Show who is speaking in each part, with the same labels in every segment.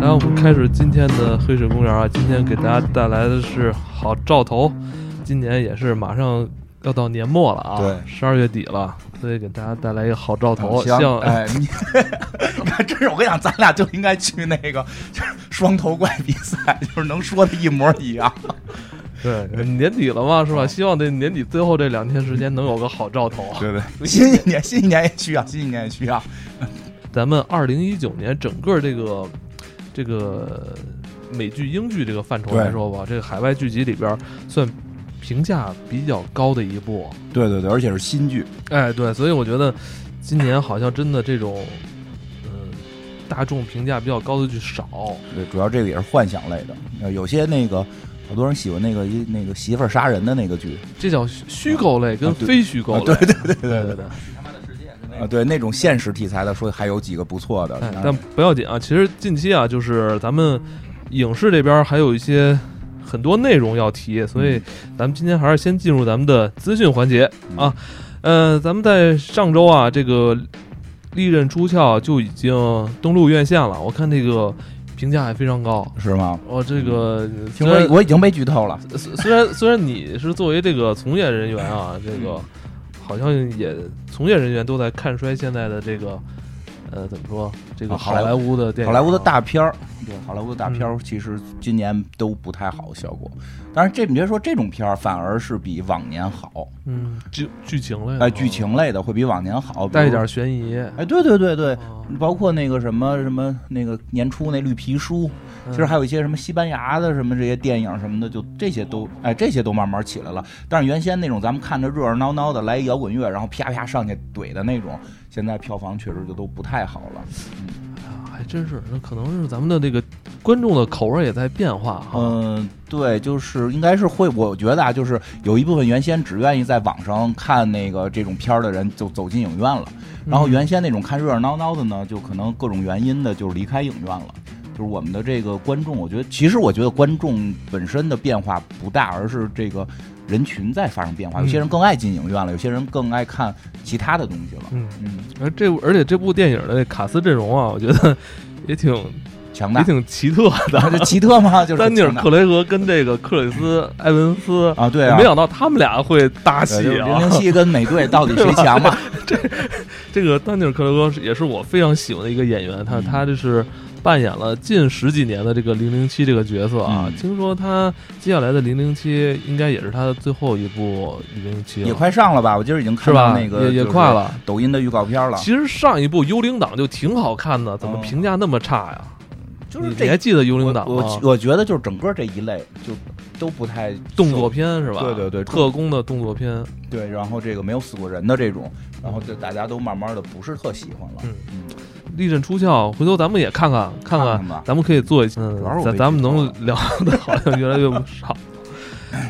Speaker 1: 来，我们开始今天的黑水公园啊！今天给大家带来的是好兆头，今年也是马上要到年末了啊，
Speaker 2: 对
Speaker 1: 十二月底了，所以给大家带来一个好兆头，
Speaker 2: 香
Speaker 1: 像
Speaker 2: 哎， 你
Speaker 3: 你看，真是我跟你讲，咱俩就应该去那个就是双头怪比赛，就是能说的一模一样。
Speaker 1: 对年底了嘛，
Speaker 2: 啊
Speaker 1: 是吧？希望这年底最后这两天时间能有个好兆头。啊
Speaker 2: 对对，
Speaker 3: 新一年，新一年也需要，新一年也需要。
Speaker 1: 咱们二零一九年整个这个这个美剧、英剧这个范畴来
Speaker 2: 对
Speaker 1: 说吧，这个海外剧集里边儿算评价比较高的一部。
Speaker 2: 对对对，而且是新剧，
Speaker 1: 哎，对，所以我觉得今年好像真的这种，嗯、大众评价比较高的剧少。
Speaker 2: 对，主要这个也是幻想类的。呃有些那个好多人喜欢那个一那个媳妇儿杀人的那个剧
Speaker 1: 这叫虚虚构类跟
Speaker 2: 啊对
Speaker 1: 非虚构
Speaker 2: 啊
Speaker 1: 类，，
Speaker 2: 对对对
Speaker 1: 对
Speaker 2: 对
Speaker 1: 对对
Speaker 2: 啊，对那种现实题材的，说还有几个不错的
Speaker 1: 哎，，
Speaker 2: 然后
Speaker 1: 但不要紧啊，其实近期啊，就是咱们影视这边还有一些很多内容要提，所以
Speaker 2: 嗯
Speaker 1: 咱们今天还是先进入咱们的资讯环节啊。呃，咱们在上周啊，这个利刃出鞘就已经登陆院线了，我看这个评价还非常高。
Speaker 2: 是吗？
Speaker 1: 哦，这个
Speaker 2: 嗯
Speaker 1: 虽
Speaker 2: 听
Speaker 1: 然
Speaker 2: 说我已经被剧透了，
Speaker 1: 虽虽然虽然你是作为这个从业人员啊，这个
Speaker 2: 嗯
Speaker 1: 好像也从业人员都在看衰现在的这这个呃怎么说这个
Speaker 2: 啊
Speaker 1: 好
Speaker 2: 好莱
Speaker 1: 莱坞的电影、
Speaker 2: 好莱坞的大片儿，对，好莱坞的
Speaker 1: 嗯
Speaker 2: 大片儿其实今年都不太好效果。当然，这你别说这种片儿，反而是比往年好，
Speaker 1: 嗯剧剧情类的
Speaker 2: 哎，剧情类的会比往年好，比如
Speaker 1: 带一点悬疑，
Speaker 2: 哎，对对对对，
Speaker 1: 哦
Speaker 2: 包括那个什么什么那个年初那绿皮书，
Speaker 1: 嗯
Speaker 2: 其实还有一些什么西班牙的什么这些电影什么的，就这些都哎这些都慢慢起来了。但是原先那种咱们看着热热闹闹的来一摇滚乐，然后啪啪上去怼的那种，现在票房确实就都不太好了。
Speaker 1: 啊还真是那可能是咱们的这个观众的口味也在变化哈、
Speaker 2: 嗯，对，就是应该是会，我觉得啊，就是有一部分原先只愿意在网上看那个这种片儿的人，就走进影院了。
Speaker 1: 嗯
Speaker 2: 然后原先那种看热热闹闹的呢，就可能各种原因的就离开影院了。就是我们的这个观众，我觉得其实我觉得观众本身的变化不大，而是这个人群在发生变
Speaker 1: 嗯
Speaker 2: 化。有些人更爱进影院了，有些人更爱看其他的东西了。
Speaker 1: 嗯，
Speaker 2: 嗯，
Speaker 1: 而这部而且这部电影的卡斯阵容啊，我觉得也挺
Speaker 2: 强
Speaker 1: 也
Speaker 2: 大，
Speaker 1: 挺奇特
Speaker 2: 啊
Speaker 1: 的。
Speaker 2: 这奇特吗？ 就是
Speaker 1: 丹尼尔·
Speaker 2: 强大
Speaker 1: 克雷格跟这个克里斯·埃文斯
Speaker 2: 啊，对啊，
Speaker 1: 我没想到他们俩会搭
Speaker 2: 对就是
Speaker 1: 戏
Speaker 2: 零
Speaker 1: 啊！
Speaker 2: 零七跟美队到底谁强嘛？
Speaker 1: 这个丹尼尔·克雷格是也是我非常喜欢的一个演员，他
Speaker 2: 嗯
Speaker 1: 他就是扮演了近十几年的这个零零七这个角色啊。
Speaker 2: 嗯
Speaker 1: 听说他接下来的零零七应该也是他的最后一部零零七
Speaker 2: 也
Speaker 1: 了，
Speaker 2: 快上了吧？我今儿已经
Speaker 1: 是
Speaker 2: 看
Speaker 1: 吧？
Speaker 2: 到那个
Speaker 1: 也也
Speaker 2: 就是
Speaker 1: 快了。
Speaker 2: 抖音的预告片了，
Speaker 1: 其实上一部《幽灵党》就挺好看的，怎么
Speaker 2: 嗯
Speaker 1: 评价那么差呀？
Speaker 2: 就是
Speaker 1: 你你还
Speaker 2: 这
Speaker 1: 记得《幽
Speaker 2: 我
Speaker 1: 灵党》
Speaker 2: 我
Speaker 1: 吗？
Speaker 2: 我觉得就是整个这一类就都不太
Speaker 1: 动作片是吧？
Speaker 2: 对对对
Speaker 1: 特工的动作片。
Speaker 2: 对，然后这个没有死过人的这种，然后就大家都慢慢的不是特喜欢了。
Speaker 1: 嗯
Speaker 2: 嗯，
Speaker 1: 利刃出鞘，回头咱们也看看看
Speaker 2: 看
Speaker 1: 看
Speaker 2: 看吧
Speaker 1: 咱们可以做一期，嗯
Speaker 2: 主要是我，被
Speaker 1: 咱
Speaker 2: 剧
Speaker 1: 咱们
Speaker 2: 透
Speaker 1: 能
Speaker 2: 了
Speaker 1: 聊的好像越来越不少。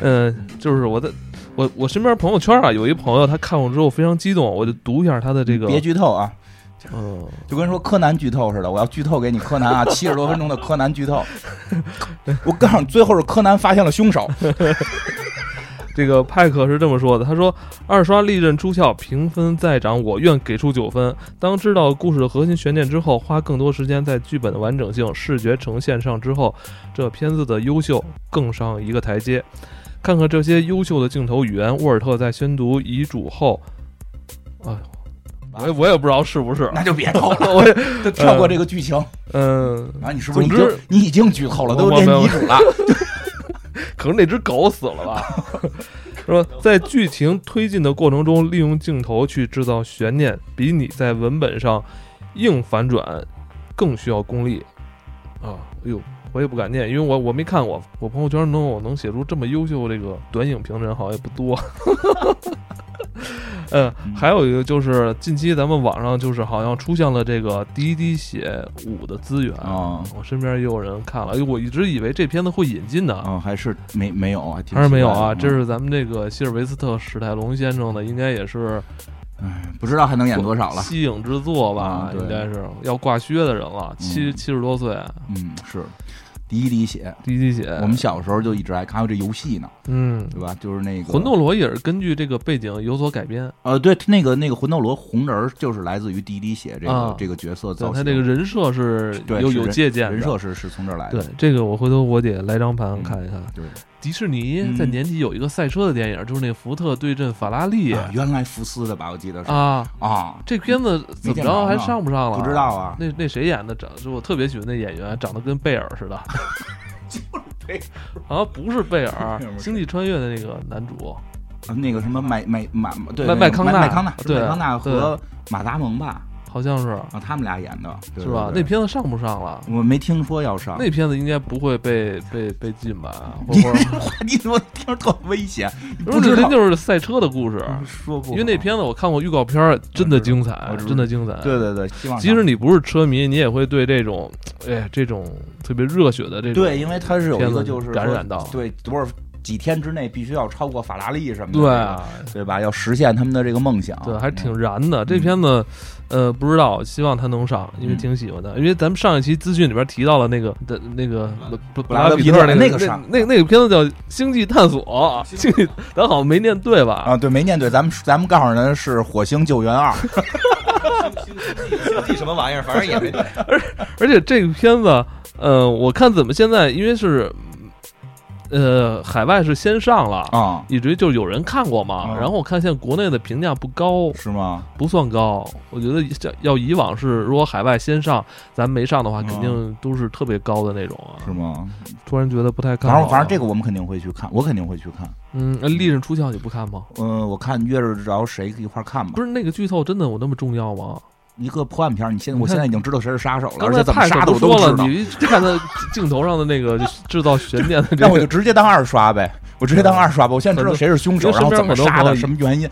Speaker 1: 嗯，就是我在我我身边朋友圈啊，有一朋友他看过之后非常激动，我就读一下他的这个，
Speaker 2: 别剧透啊，
Speaker 1: 嗯，
Speaker 2: 就跟说柯南剧透似的，我要剧透给你柯南 啊，七十多分钟的柯南剧透。我告诉你，最后是柯南发现了 凶手。
Speaker 1: 这个派克是这么说的，他说二刷利刃出鞘，评分再涨，我愿给出九分。当知道故事的核心悬念之后，花更多时间在剧本的完整性、视觉呈现上之后，这片子的优秀更上一个台阶。看看这些优秀的镜头语言，沃尔特在宣读遗嘱后，哎，我也我也不知道是不是，
Speaker 2: 那就别透了，
Speaker 1: 我也
Speaker 2: 就 跳过这个剧情。
Speaker 1: 嗯，
Speaker 2: 啊，你是不是已
Speaker 1: 总之
Speaker 2: 经你已经剧透了，都
Speaker 1: 我
Speaker 2: 连
Speaker 1: 我
Speaker 2: 遗嘱了？
Speaker 1: 可能那只狗死了吧？说在剧情推进的过程中，利用镜头去制造悬念，比你在文本上硬反转更需要功力啊！哎呦，我也不敢念，因为我我没看过，我朋友圈能有能写出这么优秀这个短影评的人好像也不多。 嗯， 还有一个就是近期咱们网上就是好像出现了这个滴滴写五的资源
Speaker 2: 啊
Speaker 1: 我身边也有人看了，哎呦，我一直以为这片子会引进的
Speaker 2: 啊，还是没没有啊，挺
Speaker 1: 还是没有
Speaker 2: 奇怪
Speaker 1: 啊，
Speaker 2: 的
Speaker 1: 这是咱们这个希尔维斯特史泰龙先生的，应该也是
Speaker 2: 嗯不知道还能演多少了。
Speaker 1: 息影之作吧
Speaker 2: 啊，对嗯
Speaker 1: 应该是要挂靴的人了，七七十多岁，
Speaker 2: 嗯，是。第一滴血。
Speaker 1: 第一滴血，
Speaker 2: 我们小时候就一直爱看，还有这游戏呢，
Speaker 1: 嗯，
Speaker 2: 对吧？就是那个
Speaker 1: 魂斗罗也是根据这个背景有所改编，
Speaker 2: 呃，对，那个那个魂斗罗红人儿就是来自于第一滴血这个、
Speaker 1: 啊
Speaker 2: 这个角色造
Speaker 1: 对
Speaker 2: 型，
Speaker 1: 他这个人设是
Speaker 2: 对
Speaker 1: 有
Speaker 2: 是
Speaker 1: 有
Speaker 2: 人
Speaker 1: 借鉴的
Speaker 2: 人。设是是从这儿来
Speaker 1: 对
Speaker 2: 的。嗯
Speaker 1: 这个，我回头我得来张盘看一看。
Speaker 2: 对
Speaker 1: 迪士尼
Speaker 2: 嗯
Speaker 1: 在年底有一个赛车的电影，就是那福特对阵法拉利
Speaker 2: 啊，原来福斯的吧，我记得是
Speaker 1: 啊。
Speaker 2: 啊，
Speaker 1: 这片子怎么
Speaker 2: 没见着
Speaker 1: 着
Speaker 2: 呢
Speaker 1: 还上不上了？
Speaker 2: 不知道啊
Speaker 1: 那那谁演的长，就我特别喜欢那演员，长得跟贝尔似的。就是
Speaker 2: 贝
Speaker 1: 尔，啊，不是贝尔，
Speaker 2: 不
Speaker 1: 《
Speaker 2: 是
Speaker 1: 星际穿越》的那个男主，
Speaker 2: 那个什么麦麦麦对
Speaker 1: 麦
Speaker 2: 那个
Speaker 1: 麦康纳
Speaker 2: 麦康纳是
Speaker 1: 对
Speaker 2: 麦康纳和马达蒙吧，
Speaker 1: 好像是
Speaker 2: 啊，他们俩演的对
Speaker 1: 是吧？
Speaker 2: 对
Speaker 1: 那
Speaker 2: 对
Speaker 1: 片子上不上了？
Speaker 2: 我没听说要上，
Speaker 1: 那片子应该不会被被被禁吧？或
Speaker 2: 你
Speaker 1: 者
Speaker 2: 这话你怎么听着特危险？你
Speaker 1: 不
Speaker 2: 不
Speaker 1: 是
Speaker 2: 知
Speaker 1: 这
Speaker 2: 道
Speaker 1: 就是赛车的故事，
Speaker 2: 说过，
Speaker 1: 因为那片子我看过预告片儿，真的精彩
Speaker 2: 我知，道
Speaker 1: 真的精彩。
Speaker 2: 对对对，希望
Speaker 1: 即使你不是车迷，你也会对这种，哎，这种特别热血的这种，
Speaker 2: 对，因为它是有
Speaker 1: 片
Speaker 2: 一
Speaker 1: 子
Speaker 2: 个就是
Speaker 1: 感
Speaker 2: 说
Speaker 1: 染到
Speaker 2: 对多少几天之内必须要超过法拉利什么的，
Speaker 1: 对啊，
Speaker 2: 对吧？要实现他们的这个梦想，
Speaker 1: 对，还挺
Speaker 2: 嗯
Speaker 1: 燃的。这片子，呃，不知道，希望它能上，因为
Speaker 2: 嗯
Speaker 1: 挺喜欢的。因为咱们上一期资讯里边提到了那个的那个布布
Speaker 2: 布拉
Speaker 1: 拉
Speaker 2: 德
Speaker 1: 德皮
Speaker 2: 皮
Speaker 1: 特
Speaker 2: 特
Speaker 1: 那
Speaker 2: 那
Speaker 1: 个
Speaker 2: 个
Speaker 1: 那
Speaker 2: 上
Speaker 1: 那那个片子叫《星际探索》， 星际咱好像没念对吧？
Speaker 2: 啊，对，没念对，咱们咱们告诉人是《火星救援二》，
Speaker 3: 星际什么玩意儿，反正也没对。
Speaker 1: 而且这个片子，呃，我看怎么现在因为是，呃，海外是先上了，
Speaker 2: 啊，
Speaker 1: 以至于就有人看过嘛。
Speaker 2: 嗯
Speaker 1: 然后我看现在国内的评价不高，
Speaker 2: 是吗？
Speaker 1: 不算高。我觉得这要以往是，如果海外先上，咱没上的话，
Speaker 2: 嗯
Speaker 1: 肯定都是特别高的那种啊。
Speaker 2: 是吗？
Speaker 1: 突然觉得不太看
Speaker 2: 反
Speaker 1: 好
Speaker 2: 正
Speaker 1: 了。
Speaker 2: 反正这个我们肯定会去看，我肯定会去看。
Speaker 1: 嗯，那利刃出鞘你不看吗？
Speaker 2: 嗯，我看约着着谁一块儿看吧。
Speaker 1: 不是那个剧透真的有那么重要吗？
Speaker 2: 一个破案片儿，你现
Speaker 1: 你
Speaker 2: 在
Speaker 1: 看
Speaker 2: 我现在已经知道谁是杀手了，
Speaker 1: 刚
Speaker 2: 而
Speaker 1: 才
Speaker 2: 且怎么
Speaker 1: 派
Speaker 2: 杀
Speaker 1: 克
Speaker 2: 的
Speaker 1: 都
Speaker 2: 我都
Speaker 1: 说
Speaker 2: 知
Speaker 1: 了，
Speaker 2: 道。
Speaker 1: 你看他镜头上的那 个制造悬念的这
Speaker 2: 那我就
Speaker 1: 个，
Speaker 2: 直接当二刷呗，我直接当二刷吧。我现在知道谁是凶手，
Speaker 1: 很多
Speaker 2: 然后怎么杀
Speaker 1: 因为身边很多朋友
Speaker 2: 的，什么原因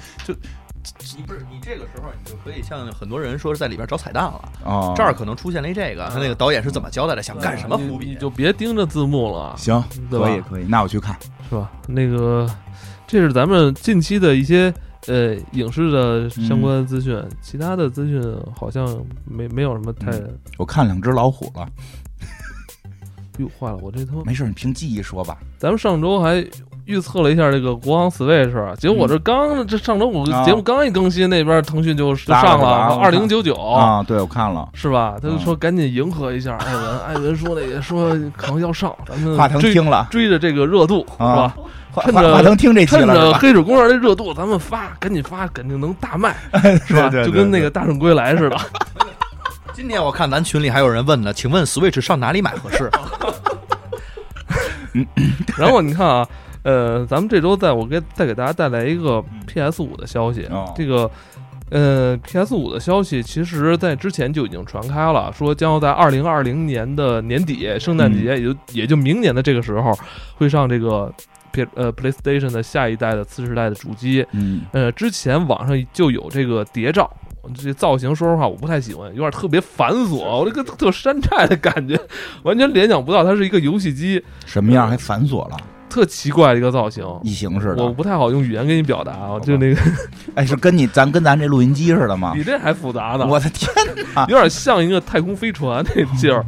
Speaker 3: 你不是你这个时候你就可以像很多人说是在里边找彩蛋了，
Speaker 2: 啊？
Speaker 3: 这儿可能出现了一这个，他那个导演是怎么交代的，想干什么伏
Speaker 1: 啊嗯你
Speaker 3: 笔？
Speaker 1: 就别盯着字幕了，
Speaker 2: 行，
Speaker 1: 对吧
Speaker 2: 啊可以可以，那我去看。
Speaker 1: 是吧？那个，这是咱们近期的一些呃影视的相
Speaker 2: 嗯
Speaker 1: 关资讯，其他的资讯好像没没有什么太。
Speaker 2: 我看两只老虎了，
Speaker 1: 哟，坏了，我这他妈！
Speaker 2: 没事，你凭记忆说吧。
Speaker 1: 咱们上周还预测了一下这个国行 Switch，结果我这刚这上周五
Speaker 2: 嗯啊
Speaker 1: 节目刚一更新，那边腾讯就就
Speaker 2: 拉了
Speaker 1: 上
Speaker 2: 是吧
Speaker 1: 了
Speaker 2: 我
Speaker 1: 二
Speaker 2: 看
Speaker 1: 零九九。
Speaker 2: 啊，嗯对，我看了，
Speaker 1: 是吧？他就说赶紧迎合一下艾文，艾文说那个说可能要上，咱们
Speaker 2: 华腾
Speaker 1: 追
Speaker 2: 听了，
Speaker 1: 追着嗯这个热度是吧
Speaker 2: 啊？华
Speaker 1: 趁着
Speaker 2: 华华腾听这期
Speaker 1: 趁
Speaker 2: 了是
Speaker 1: 着
Speaker 2: 吧？
Speaker 1: 黑水公园这热度，咱们发，赶紧发，肯定能大卖，是吧？
Speaker 2: 对对
Speaker 1: 就跟那
Speaker 2: 对
Speaker 1: 个《大圣归来》似的。
Speaker 3: 今天我看咱群里还有人问呢，请问 Switch 上哪里买合适？
Speaker 1: 然后你看啊，呃，咱们这周再我给再给大家带来一个 PS 五的消息，啊
Speaker 2: 哦
Speaker 1: 这个。呃，PS 五的消息其实，在之前就已经传开了，说将要在二零二零年的年底，圣诞节，也就也就明年的这个时候，会上这个 P 呃 PlayStation 的下一代的次世代的主机。
Speaker 2: 嗯，
Speaker 1: 呃，之前网上就有这个谍照，这造型说实话我不太喜欢，有点特别繁琐，我这个特山寨的感觉，完全联想不到它是一个游戏机。
Speaker 2: 什么样还繁琐了，
Speaker 1: 特奇怪的一个造型，
Speaker 2: 异形似
Speaker 1: 我
Speaker 2: 的。
Speaker 1: 不太好用语言给你表达啊，
Speaker 2: 吧
Speaker 1: 就那个
Speaker 2: 哎，是跟你咱跟咱这录音机似 的吗
Speaker 1: 比？这还复杂呢，
Speaker 2: 我啊的天哪！
Speaker 1: 有点像一个太空飞船那劲 儿。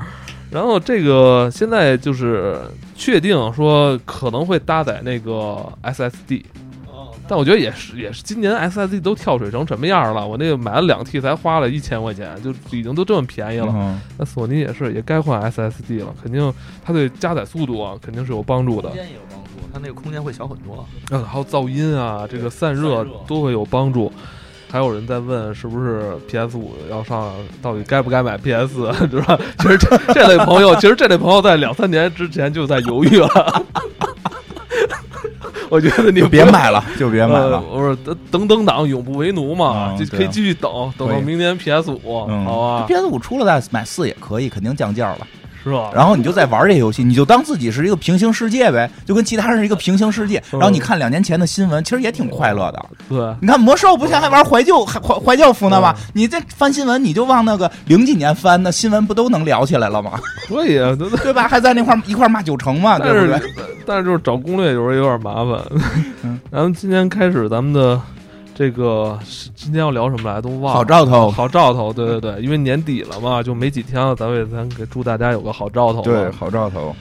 Speaker 1: 然后这个现在就是确定说可能会搭载那个 SSD，但我觉得也是也是今年 SSD 都跳水成什么样了，我那个买了两 T 才花了一千块钱，就已经都这么便宜了。
Speaker 2: 嗯
Speaker 1: 那索尼也是也该换 SSD 了，肯定它对加载速度啊肯定是有帮助的。
Speaker 3: 间也有帮助，它那个空间会小很多。
Speaker 1: 嗯，还有噪音啊，这个散热
Speaker 3: 散热
Speaker 1: 都会有帮助。还有人在问是不是 PS 五要上，到底该不该买 PS，是 吧？其实这这类朋友，其实这类朋友在两三年之前就在犹豫了。我觉得你
Speaker 2: 就
Speaker 1: 不
Speaker 2: 别
Speaker 1: 要
Speaker 2: 买了，就别买
Speaker 1: 呃，
Speaker 2: 了。
Speaker 1: 我说等等等党永不为奴嘛，
Speaker 2: 嗯
Speaker 1: 就
Speaker 2: 对
Speaker 1: 可以继续等，等到
Speaker 2: 可以
Speaker 1: 明年 PS 五，
Speaker 2: 嗯，
Speaker 1: 好啊吧，
Speaker 2: PS 五出了再买四也可以，肯定降价了。
Speaker 1: 是吧？
Speaker 2: 然后你就再玩这游戏，你就当自己是一个平行世界呗，就跟其他人是一个平行世界。
Speaker 1: 嗯
Speaker 2: 然后你看两年前的新闻，其实也挺快乐的。
Speaker 1: 对，
Speaker 2: 你看魔兽不现在还玩怀旧还怀怀旧服呢吗？
Speaker 1: 嗯
Speaker 2: 你这翻新闻，你就往那个零几年翻，那新闻不都能聊起来了吗？
Speaker 1: 可以啊，都
Speaker 2: 对吧？还在那块儿一块儿骂九成嘛，
Speaker 1: 但
Speaker 2: 对不
Speaker 1: 是
Speaker 2: 对？
Speaker 1: 但是就是找攻略有时候有点麻烦。
Speaker 2: 嗯
Speaker 1: 咱们今天开始咱们的这个是今天要聊什么来都忘了。
Speaker 2: 好兆头，
Speaker 1: 好兆头，对对对，因为年底了嘛，就没几天了，咱们也咱给祝大家有个好兆头。
Speaker 2: 好兆头。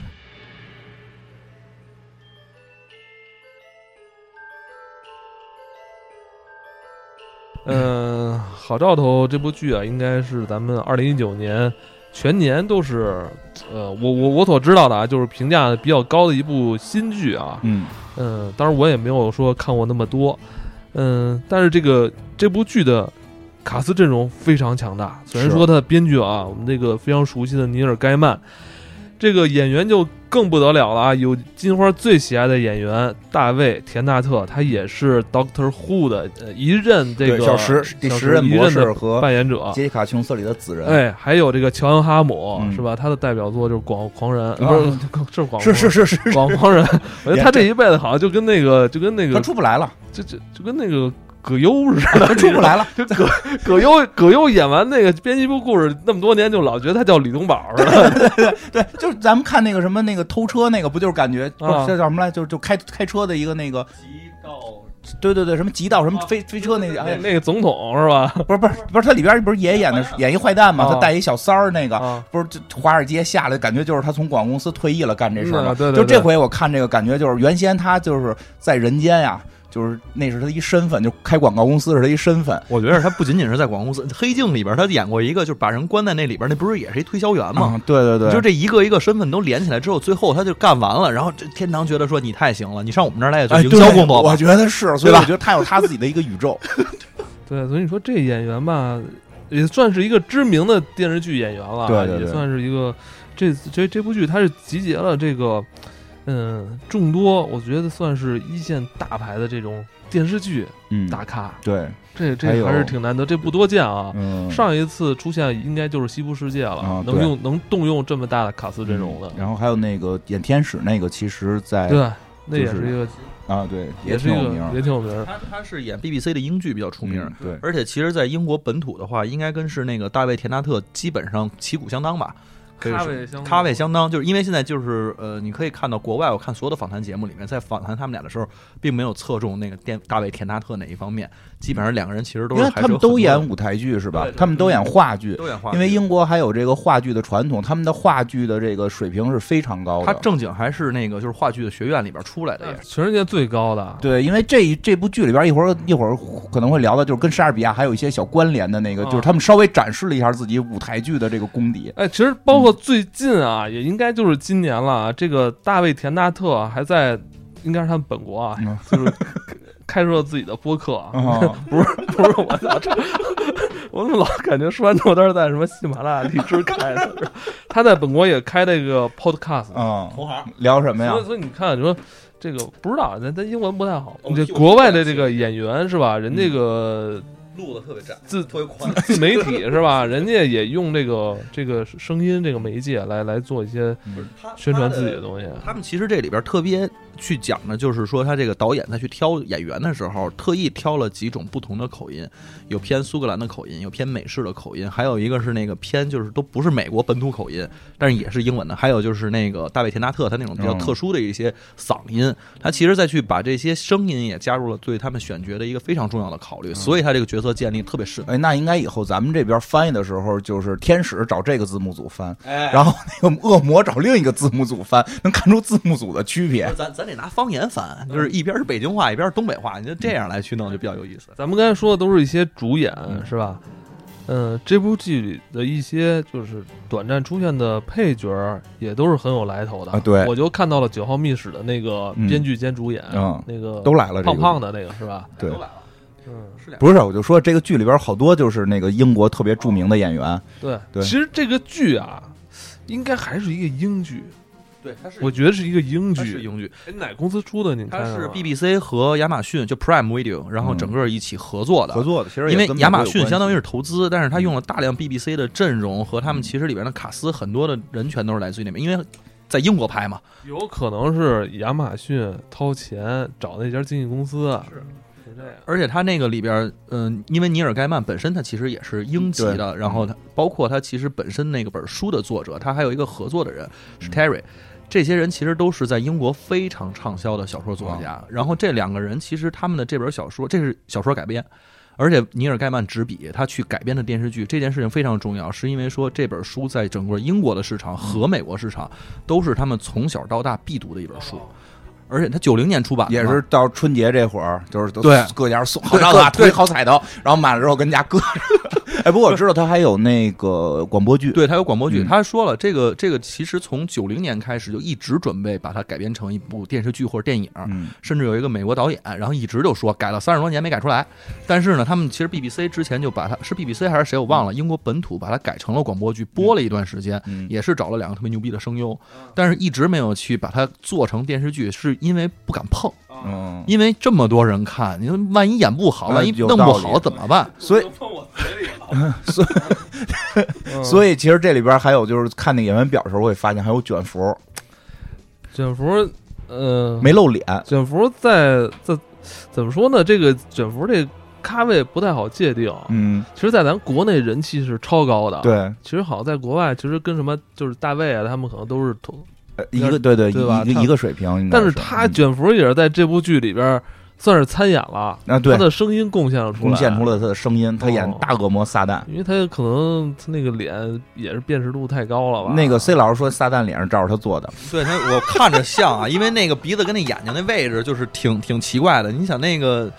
Speaker 1: 嗯、好兆头这部剧啊，应该是咱们二零一九年全年都是，呃，我我我所知道的啊，就是评价比较高的一部新剧啊。
Speaker 2: 嗯，
Speaker 1: 嗯，当然我也没有说看过那么多，嗯，但是这个这部剧的卡斯阵容非常强大。虽然
Speaker 2: 是
Speaker 1: 说它的编剧啊，我们这个非常熟悉的尼尔·盖曼，这个演员就更不得了了啊！有金花最喜爱的演员大卫·田纳特，他也是 Doctor Who 的呃一任这
Speaker 4: 对，
Speaker 1: 个
Speaker 4: 小十第
Speaker 1: 小
Speaker 4: 十任
Speaker 1: 一
Speaker 4: 博
Speaker 1: 的
Speaker 4: 士和
Speaker 1: 扮演者。
Speaker 4: 杰西卡·琼斯里的子人，
Speaker 1: 哎，还有这个乔恩·哈姆、
Speaker 2: 嗯
Speaker 1: 是吧？他的代表作就是《广狂人》不是是《广
Speaker 4: 啊是是
Speaker 1: 是
Speaker 4: 是是，
Speaker 1: 《广狂人》，我觉得他这一辈子好像就跟那个就跟那
Speaker 2: 他
Speaker 1: 个
Speaker 2: 出不来了，
Speaker 1: 就就就跟那个葛优似的，
Speaker 2: 他出不来了。
Speaker 1: 就葛葛优葛优演完那个编辑部故事那么多年，就老觉得他叫李东宝似的。
Speaker 2: 对，就是咱们看那个什么那个偷车那个，不就是感觉不是
Speaker 1: 啊
Speaker 2: 叫什么来？就就开开车的一个那个，
Speaker 3: 极道
Speaker 2: 对对对，什么极道什么
Speaker 3: 啊
Speaker 2: 飞飞车那个，哎
Speaker 1: 那个总统是吧？
Speaker 2: 不是不是不是，他里边不是也演的是演一坏蛋嘛？
Speaker 1: 啊
Speaker 2: 他带一小三儿那个，
Speaker 1: 啊，
Speaker 2: 不是这华尔街下来，感觉就是他从广告公司退役了干这事儿
Speaker 1: 嗯
Speaker 2: 嘛。
Speaker 1: 对对
Speaker 2: 就
Speaker 1: 对
Speaker 2: 这回我看这个感觉就是，原先他就是在人间呀、就是那是他一身份，就开广告公司是他一身份。
Speaker 5: 我觉得他不仅仅是在广告公司，《黑镜》里边他演过一个，就是把人关在那里边，那不是也是一推销员吗？
Speaker 2: 嗯，对对对，
Speaker 5: 就这一个一个身份都连起来之后，最后他就干完了。然后这天堂觉得说你太行了，你上我们这儿来也做
Speaker 2: 哎
Speaker 5: 营销工作
Speaker 2: 对我
Speaker 5: 吧。
Speaker 2: 觉得是，所以
Speaker 5: 对吧
Speaker 2: 我觉得他有他自己的一个宇宙。
Speaker 1: 对，所以你说这演员吧，也算是一个知名的电视剧演员了，啊
Speaker 2: 对对对
Speaker 1: 也算是一个这这这部剧，它是集结了这个嗯众多，我觉得算是一线大牌的这种电视剧
Speaker 2: 嗯
Speaker 1: 大咖，
Speaker 2: 对，
Speaker 1: 这
Speaker 2: 还
Speaker 1: 这
Speaker 2: 有
Speaker 1: 还是挺难得，这不多见啊。
Speaker 2: 嗯
Speaker 1: 上一次出现应该就是《西部世界》了，
Speaker 2: 啊
Speaker 1: 能
Speaker 2: 对嗯
Speaker 1: 用能动用这么大的卡斯阵容的，
Speaker 2: 然后还有那个演天使那个，其实在
Speaker 1: 对，啊那也
Speaker 2: 哎就是
Speaker 1: 一个，
Speaker 2: 啊，对，
Speaker 1: 也是
Speaker 2: 挺
Speaker 1: 一
Speaker 2: 有
Speaker 1: 个
Speaker 2: 名儿，
Speaker 1: 也挺有名儿。
Speaker 5: 他他是演 BBC 的英剧比较出名，
Speaker 2: 嗯对。
Speaker 5: 而且其实，在英国本土的话，应该跟是那个大卫·田纳特基本上旗鼓相当吧。可以
Speaker 1: 咖
Speaker 5: 说
Speaker 1: 位相
Speaker 5: 咖位相当，就是因为现在就是呃，你可以看到国外，我看所有的访谈节目里面，在访谈他们俩的时候，并没有侧重那个电大卫田纳特哪一方面，基本上两个人其实都
Speaker 2: 因
Speaker 5: 是
Speaker 2: 为他
Speaker 5: 还是
Speaker 2: 们
Speaker 5: 有很多
Speaker 2: 都演舞台剧是吧
Speaker 5: 对？对
Speaker 2: 他们都演话剧，
Speaker 5: 都演话剧，
Speaker 2: 因为英国还有这个话剧的传统，他们的话剧的这个水平是非常高的。
Speaker 5: 他正经还是那个就是话剧的学院里边出来的，也是
Speaker 1: 全世界最高的，
Speaker 2: 对，因为这一这部剧里边一会儿一会儿可能会聊到，就是跟莎士比亚还有一些小关联的那个，
Speaker 1: 啊
Speaker 2: 就是他们稍微展示了一下自己舞台剧的这个功底。
Speaker 1: 哎，其实包括最近啊，也应该就是今年了啊。这个大卫·田纳特啊还在，应该是他们本国啊，
Speaker 2: 嗯
Speaker 1: 就是开设了自己的播客啊，
Speaker 2: 啊，
Speaker 1: 不是不是我操，这我怎么老感觉说完之后他是在什么喜马拉雅荔枝开的？ 他在本国也开这个 podcast，啊
Speaker 2: 嗯，
Speaker 3: 同行，
Speaker 2: 聊什么呀
Speaker 1: 所以？所以你看，你说这个不知道，咱咱英文不太好。
Speaker 3: 哦
Speaker 1: 你这
Speaker 3: 就
Speaker 1: 国外的这个演员是吧？人这个
Speaker 5: 路子特别窄，
Speaker 1: 自
Speaker 5: 特别宽。
Speaker 1: 自媒体是吧？ 人家也用这个这个声音这个媒介来来做一些宣传自己的东西。
Speaker 5: 他们其实这里边特别去讲的，就是说他这个导演在去挑呃演员的时候，特意挑了几种不同的口音，有偏苏格兰的口音，有偏美式的口音，还有一个是那个偏就是都不是美国本土口音，但是也是英文的，还有就是那个大卫·田纳特他那种比较
Speaker 2: 嗯
Speaker 5: 特殊的一些嗓音，他其实再去把这些声音也加入了对他们选角的一个非常重要的考虑，所以他这个角色建立特别深。
Speaker 2: 哎，那应该以后咱们这边翻译的时候，就是天使找这个字幕组翻，
Speaker 3: 哎，
Speaker 2: 然后那个恶魔找另一个字幕组翻，能看出字幕组的区别。
Speaker 5: 咱咱得拿方言翻，就是一边是北京话，一边是东北话，你就这样来去弄就比较有意思。
Speaker 1: 咱们刚才说的都是一些主演是吧？嗯，这部剧里的一些就是短暂出现的配角儿也都是很有来头的
Speaker 2: 啊对
Speaker 1: 我就看到了《九号密室》的那个
Speaker 2: 嗯
Speaker 1: 编剧兼主演，
Speaker 2: 嗯
Speaker 1: 那个
Speaker 2: 都来了，这
Speaker 1: 胖
Speaker 2: 个
Speaker 1: 胖的那个是吧？
Speaker 2: 对
Speaker 5: 都，来了，
Speaker 1: 嗯，
Speaker 5: 是俩。
Speaker 2: 不是，我就说这个剧里边好多就是那个英国特别著名的演员，
Speaker 1: 对。
Speaker 2: 对
Speaker 1: 其实这个剧啊，应该还是一个英剧，
Speaker 5: 对，他是
Speaker 1: 我觉得是一个英
Speaker 5: 它是
Speaker 1: 剧。
Speaker 5: 英剧，
Speaker 1: 哎哪公司出的？你看嗯
Speaker 5: 它是
Speaker 1: 啊
Speaker 5: BBC 和亚马逊就 Prime Video，然后整个一起合作的。
Speaker 2: 合作的，其实
Speaker 5: 因为亚马逊相当于
Speaker 2: 于
Speaker 5: 是投资，但是他用
Speaker 1: 嗯
Speaker 5: 了大量 BBC 的阵容和他们其实里边的卡斯，很多的人全都是来自于那边，因为在英国拍嘛。
Speaker 1: 有可能是亚马逊掏钱找那家经纪公司，
Speaker 5: 是
Speaker 1: 是这样。
Speaker 5: 而且他那个里边，嗯、因为尼尔盖曼本身他其实也是英籍的，
Speaker 2: 嗯
Speaker 5: 然后他包括他其实本身那个本书的作者，他还有一个合作的人
Speaker 2: 嗯
Speaker 5: 是 Terry，、这些人其实都是在英国非常畅销的小说作家。
Speaker 2: 哦
Speaker 5: 然后这两个人其实他们的这本小说，这是小说改编。而且尼尔盖曼执笔，他去改编的电视剧这件事情非常重要，是因为说这本书在
Speaker 2: 嗯
Speaker 5: 整个英国的市场和美国市场都是他们从小到大必读的一本书。而且它九零年出版的
Speaker 2: 哦也
Speaker 5: 嘛
Speaker 2: 是到春节这会儿，就是都
Speaker 5: 对啊
Speaker 2: 各家送好
Speaker 5: 对
Speaker 2: 大大
Speaker 5: 各
Speaker 2: 推好彩头，然后买了之后跟家 搁着。哎，不过我知道他还有那个广播剧，
Speaker 5: 对，它有广播剧。
Speaker 2: 嗯
Speaker 5: 他说了，这个这个其实从九零年开始就一直准备把它改编成一部电视剧或者电影，
Speaker 2: 嗯，
Speaker 5: 甚至有一个美国导演，然后一直就说改了三十多年没改出来。但是呢，他们其实 BBC 之前就把它是 BBC 还是谁我忘了，英国本土把它改成了广播剧，播了一段时间，
Speaker 2: 嗯
Speaker 5: 也是找了两个特别牛逼的声优，但是一直没有去把它做成电视剧，是因为不敢碰，
Speaker 2: 嗯，
Speaker 5: 因为这么多人看，你说万一演不好，
Speaker 2: 哎
Speaker 5: 万一
Speaker 2: 有
Speaker 5: 弄不
Speaker 2: 道理
Speaker 5: 好怎么办？
Speaker 2: 所以
Speaker 1: 碰我嘴里了， 以
Speaker 2: 所以其实这里边还有就是看那演员表的时候，我也发现还有卷福
Speaker 1: 卷福，呃，
Speaker 2: 没露脸，
Speaker 1: 卷福在在怎么说呢？这个卷福这咖位不太好界定，
Speaker 2: 嗯，
Speaker 1: 其实，在咱国内人气是超高的，。
Speaker 2: 对，
Speaker 1: 其实好像在国外，其实跟什么就是大卫啊，他们可能都是同，
Speaker 2: 呃一个对对
Speaker 1: 对吧
Speaker 2: 一
Speaker 1: 他
Speaker 2: 个一个水平应该，
Speaker 1: 但是他
Speaker 2: 嗯
Speaker 1: 卷福也是在这部剧里边算是参演了，
Speaker 2: 啊
Speaker 1: 他
Speaker 2: 对，
Speaker 1: 的声音贡献了出来，
Speaker 2: 贡献出了他的声音，他演
Speaker 1: 哦
Speaker 2: 大恶魔撒旦。
Speaker 1: 因为他可能他那个脸也是辨识度太高了吧？
Speaker 2: 那个 C 老师说撒旦脸是照着他做的，
Speaker 5: 对他，我看着像啊，因为那个鼻子跟那眼睛那位置就是挺挺奇怪的。你想那个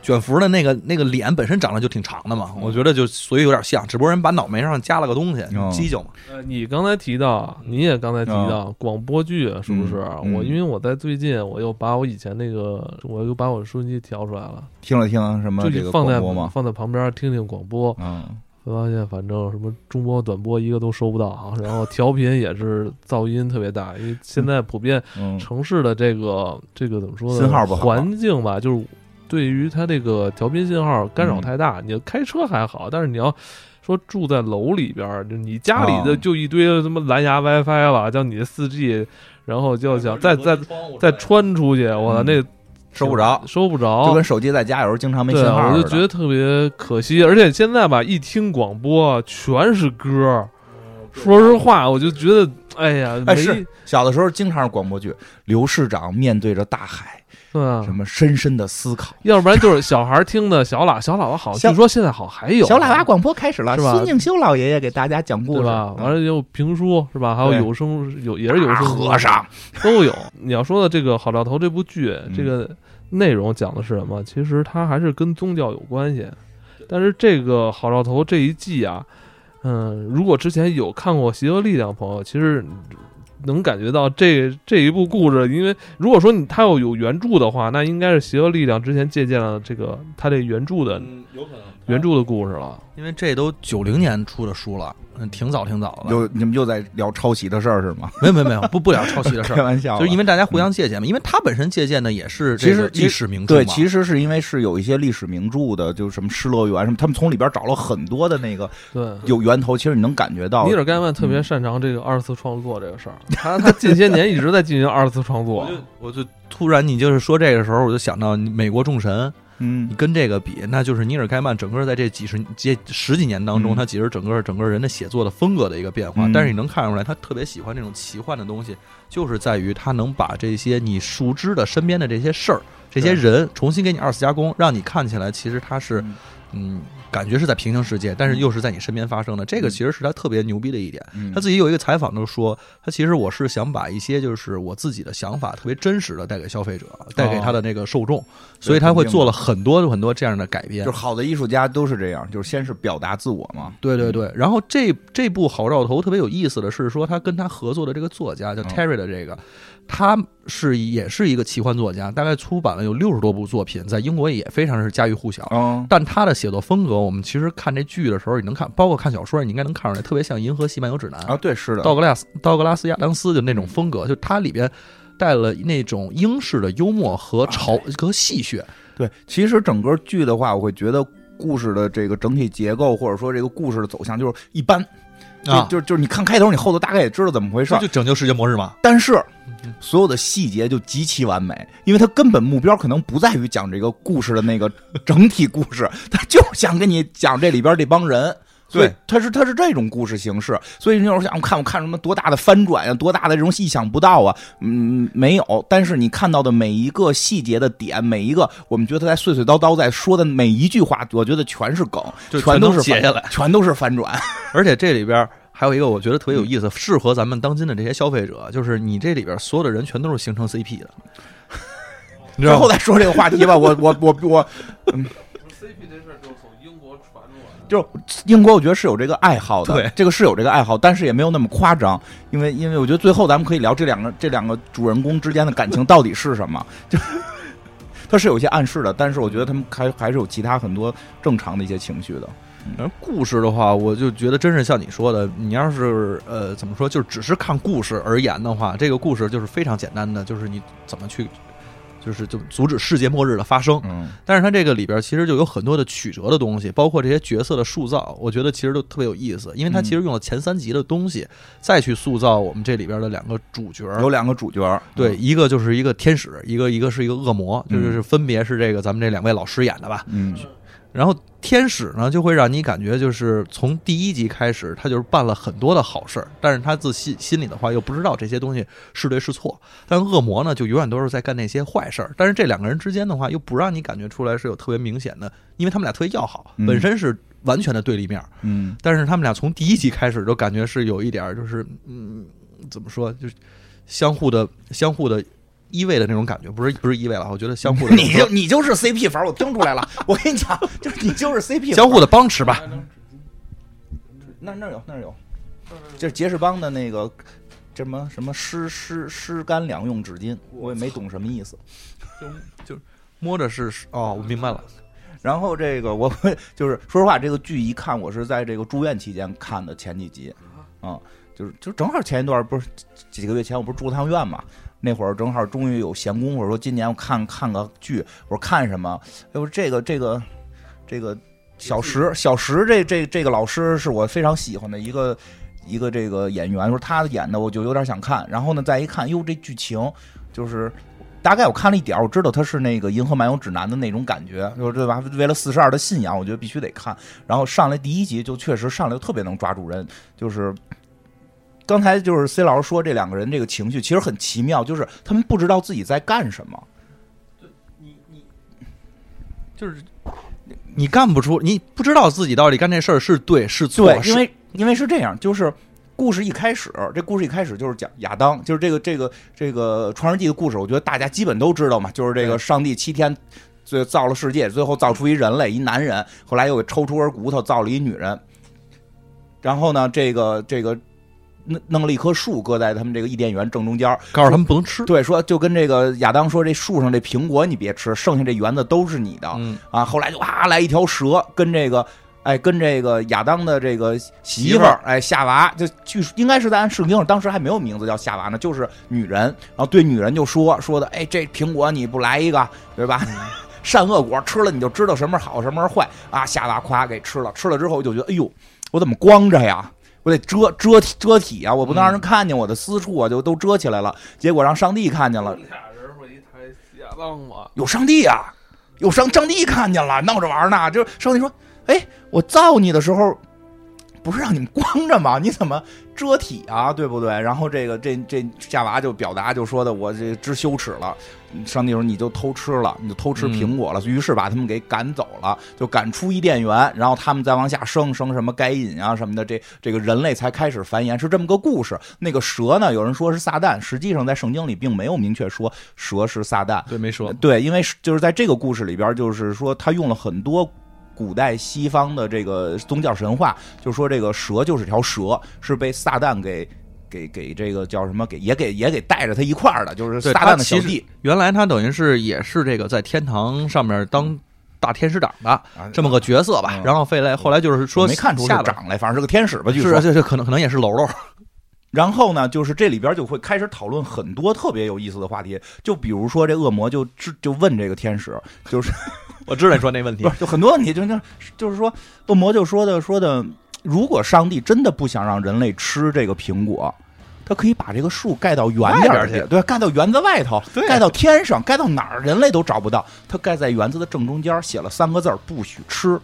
Speaker 5: 卷福的那个那个脸本身长得就挺长的嘛，我觉得就所以有点像，只不过人把脑门上加了个东西
Speaker 2: 哦，
Speaker 5: 犄角嘛。
Speaker 1: 呃，你刚才提到，你也刚才提到广播剧是不是？
Speaker 2: 嗯
Speaker 1: 我因为我在最近，我又把我以前那个，我又把我收音机调出来了，
Speaker 2: 听了听什么
Speaker 1: 就
Speaker 2: 这
Speaker 1: 你
Speaker 2: 个
Speaker 1: 放在
Speaker 2: 广播吗？
Speaker 1: 放在旁边听听广播，
Speaker 2: 嗯，
Speaker 1: 我发现反正什么中波、短波一个都收不到啊，然后调频也是噪音特别大，因为现在普遍
Speaker 2: 嗯
Speaker 1: 城市的这个这个怎么说呢？
Speaker 2: 信号不好
Speaker 1: 环境吧，就是对于它这个调频信号干扰太
Speaker 2: 嗯
Speaker 1: 大。你开车还好，但是你要说住在楼里边儿，就你家里的
Speaker 2: 啊
Speaker 1: 就一堆什么蓝牙 WiFi 了，叫你四 G，然后就 想再再再穿出去，我操，
Speaker 2: 嗯
Speaker 1: 那
Speaker 2: 收不着，
Speaker 1: 收不
Speaker 2: 就
Speaker 1: 着
Speaker 2: 跟。手机在家有时候经常没信
Speaker 1: 对，
Speaker 2: 号
Speaker 1: 我
Speaker 2: 似
Speaker 1: 就
Speaker 2: 的。
Speaker 1: 觉得特别可惜，而且现在吧，一听广播全是歌儿，说实话，我就觉得，哎呀，没，
Speaker 2: 哎是小的时候经常是广播剧，刘市长面对着大海，
Speaker 1: 对吧
Speaker 2: 什么深深的思考。
Speaker 1: 要不然就是小孩听的小喇小喇叭好，
Speaker 2: 小
Speaker 1: 据说现在好还有啊
Speaker 2: 小喇叭广播开始了，
Speaker 1: 是吧
Speaker 2: 孙敬修老爷爷给大家讲故
Speaker 1: 对
Speaker 2: 事嗯
Speaker 1: 吧？完了也有评书是吧？还有
Speaker 2: 对
Speaker 1: 有声有也是有声书
Speaker 2: 和尚，嗯
Speaker 1: 都有。你要说的这个《好兆头》这部剧，这个内容讲的是什么？其实它还是跟宗教有关系，但是这个《好兆头》这一季啊，嗯，如果之前有看过《邪恶力量》的朋友，其实。能感觉到这这一部故事，因为如果说你它要有原著的话，那应该是《邪恶力量》之前借鉴了这个它这原著的
Speaker 5: 嗯，有可能
Speaker 1: 原，著的故事了。
Speaker 5: 因为这都九零年出的书了，嗯，挺早挺早了。
Speaker 2: 又你们又在聊抄袭的事儿是吗？
Speaker 5: 没有没有没有，不不聊抄袭的事
Speaker 2: 开
Speaker 5: 儿，
Speaker 2: 玩笑了，
Speaker 5: 就是因为大家互相借鉴嘛，因为他本身借鉴的也是
Speaker 2: 其
Speaker 5: 这
Speaker 2: 实
Speaker 5: 个
Speaker 2: 其实
Speaker 5: 历史名著
Speaker 2: 对，
Speaker 5: 嘛。
Speaker 2: 其实是因为是有一些历史名著的，就是什么《失乐园》什么，他们从里边找了很多的那个
Speaker 1: 对，
Speaker 2: 有源头，其实你能感觉到
Speaker 1: 尼。尔盖曼特别擅长这个二次创作这个 事儿，他他近些年一直在进行二次创作
Speaker 5: 我。就我就突然你就是说这个时候，我就想到你美国众神，
Speaker 2: 嗯
Speaker 5: 你，跟这个比，那就是尼尔盖曼整个在这几十这十几年当中，
Speaker 2: 嗯
Speaker 5: 他其实整个整个人的写作的风格的一个变化。
Speaker 2: 嗯
Speaker 5: 但是你能看出来，他特别喜欢这种奇幻的东西，就是在于他能把这些你熟知的身边的这些事儿、这些人重新给你二次加工，让你看起来其实他是
Speaker 2: 嗯
Speaker 5: 嗯，感觉是在平行世界，但是又是在你身边发生的。这个其实是他特别牛逼的一点。
Speaker 2: 嗯
Speaker 5: 他自己有一个采访就说，他其实我是想把一些就是我自己的想法特别真实的带给消费者，带给他
Speaker 2: 哦
Speaker 5: 的那个受众，所以他会做了很多很多这样的改编
Speaker 2: 就是。好的艺术家都是这样，就是先是表达自我嘛。
Speaker 5: 对对对，然后这这部《好兆头》特别有意思的是说，他跟他合作的这个作家叫
Speaker 2: 嗯
Speaker 5: Terry 的这个，他是也是一个奇幻作家，大概出版了有六十多部作品，在英国也非常是家喻户晓。
Speaker 2: 嗯，
Speaker 5: 但他的写作风格，我们其实看这剧的时候，你能看，包括看小说，你应该能看出来，特别像《银河系漫游指南》
Speaker 2: 啊，对，是的，
Speaker 5: 道格拉斯道格拉斯亚当斯就那种风格，就它里边带了那种英式的幽默和潮和戏谑。
Speaker 2: 对，其实整个剧的话，我会觉得故事的这个整体结构，或者说这个故事的走向，就是一般，就
Speaker 5: 啊
Speaker 2: 就就是你看开头，你后头大概也知道怎么回事
Speaker 5: 这
Speaker 2: 儿
Speaker 5: 就，拯救世界末日嘛？
Speaker 2: 但是
Speaker 5: 嗯
Speaker 2: 所有的细节就极其完美，因为它根本目标可能不在于讲这个故事的那个整体故事， 他就是想跟你讲这里边这帮人。所以
Speaker 5: 对
Speaker 2: 它是它是这种故事形式，所以你有时候想我看我看什么多大的翻转呀、啊多大的这种意想不到啊，嗯，没有。但是你看到的每一个细节的点，每一个我们觉得他在碎碎叨叨在说的每一句话，我觉得全是梗，
Speaker 5: 就
Speaker 2: 全都
Speaker 5: 全都
Speaker 2: 是
Speaker 5: 截
Speaker 2: 反
Speaker 5: 下来，
Speaker 2: 全都是反 转。
Speaker 5: 而且这里边还有一个我觉得特别嗯 有意思，适合咱们当今的这些消费者，就是你这里边所有的人全都是形成 CP 的。
Speaker 1: 你
Speaker 3: 最
Speaker 1: 知道
Speaker 3: 后
Speaker 1: 吗？
Speaker 3: 再说这个话题吧。我我我我，
Speaker 1: CP 这事儿就是从英国传过来的，
Speaker 2: 就是英国，我觉得是有这个爱好的，
Speaker 5: 对，
Speaker 2: 这个是有这个爱好，但是也没有那么夸张，因为因为我觉得最后咱们可以聊这两个这两个主人公之间的感情到底是什么，就 它是有一些暗示的，但是我觉得他们还还是有其他很多正常的一些情绪的，
Speaker 5: 反正故事的话，我就觉得真是像你说的，你要是呃怎么说，就是只是看故事而言的话，这个故事就是非常简单的，就是你怎么去，就是就阻止世界末日的发生。
Speaker 2: 嗯
Speaker 5: 但是它这个里边其实就有很多的曲折的东西，包括这些角色的塑造，我觉得其实都特别有意思，因为它其实用了前三集的东西，再去塑造我们这里边的两个主角。
Speaker 2: 有两个主角，
Speaker 5: 对，，一个就是一个天使，一个一个是一个恶魔，就
Speaker 2: 嗯
Speaker 5: 是分别是这个咱们这两位老师演的吧。
Speaker 2: 嗯，
Speaker 5: 然后天使呢，就会让你感觉就是从第一集开始，他就是办了很多的好事儿，但是他自心心里的话又不知道这些东西是对是错。但恶魔呢，就永远都是在干那些坏事儿。但是这两个人之间的话，又不让你感觉出来是有特别明显的，因为他们俩特别要好，
Speaker 2: 嗯
Speaker 5: 本身是完全的对立面儿。
Speaker 2: 嗯
Speaker 5: 但是他们俩从第一集开始就感觉是有一点儿，就是嗯，怎么说，就是相互的相互的依偎的那种感觉，不是不是依偎了，我觉得 相互的
Speaker 3: 你就你就是 CP 粉儿，我听出来 了。我跟你讲，就是你就是 CP 粉儿
Speaker 5: 相互的帮持吧。
Speaker 2: 那那儿有那儿有，这是杰士邦的那个这什么什么湿湿湿干两用纸巾，我也没懂什么意思。
Speaker 5: 摸着是哦，我明白了。
Speaker 2: 然后这个我 就是说实话，这个剧一看我是在这个住院期间看的前几集，啊，就是就正好前一段不是几几个月前我不是住趟院嘛，那会儿正好终于有闲工夫，说今年我看看个剧，我说看什么？哎呦，这个这个这个小石小石这这这个老师是我非常喜欢的一个。一个这个演员说他演的，我就有点想看。然后呢，再一看，哟，这剧情就是大概我看了一点儿，我知道他是那个《银河漫游指南》的那种感觉，就是对吧？为了四十二的信仰，我觉得必须得看。然后上来第一集就确实上来就特别能抓住人，就是。刚才就是 C 老师说这两个人这个情绪其实很奇妙，就是他们不知道自己在干什么。
Speaker 1: 你你
Speaker 5: 就是你干不出，你不知道自己到底干这事儿是对是错，
Speaker 2: 对，因为因为是这样，就是故事一开始，这故事一开始就是讲亚当，就是这个这个这个创世纪的故事，我觉得大家基本都知道嘛，就是这个上帝七天。最造了世界，最后造出一人类，一男人，后来又给抽出根骨头造了一女人，然后呢，这个这个弄弄了一棵树搁在他们这个伊甸园正中间儿，
Speaker 5: 告诉他们不能吃。
Speaker 2: 对，说就跟这个亚当说，这树上这苹果你别吃，剩下这园子都是你的，
Speaker 5: 嗯，
Speaker 2: 啊，后来就哇来一条蛇，跟这个哎跟这个亚当的这个媳
Speaker 5: 媳
Speaker 2: 妇
Speaker 5: 妇
Speaker 2: 儿
Speaker 5: 儿
Speaker 2: 哎夏娃，就据说应该是在按圣经上当时还没有名字叫夏娃呢，就是女人，然后对女人就说说的哎这苹果你不来一个对
Speaker 5: 嗯
Speaker 2: 吧？ 善恶果吃了你就知道什么是好什么是坏啊！夏娃夸给吃了，吃了之后就觉得哎呦我怎么光着呀？我得遮遮体遮体啊！我不能
Speaker 5: 嗯
Speaker 2: 让人看见我的私处啊，就都遮起来了。结果让上帝看见了，
Speaker 1: 俩人不一台亚当吗？
Speaker 2: 有上帝啊，有上上帝看见了，闹着玩呢。就是上帝说：“哎，我造你的时候，不是让你们光着吗？你怎么遮体啊？对不对？”然后这个这这夏娃就表达就说的：“我这知羞耻了。”上帝说：“你就偷吃了，你就偷吃苹果了。于是把他们给赶走了，就赶出伊甸园。然后他们再往下生，生什么该隐啊什么的，这这个人类才开始繁衍，是这么个故事。那个蛇呢，有人说是撒旦，实际上在圣经里并没有明确说蛇是撒旦，
Speaker 5: 对，没说。
Speaker 2: 对，因为是就是在这个故事里边儿，就是说他用了很多古代西方的这个宗教神话，就说这个蛇就是条蛇，是被撒旦给给给这个叫什么给也给也给带着他一块儿的，就是
Speaker 5: 对
Speaker 2: 撒
Speaker 5: 他
Speaker 2: 旦的小
Speaker 5: 其实
Speaker 2: 弟。
Speaker 5: 原来他等于是也是这个在天堂上面当大天使长的
Speaker 2: 啊
Speaker 5: 这么个角色吧
Speaker 2: 嗯。
Speaker 5: 然后费来后来就是
Speaker 2: 我
Speaker 5: 说
Speaker 2: 没看出
Speaker 5: 下
Speaker 2: 是
Speaker 5: 边
Speaker 2: 长来，反正是个天使吧，据
Speaker 5: 是
Speaker 2: 说
Speaker 5: 啊，。这这可能可能也是喽喽。
Speaker 2: 然后呢，就是这里边就会开始讨论很多特别有意思的话题，就比如说这恶魔就就就问这个天使，就是
Speaker 5: 我知道你说那问题
Speaker 2: 不，是就很多问题，就那就是说，恶魔就说的说的，如果上帝真的不想让人类吃这个苹果，他可以把这个树盖到园
Speaker 5: 外
Speaker 2: 点
Speaker 5: 边
Speaker 2: 儿
Speaker 5: 去
Speaker 2: 对，盖到园子外头，
Speaker 5: 对
Speaker 2: 盖到天上，盖到哪儿人类都找不到。他盖在园子的正中间，写了三个字儿：不许吃。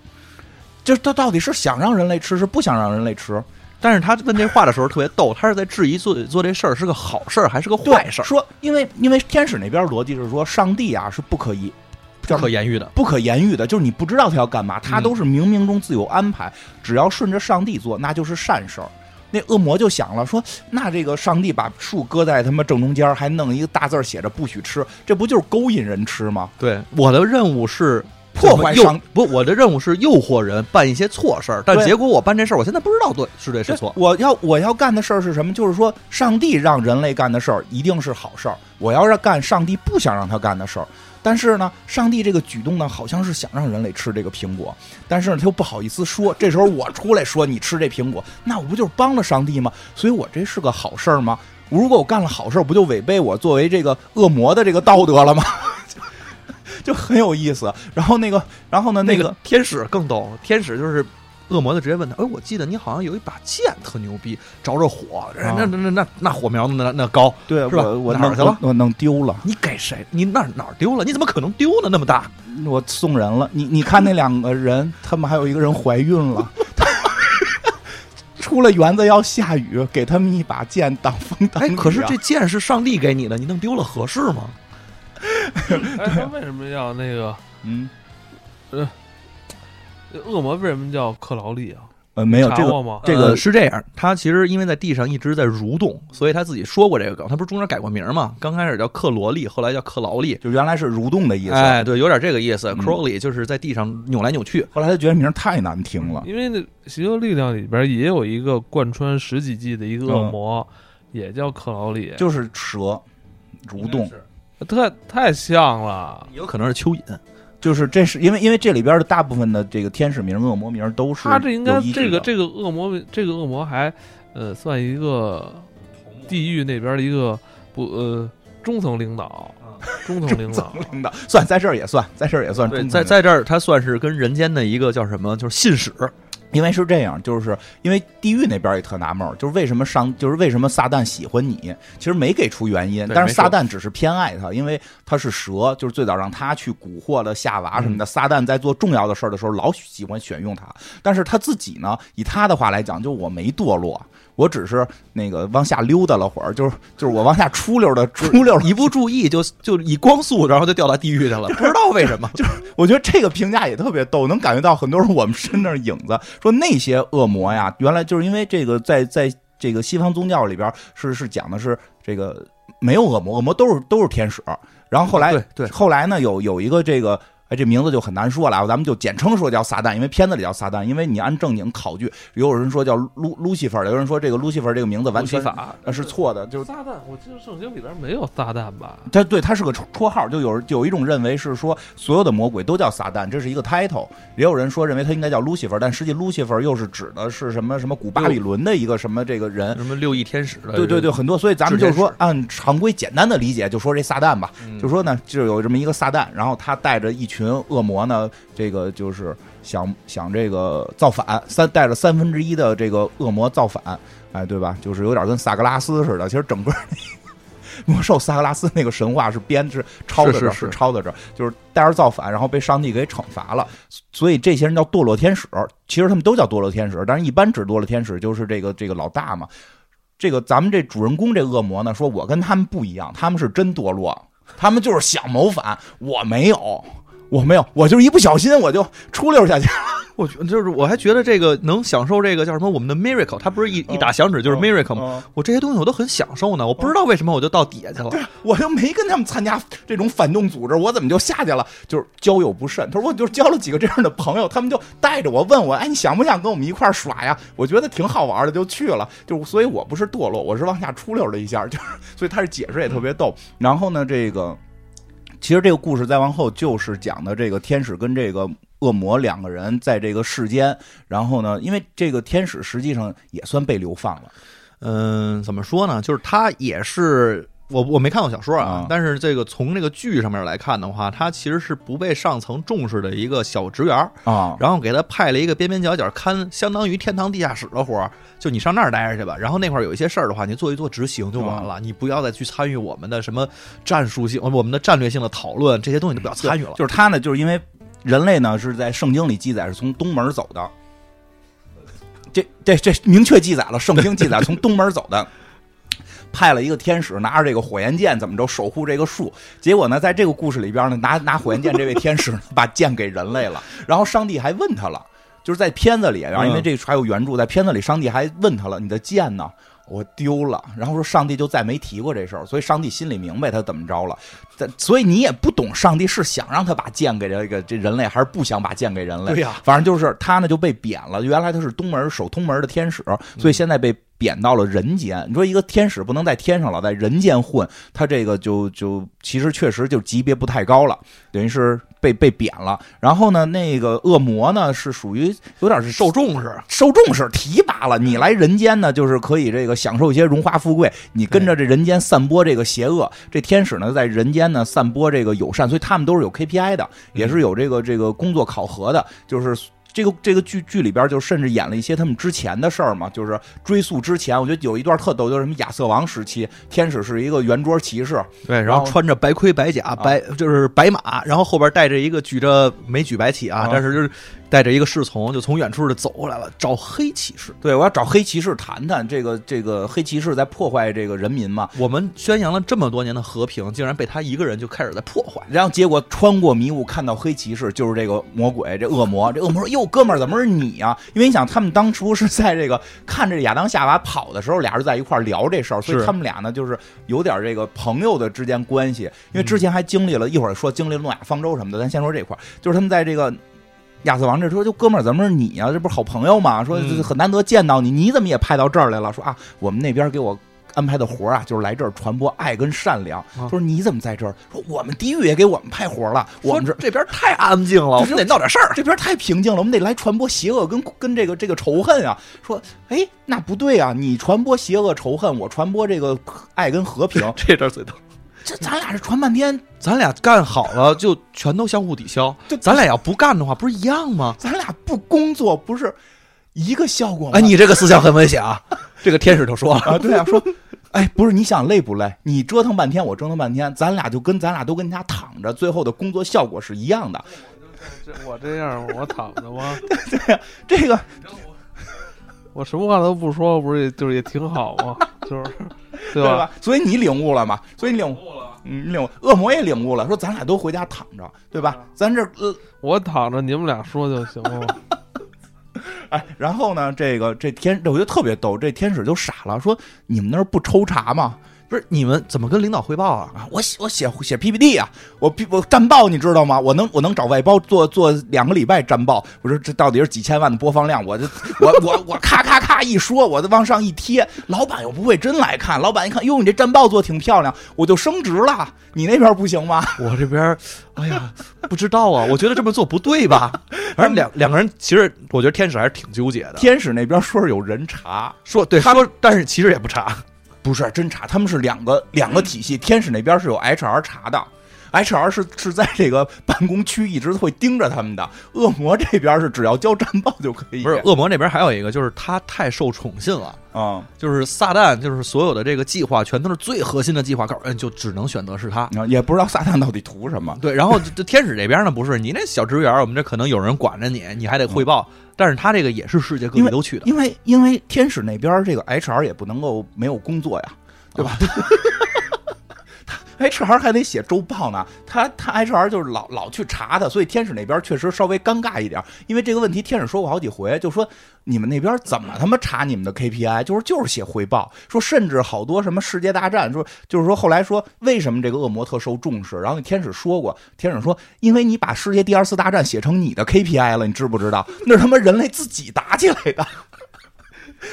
Speaker 2: 这他到底是想让人类吃，是不想让人类吃？
Speaker 5: 但是他问这话的时候特别逗，他是在质疑做做这事儿是个好事儿还是个
Speaker 2: 对
Speaker 5: 坏事儿，
Speaker 2: 说，因为因为天使那边逻辑是说，上帝啊是不可以，
Speaker 5: 不
Speaker 2: 叫
Speaker 5: 可言喻的。
Speaker 2: 不可言喻的，就是你不知道他要干嘛，他都是冥冥中自有安排，只要顺着上帝做，那就是善事儿。
Speaker 6: 嗯
Speaker 2: 那恶魔就想了，说那这个上帝把树搁在他妈正中间儿，还弄一个大字儿写着不许吃，这不就是勾引人吃吗？
Speaker 5: 对，我的任务是
Speaker 2: 破坏
Speaker 5: 诱
Speaker 2: 上
Speaker 5: 不，我的任务是诱惑人办一些错事儿，但
Speaker 2: 对
Speaker 5: 结果我办这事儿，我现在不知道对是对是
Speaker 2: 这
Speaker 5: 错。
Speaker 2: 我要我要干的事儿是什么？就是说，上帝让人类干的事儿一定是好事儿。我要是干上帝不想让他干的事儿，但是呢，上帝这个举动呢，好像是想让人类吃这个苹果，但是呢，他又不好意思说。这时候我出来说你吃这苹果，那我不就是帮了上帝吗？所以我这是个好事儿吗？如果我干了好事儿，不就违背我作为这个恶魔的这个道德了吗？ 就很有意思。然后那个，然后呢， 那
Speaker 5: 个 天使更逗，天使就是恶魔的直接问他，哎，我记得你好像有一把剑特牛逼，着着火，哎
Speaker 2: 啊
Speaker 5: 那那那那那火苗那那高，
Speaker 2: 对
Speaker 5: 是吧
Speaker 2: 我我
Speaker 5: 哪儿
Speaker 2: 弄
Speaker 5: 去了
Speaker 2: 我弄丢了。
Speaker 5: 你给谁？你那儿哪儿丢了？你怎么可能丢呢？那么 大，
Speaker 2: 我送人了。你你看那两个人，他们还有一个人怀孕了。 出了园子要下雨，给他们一把剑挡风挡
Speaker 5: 哎，
Speaker 2: 雨啊、
Speaker 5: 可是这剑是上帝给你的，你弄丢了合适吗？
Speaker 1: 哎，他为什么要那个
Speaker 2: 嗯
Speaker 1: 恶魔？为什么叫克劳利啊？
Speaker 2: 呃没有
Speaker 1: 查
Speaker 2: 这个
Speaker 1: 过吗？
Speaker 2: 这个
Speaker 5: 呃是这样，他其实因为在地上一直在蠕动，所以他自己说过这个梗。他不是中间改过名儿吗？刚开始叫克罗利，后来叫克劳利。
Speaker 2: 就原来是蠕动的意思。
Speaker 5: 哎，对，有点这个意思。
Speaker 2: 嗯
Speaker 5: Crowley 就是在地上扭来扭去。
Speaker 2: 后来他觉得名儿太难听了，
Speaker 1: 因为那邪恶力量里边也有一个贯穿十几季的一个恶魔，
Speaker 2: 嗯
Speaker 1: 也叫克劳里，
Speaker 2: 就是蛇蠕动，
Speaker 1: 太太像了。
Speaker 5: 有可能是蚯蚓，
Speaker 2: 就是这是因为因为这里边的大部分的这个天使名、恶魔名都是
Speaker 1: 他这应该
Speaker 2: 有依
Speaker 1: 这
Speaker 2: 据
Speaker 1: 个
Speaker 2: 的
Speaker 1: 这个恶魔这个恶魔还呃算一个地狱那边的一个不呃中层领导，嗯中层领导。
Speaker 2: 领导 算在这儿也算，在这儿也算中
Speaker 5: 对，
Speaker 2: 等
Speaker 5: 在
Speaker 2: 的
Speaker 5: 在这儿，他算是跟人间的一个叫什么，就是信使。
Speaker 2: 因为是这样，就是因为地狱那边也特纳闷儿，就是为什么上，就是为什么撒旦喜欢你？其实没给出原因，
Speaker 5: 对
Speaker 2: 但是
Speaker 5: 没说
Speaker 2: 撒旦只是偏爱他，因为他是蛇，就是最早让他去蛊惑了夏娃什
Speaker 5: 嗯
Speaker 2: 么的。撒旦在做重要的事儿的时候，老喜欢选用他，但是他自己呢，以他的话来讲，就我没堕落，我只是那个往下溜达了会儿，就是就是我往下出溜的出溜的
Speaker 5: 一不注意就就以光速，然后就掉到地狱去了，不知道为 什么。
Speaker 2: 我觉得这个评价也特别逗，能感觉到很多人我们身上影子， 说那些恶魔呀，原来就是因为这个在在这个西方宗教里边是是讲的是这个没有恶魔，恶魔都是都是天使，然后后来
Speaker 5: 啊对对，
Speaker 2: 后来呢有有一个这个。哎，这名字就很难说了，咱们就简称说叫撒旦，因为片子里叫撒旦，因为你按正经考据，也有人说叫路路西法的，有人说这个路西法这个名字完全
Speaker 1: 路西法
Speaker 2: 呃是错的，就是
Speaker 1: 撒旦，我记得圣经里边没有撒旦吧？
Speaker 2: 他对他是个绰号，就有有一种认为是说所有的魔鬼都叫撒旦，这是一个 title。也有人说认为他应该叫 Lucifer，但实际 Lucifer 又是指的是什么什么古巴比伦的一个什么这个人。
Speaker 5: 什么六翼天使的，
Speaker 2: 对对对，，很多，所以咱们
Speaker 5: 哎指
Speaker 2: 就
Speaker 5: 天
Speaker 2: 是
Speaker 5: 使
Speaker 2: 说按常规简单的理解，就说这撒旦吧，
Speaker 5: 嗯
Speaker 2: 就说呢，就有这么一个撒旦，然后他带着一群恶魔呢，这个就是想想这个造反，三带着三分之一的这个恶魔造反，哎，对吧？就是有点跟萨格拉斯似的。其实整个 魔兽萨格拉斯那个神话是编是抄的
Speaker 5: 是
Speaker 2: 这儿，
Speaker 5: 是是
Speaker 2: 抄的这儿，就是带着造反，然后被上帝给惩罚了。所以这些人叫堕落天使，其实他们都叫堕落天使，但是一般指堕落天使就是这个这个老大嘛。这个咱们这主人公这恶魔呢，说我跟他们不一样，他们是真堕落，他们就是想谋反，我没有，我没有，我就是一不小心我就出溜下去。
Speaker 5: 我觉得就是我还觉得这个能享受这个叫什么我们的 miracle，它不是一一打响指就是 miracle 吗？
Speaker 2: 嗯
Speaker 5: 我这些东西我都很享受呢，我不知道为什么我就到底下去了。
Speaker 2: 我就没跟他们参加这种反动组织，我怎么就下去了？就是交友不慎。他说我就交了几个这样的朋友，他们就带着我问我，哎，你想不想跟我们一块儿耍呀？我觉得挺好玩的，就去了。就所以，我不是堕落，我是往下出溜了一下，就是所以他是解释也特别逗。然后呢，这个其实这个故事再往后就是讲的这个天使跟这个。恶魔两个人在这个世间，然后呢，因为这个天使实际上也算被流放了，
Speaker 5: 嗯，怎么说呢？就是它也是我我没看过小说啊，
Speaker 2: 啊
Speaker 5: 但是这个从这个剧上面来看的话，它其实是不被上层重视的一个小职员儿，
Speaker 2: 啊，
Speaker 5: 然后给他派了一个边边角角看，相当于天堂地下室的活儿，就你上那儿待着去吧。然后那块儿有一些事儿的话，你做一做执行就完了，你不要再去参与我们的什么战术性、我们的战略性的讨论，这些东西都不要参与了。
Speaker 2: 就是他呢，就是因为人类呢是在圣经里记载是从东门走的，这这这明确记载了，圣经记载从东门走的。派了一个天使拿着这个火焰剑，怎么着守护这个树？结果呢，在这个故事里边呢，拿拿火焰剑这位天使呢把剑给人类了，然后上帝还问他了，就是在片子里，然后因为
Speaker 7: 嗯
Speaker 2: 这还有原著，在片子里，上帝还问他了：“你的剑呢？”我丢了。然后说上帝就再没提过这事儿，所以上帝心里明白他怎么着了。但所以你也不懂，上帝是想让他把剑给这个这人类，还是不想把剑给人类？
Speaker 5: 对呀啊
Speaker 2: 反正就是他呢就被贬了。原来他是东门守通门的天使，所
Speaker 5: 嗯
Speaker 2: 以现在被贬到了人间。你说一个天使不能在天上老在人间混，他这个就就其实确实就级别不太高了，等于是被被贬了。然后呢，那个恶魔呢是属于有点是受
Speaker 5: 受重视，
Speaker 2: 受重视提拔了，你来人间呢，就是可以这个享受一些荣华富贵，你跟着这人间散播这个邪恶，这天使呢在人间呢散播这个友善，所以他们都是有 KPI 的，也是有这个这个工作考核的，就是。这个这个剧剧里边就甚至演了一些他们之前的事儿嘛，就是追溯之前，我觉得有一段特逗，就是什么亚瑟王时期，天使是一个圆桌骑士，
Speaker 5: 对，
Speaker 2: 然
Speaker 5: 然
Speaker 2: 后
Speaker 5: 后穿着白盔白甲，白就是白马，然后后边带着一个举着没举白旗啊
Speaker 2: 啊，
Speaker 5: 但是就是带着一个侍从，就从远处就走过来了，找黑骑士。
Speaker 2: 对我要找黑骑士谈谈这个这个黑骑士在破坏这个人民嘛，
Speaker 5: 我们宣扬了这么多年的和平，竟然被他一个人就开始在破坏。
Speaker 2: 然后结果穿过迷雾看到黑骑士，就是这个魔鬼，这恶魔。这恶魔说：“哟，哥们儿，怎么是你啊？”因为你想，他们当初是在这个看着亚当夏娃跑的时候，俩人在一块儿聊这事儿，所以
Speaker 1: 是
Speaker 2: 他们俩呢就是有点这个朋友的之间关系。因为之前还经历了一会儿说经历了诺亚方舟什么的，咱先说这块儿，就是他们在这个。亚瑟王这说：“就哥们儿，怎么是你啊？这不是好朋友吗？说
Speaker 5: 嗯
Speaker 2: 这很难得见到你，你怎么也派到这儿来了？说啊，我们那边给我安排的活儿啊，就是来这儿传播爱跟善良。他说你怎么在这儿？说我们地狱也给我们派活儿了，我们这
Speaker 5: 说这边太安静了，我们得闹点事儿。，
Speaker 2: 这边太平静了，我们得来传播邪恶跟跟这个这个仇恨啊。说哎，那不对啊，你传播邪恶仇恨，我传播这个爱跟和平
Speaker 5: 这阵最逗，
Speaker 2: 这咱俩是传半天，
Speaker 5: 咱俩干好了就全都相互抵消
Speaker 2: 对。
Speaker 5: 咱俩要不干的话，不是一样吗？
Speaker 2: 咱俩不工作不是一个效果吗？
Speaker 5: 哎，你这个思想很危险 啊！这个天使就说了，
Speaker 2: 啊，对啊，说，哎，不是，你想累不累？你折腾半天，我折腾半天，咱俩就跟咱俩都跟家躺着，最后的工作效果是一样的。
Speaker 1: 这我这样，我躺着吗？
Speaker 2: 这个
Speaker 1: 我什么话都不说，不是也就是也挺好吗？ 就是，对
Speaker 2: 对
Speaker 1: 吧？
Speaker 2: 吧？所以你领悟了嘛？所以你领悟了，嗯，你领悟，恶魔也领悟了，说咱俩都回家躺着，对吧？咱这呃，
Speaker 1: 我躺着，你们俩说就行了嘛。
Speaker 2: 哎，然后呢，这个这天，我觉得特别逗，这天使就傻了，说你们那儿不抽查吗？
Speaker 5: 不是你们怎么跟领导汇报啊？
Speaker 2: 啊，我写我写写 PPT 啊，我 P 我战报你知道吗？我能我能找外包做做两个礼拜战报，我说这到底是几千万的播放量，我就我我我咔咔咔一说，我就往上一贴，老板又不会真来看，老板一看，哟，你这战报做挺漂亮，我就升职了，你那边不行吗？
Speaker 5: 我这边儿，哎呀，不知道啊，我觉得这么做不对吧？反正两两个人，其实我觉得天使还是挺纠结的。
Speaker 2: 天使那边说是有人查，
Speaker 5: 说对
Speaker 2: 他
Speaker 5: 说，但是其实也不查。
Speaker 2: 不是真查，他们是两个两个体系，天使那边是有 HR 查的。HR 是是在这个办公区一直会盯着他们的，恶魔这边是只要交战报就可以。
Speaker 5: 不是恶魔那边还有一个，就是他太受宠信了，
Speaker 2: 啊，
Speaker 5: 就是撒旦，就是所有的这个计划全都是最核心的计划，告诉哎人就只能选择是他。
Speaker 2: 然后也不知道撒旦到底图什么。
Speaker 5: 对，然后这这天使这边呢，不是你那小职员，我们这可能有人管着你，你还得汇报。但是他这个也是世界各
Speaker 2: 嗯因
Speaker 5: 地
Speaker 2: 为
Speaker 5: 都去的，
Speaker 2: 因为因为天使那边这个 HR 也不能够没有工作呀，对吧？
Speaker 5: 啊
Speaker 2: 他 HR 还得写周报呢，他他 HR 就是老老去查他，所以天使那边确实稍微尴尬一点。因为这个问题，天使说过好几回，就说你们那边怎么他妈查你们的 KPI，就是就是写汇报，说甚至好多什么世界大战，说就是说后来说为什么这个恶魔特受重视，然后天使说过，天使说因为你把世界第二次大战写成你的 KPI 了，你知不知道？那是他妈人类自己打起来的。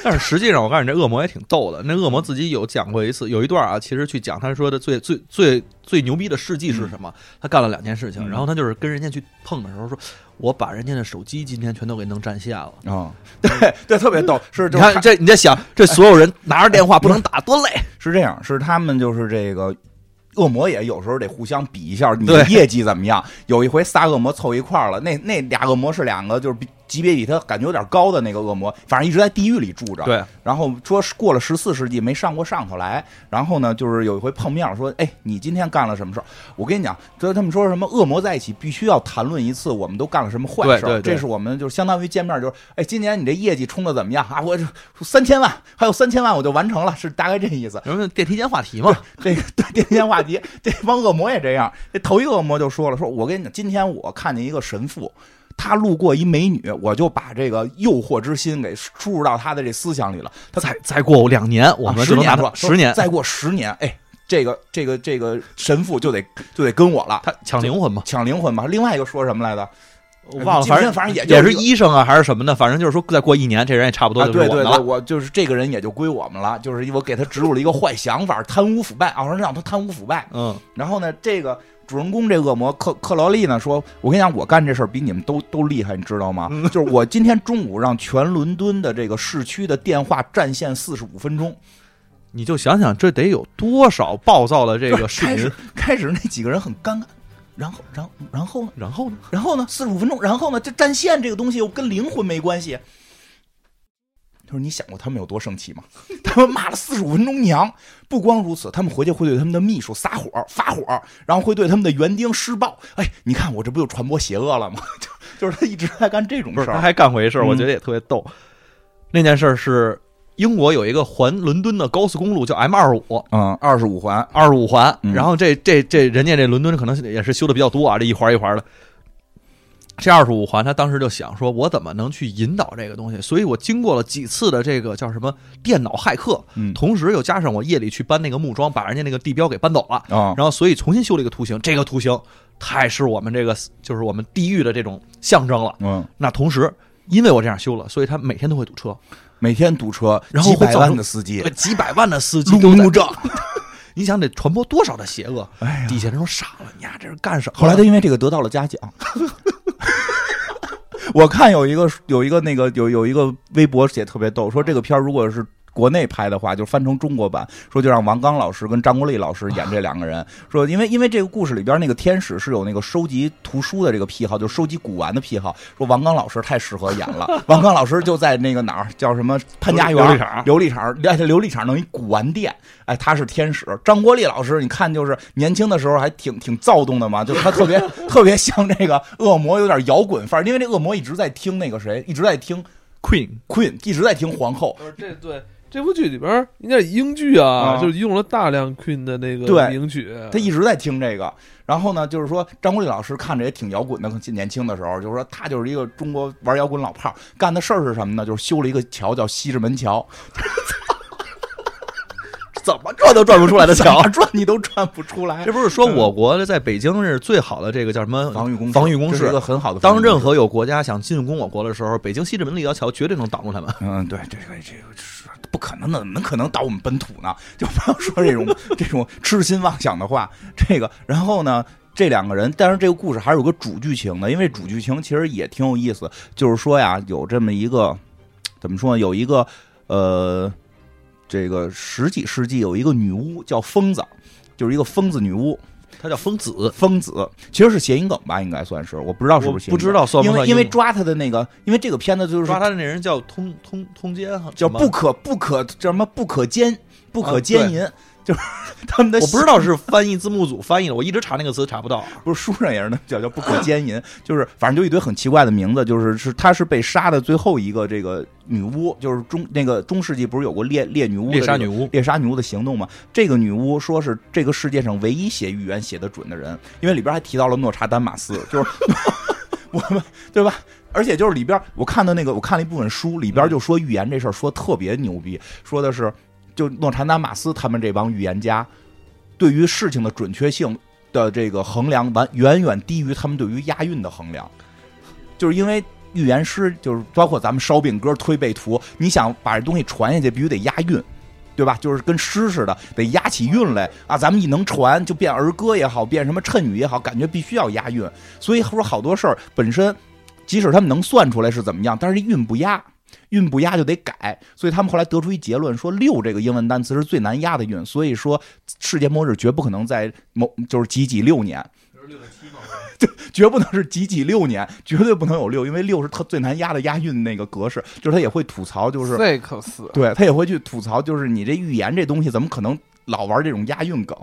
Speaker 5: 但是实际上，我告诉你，这恶魔也挺逗的。那恶魔自己有讲过一次，有一段啊，其实去讲他说的最最最最牛逼的事迹是什么？他干了两件事情，
Speaker 2: 嗯
Speaker 5: 然后他就是跟人家去碰的时候说：“我把人家的手机今天全都给弄占线了。
Speaker 2: 啊、 对对，特别逗，是”
Speaker 5: 你
Speaker 2: 就是
Speaker 5: 看
Speaker 2: 他
Speaker 5: 这，你在想这所有人拿着电话不能打，多累。
Speaker 2: 是这样，是他们就是这个。恶魔也有时候得互相比一下你的
Speaker 5: 对
Speaker 2: 业绩怎么样。有一回仨恶魔凑一块儿了，那那俩恶魔是两个就是比级别比他感觉有点高的那个恶魔，反正一直在地狱里住着。
Speaker 5: 对，
Speaker 2: 然后说是过了十四世纪没上过上头来，然后呢，就是有一回碰面儿说，哎，你今天干了什么事儿？我跟你讲，就是他们说什么恶魔在一起必须要谈论一次我们都干了什么坏事儿，
Speaker 5: 对对对
Speaker 2: 这是我们就是相当于见面儿就是，哎，今年你这业绩冲的怎么样啊？我这三千万，还有三千万我就完成了，是大概这意思。
Speaker 5: 然后电梯间话题嘛，
Speaker 2: 这个 对电线话题，这帮恶魔也这样。这头一个恶魔就说了，说我跟你讲，今天我看见一个神父。他路过一美女，我就把这个诱惑之心给输入到他的这思想里了。他啊
Speaker 5: 再再过两年，我们
Speaker 2: 十
Speaker 5: 就能
Speaker 2: 年
Speaker 5: 拿
Speaker 2: 是
Speaker 5: 到
Speaker 2: 吧？
Speaker 5: 十年。
Speaker 2: 再过十年，哎，这个这个这个神父就得就得跟我了，
Speaker 5: 他抢灵魂嘛，
Speaker 2: 抢灵魂嘛。另外一个说什么来着？
Speaker 5: 我忘了，
Speaker 2: 今
Speaker 5: 反
Speaker 2: 天
Speaker 5: 正
Speaker 2: 反正也就
Speaker 5: 也
Speaker 2: 是
Speaker 5: 是医生啊，还是什么的，反正就是说再过一年，这人也差不多
Speaker 2: 啊，
Speaker 5: 就是
Speaker 2: 对
Speaker 5: 我
Speaker 2: 对
Speaker 5: 们
Speaker 2: 对，
Speaker 5: 了。
Speaker 2: 我就是这个人也就归我们了，就是我给他植入了一个坏想法，贪污腐败啊，我说让他贪污腐败。
Speaker 5: 嗯，
Speaker 2: 然后呢，这个主人公这恶魔克克劳利呢说：“我跟你讲，我干这事儿比你们都都厉害，你知道吗？
Speaker 5: 嗯
Speaker 2: 就是我今天中午让全伦敦的这个市区的电话占线四十五分钟。
Speaker 5: 你就想想这得有多少暴躁的这个市
Speaker 2: 开
Speaker 5: 民
Speaker 2: 始，开始那几个人很尴尬，然后然后然后呢？
Speaker 5: 然后呢？
Speaker 2: 然后呢？四十五分钟，然后呢？这占线这个东西又跟灵魂没关系。”他说：“你想过他们有多生气吗？他们骂了四十五分钟娘。不光如此，他们回去会对他们的秘书撒火、发火，然后会对他们的园丁施暴。哎，你看我这不就传播邪恶了吗？就就是他一直在干这种
Speaker 5: 不是，
Speaker 2: 事
Speaker 5: 他
Speaker 2: 儿。
Speaker 5: 还干过一事儿，
Speaker 2: 嗯
Speaker 5: 我觉得也特别逗。那件事儿是英国有一个环伦敦的高速公路叫 M 二五，
Speaker 2: 嗯，二十五环，
Speaker 5: 二十五环，
Speaker 2: 嗯
Speaker 5: 然后这这这人家这伦敦可能也是修的比较多啊，这一环一环的。这二十五环，他当时就想说，我怎么能去引导这个东西？所以我经过了几次的这个叫什么电脑骇客，
Speaker 2: 嗯
Speaker 5: 同时又加上我夜里去搬那个木桩，把人家那个地标给搬走了，
Speaker 2: 啊，
Speaker 5: 然后所以重新修了一个图形。这个图形太是我们这个就是我们地狱的这种象征了。
Speaker 2: 嗯，
Speaker 5: 那同时，因为我这样修了，所以他每天都会堵车，
Speaker 2: 每天堵车，
Speaker 5: 然后
Speaker 2: 几
Speaker 5: 会
Speaker 2: 百
Speaker 5: 造
Speaker 2: 万
Speaker 5: 成
Speaker 2: 的司机
Speaker 5: 这，几百万的司机
Speaker 2: 路
Speaker 5: 都在
Speaker 2: 怒症。
Speaker 5: 你想得传播多少的邪恶？
Speaker 2: 哎呀
Speaker 5: 底下人都傻了，你丫这是干什么？
Speaker 2: 后来他因为这个得到了嘉奖。 我看有一个有一个那个有有一个微博写特别逗，说这个片儿如果是国内拍的话，就翻成中国版，说就让王刚老师跟张国立老师演这两个 人，说因为因为这个故事里边那个天使是有那个收集图书的这个癖好，就收集古玩的癖好，说王刚老师太适合演 了，王刚老师就在那个哪儿叫什么潘家园
Speaker 5: 琉璃厂
Speaker 2: 琉璃厂，而且琉璃厂弄一古玩店，哎，他是天使。张国立老师，你看就是年轻的时候还挺挺躁动的嘛，就是他特 别特别像这个恶魔，有点摇滚范儿，因为这恶魔一直在听那个谁，一直在听
Speaker 5: Queen
Speaker 2: Queen，一直在听皇后。
Speaker 1: 不是这对这部剧里边儿应该是英剧啊，
Speaker 2: 啊
Speaker 1: 就是用了大量 Queen 的那个
Speaker 2: 对
Speaker 1: 名曲，
Speaker 2: 他一直在听这个。然后呢，就是说张国立老师看着也挺摇滚的，年轻的时候，就是说他就是一个中国玩摇滚老炮儿，干的事儿是什么呢？就是修了一个桥叫西直门桥。 怎么转都转不出来的桥，转你都转不出来
Speaker 5: 这。不是说我国的在北京是最好的这个叫什么
Speaker 2: 嗯防御工事
Speaker 5: 防御工
Speaker 2: 这是一
Speaker 5: 事
Speaker 2: 个？很好的防御
Speaker 5: 当
Speaker 2: 工事。
Speaker 5: 任何有国家想进攻我国的时候，北京西直门立交桥绝对能挡住他们。
Speaker 2: 嗯，对，这个这个是不可能的，怎么可能到我们本土呢？就不要说这种 这种痴心妄想的话。这个，然后呢，这两个人，但是这个故事还是有个主剧情的，因为主剧情其实也挺有意思，就是说呀，有这么一个怎么说呢，有一个呃，这个十几世纪有一个女巫叫疯子，就是一个疯子女巫，
Speaker 5: 他叫疯子，
Speaker 2: 疯子其实是谐音梗吧，应该算是，我不知道是
Speaker 5: 我
Speaker 2: 不是谐音
Speaker 5: 不
Speaker 2: 梗
Speaker 5: 知。道算不
Speaker 2: 因
Speaker 5: 算
Speaker 2: 为因为
Speaker 5: 英
Speaker 2: 抓他的那个，因为这个片子就是
Speaker 5: 国抓他的那人叫通通通奸哈，
Speaker 2: 叫
Speaker 5: 什么
Speaker 2: 不可不可叫什么不可奸不可奸淫，就是 他们的
Speaker 5: 我不知道是翻译字幕组翻译的，我一直查那个词查不到。啊
Speaker 2: 不是书上也是那么叫叫不可奸淫，就是反正就一堆很奇怪的名字，就是是她是被杀的最后一个这个女巫，就是中那个中世纪不是有过猎猎女巫的
Speaker 5: 猎杀
Speaker 2: 这
Speaker 5: 女
Speaker 2: 个
Speaker 5: 巫
Speaker 2: 猎杀女巫的行动吗？这个女巫说是这个世界上唯一写预言写得准的人，因为里边还提到了诺查丹马斯，就是 我们对吧？而且就是里边我看到那个，我看了一部分书，里边就说预言这事儿说特别牛逼，说的是就诺查丹马斯他们这帮预言家对于事情的准确性的这个衡量完远远低于他们对于押韵的衡量，就是因为。预言师就是包括咱们烧饼歌、推背图，你想把这东西传下去，必须得押韵，对吧？就是跟诗似的，得押起韵来啊！咱们一能传，就变儿歌也好，变什么谶语也好，感觉必须要押韵。所以说好多事儿本身，即使他们能算出来是怎么样，但是韵不押，韵不押就得改。所以他们后来得出一结论，说六这个英文单词是最难押的韵，所以说世界末日绝不可能在某就是几几六年。 绝不能是几几六年，绝对不能有六，因为六是特最难押的押韵那个格式，就是他也会吐槽，就是
Speaker 1: Sex 死
Speaker 2: 对他也会去吐槽，就是你这预言这东西怎么可能老玩这种押韵梗？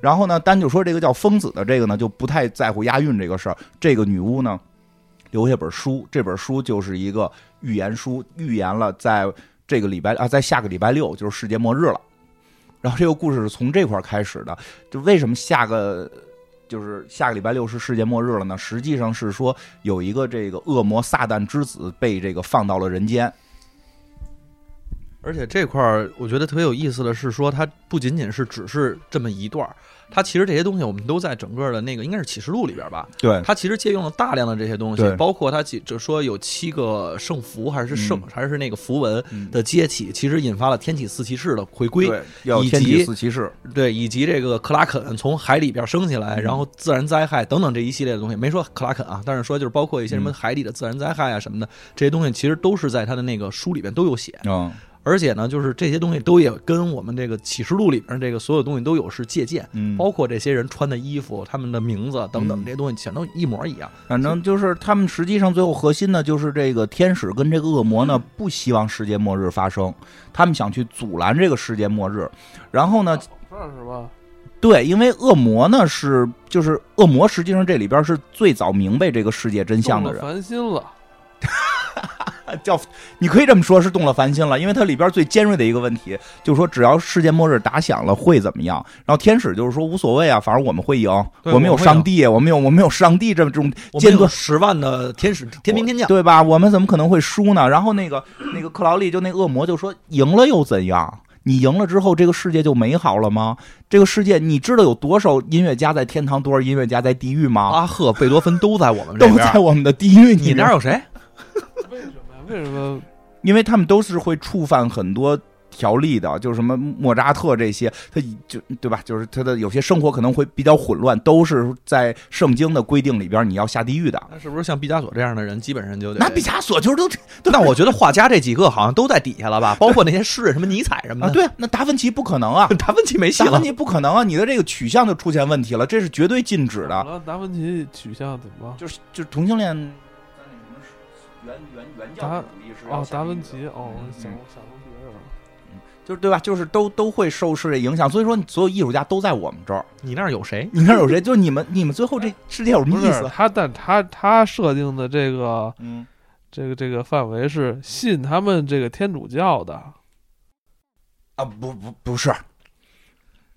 Speaker 2: 然后呢，单就说这个叫疯子的这个呢，就不太在乎押韵这个事儿。这个女巫呢，留下本书，这本书就是一个预言书，预言了在这个礼拜啊，在下个礼拜六就是世界末日了。然后这个故事是从这块儿开始的，就为什么下个就是下个礼拜六是世界末日了呢，实际上是说有一个这个恶魔撒旦之子被这个放到了人间，
Speaker 5: 而且这块儿我觉得特别有意思的是说，它不仅仅是只是这么一段儿，它其实这些东西我们都在整个的那个应该是启示录里边吧，
Speaker 2: 对，
Speaker 5: 它其实借用了大量的这些东西
Speaker 2: 对，
Speaker 5: 包括它几只说有七个圣符还是圣、
Speaker 2: 嗯
Speaker 5: 还是那个符文
Speaker 2: 嗯
Speaker 5: 的接起，其实引发了天启四骑士的回归，
Speaker 2: 对，要
Speaker 5: 以
Speaker 2: 天启
Speaker 5: 及
Speaker 2: 四骑士，
Speaker 5: 对，以及这个克拉肯从海里边升起来，然后自然灾害等等这一系列的东西，没说克拉肯啊，但是说就是包括一些什么
Speaker 2: 嗯
Speaker 5: 海底的自然灾害啊什么的，这些东西其实都是在他的那个书里边都有写，
Speaker 2: 嗯
Speaker 5: 而且呢，就是这些东西都也跟我们这个启示录里边这个所有东西都有是借鉴，
Speaker 2: 嗯，
Speaker 5: 包括这些人穿的衣服、他们的名字等等这些东西，全都一模一样。
Speaker 2: 反正就是他们实际上最后核心呢，就是这个天使跟这个恶魔呢不希望世界末日发生，他们想去阻拦这个世界末日。然后呢，
Speaker 1: 这是吧？
Speaker 2: 对，因为恶魔呢是就是恶魔，实际上这里边是最早明白这个世界真相的人，
Speaker 1: 烦心了，
Speaker 2: 叫你可以这么说，是动了凡心了，因为它里边最尖锐的一个问题就是说，只要世界末日打响了会怎么样？然后天使就是说无所谓啊，反正我们会赢，
Speaker 5: 对
Speaker 2: 我们有
Speaker 5: 我们会
Speaker 2: 上帝，我们有我们有上帝这么这种
Speaker 5: 我们
Speaker 2: 尖
Speaker 5: 有
Speaker 2: 端
Speaker 5: 十万的天使、天兵天将，
Speaker 2: 对吧？我们怎么可能会输呢？然后那 个那个克劳利就那恶魔就说：“赢了又怎样？你赢了之后，这个世界就美好了吗？这个世界，你知道有多少音乐家在天堂，多少音乐家在地狱吗？
Speaker 5: 巴赫、贝多芬都在我们这
Speaker 2: 都
Speaker 5: 边
Speaker 2: 在。我们的地狱里
Speaker 5: 啊你
Speaker 2: 面
Speaker 5: 那，儿有谁？
Speaker 1: 为什么呀？为什么？
Speaker 2: 因为他们都是会触犯很多。”条例的，就是什么莫扎特这些，他就对吧？就是他的有些生活可能会比较混乱，都是在圣经的规定里边，你要下地狱的。
Speaker 5: 那是不是像毕加索这样的人，基本上就得
Speaker 2: 那毕加索就是都
Speaker 5: 那我觉得画家这几个好像都在底下了吧，包括那些诗人什么尼采什么
Speaker 2: 啊，
Speaker 5: 的。
Speaker 2: 对，那达芬奇不可能啊，
Speaker 5: 达芬 奇没戏
Speaker 2: 达
Speaker 5: 了
Speaker 2: 芬。奇不可能啊！你的这个取向就出现问题了，这是绝对禁止
Speaker 1: 怎
Speaker 2: 的。
Speaker 1: 么了？达芬奇取向怎么了？
Speaker 2: 就是就是同性恋，在那什么原原原
Speaker 1: 教
Speaker 2: 主义是
Speaker 1: 哦，达芬奇，哦，我
Speaker 2: 嗯
Speaker 1: 想我想出别人了。
Speaker 2: 就是对吧？就是都都会受世界影响，所以说你所有艺术家都在我们这儿。
Speaker 5: 你那儿有谁？
Speaker 2: 你那儿有谁？就是你们你们最后这世界有什
Speaker 1: 不
Speaker 2: 么意
Speaker 1: 是
Speaker 2: 思？
Speaker 1: 他，但他他设定的这个
Speaker 2: 嗯，
Speaker 1: 这个这个范围是信他们这个天主教的。
Speaker 2: 啊，不不不是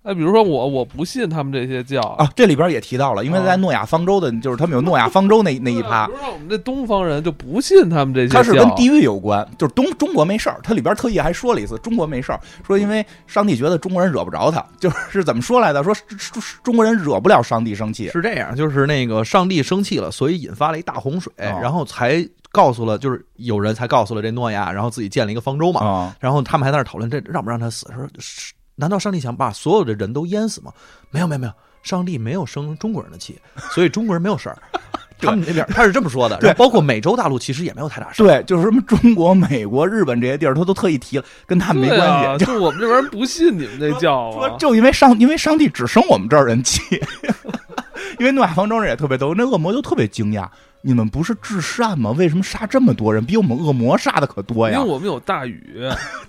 Speaker 1: 哎，比如说我我不信他们这些教
Speaker 2: 啊，这里边也提到了，因为
Speaker 1: 啊
Speaker 2: 在诺亚方舟的，就是他们有诺亚方舟那那一趴
Speaker 1: 比，如说我们这东方人就不信他们这些教，
Speaker 2: 它是跟地狱有关，就是东中国没事儿。它里边特意还说了一次，中国没事儿，说因为上帝觉得中国人惹不着他，就是是怎么说来的？说是是是中国人惹不了上帝生气。
Speaker 5: 是这样，就是那个上帝生气了，所以引发了一大洪水，
Speaker 2: 哦
Speaker 5: 然后才告诉了，就是有人才告诉了这诺亚，然后自己建了一个方舟嘛。
Speaker 2: 啊、
Speaker 5: 然后他们还在那儿讨论这让不让他死，说是难道上帝想把所有的人都淹死吗？没有没有没有，上帝没有生中国人的气，所以中国人没有事 儿。他们那边他是这么说的，
Speaker 2: 对
Speaker 5: 然后包括美洲大陆其实也没有太大事儿。
Speaker 2: 对，就是什么中国、美国、日本这些地儿，他都特意提了，跟他们没
Speaker 1: 对啊
Speaker 2: 关系。就
Speaker 1: 就我们这边人不信你们这教
Speaker 2: 说
Speaker 1: 啊。
Speaker 2: 就因为上，因为上帝只生我们这儿人气， 因为诺亚方舟人也特别逗，那恶魔就特别惊讶，你们不是至善吗？为什么杀这么多人？比我们恶魔杀的可多
Speaker 1: 因
Speaker 2: 呀
Speaker 1: 为！我们有大禹，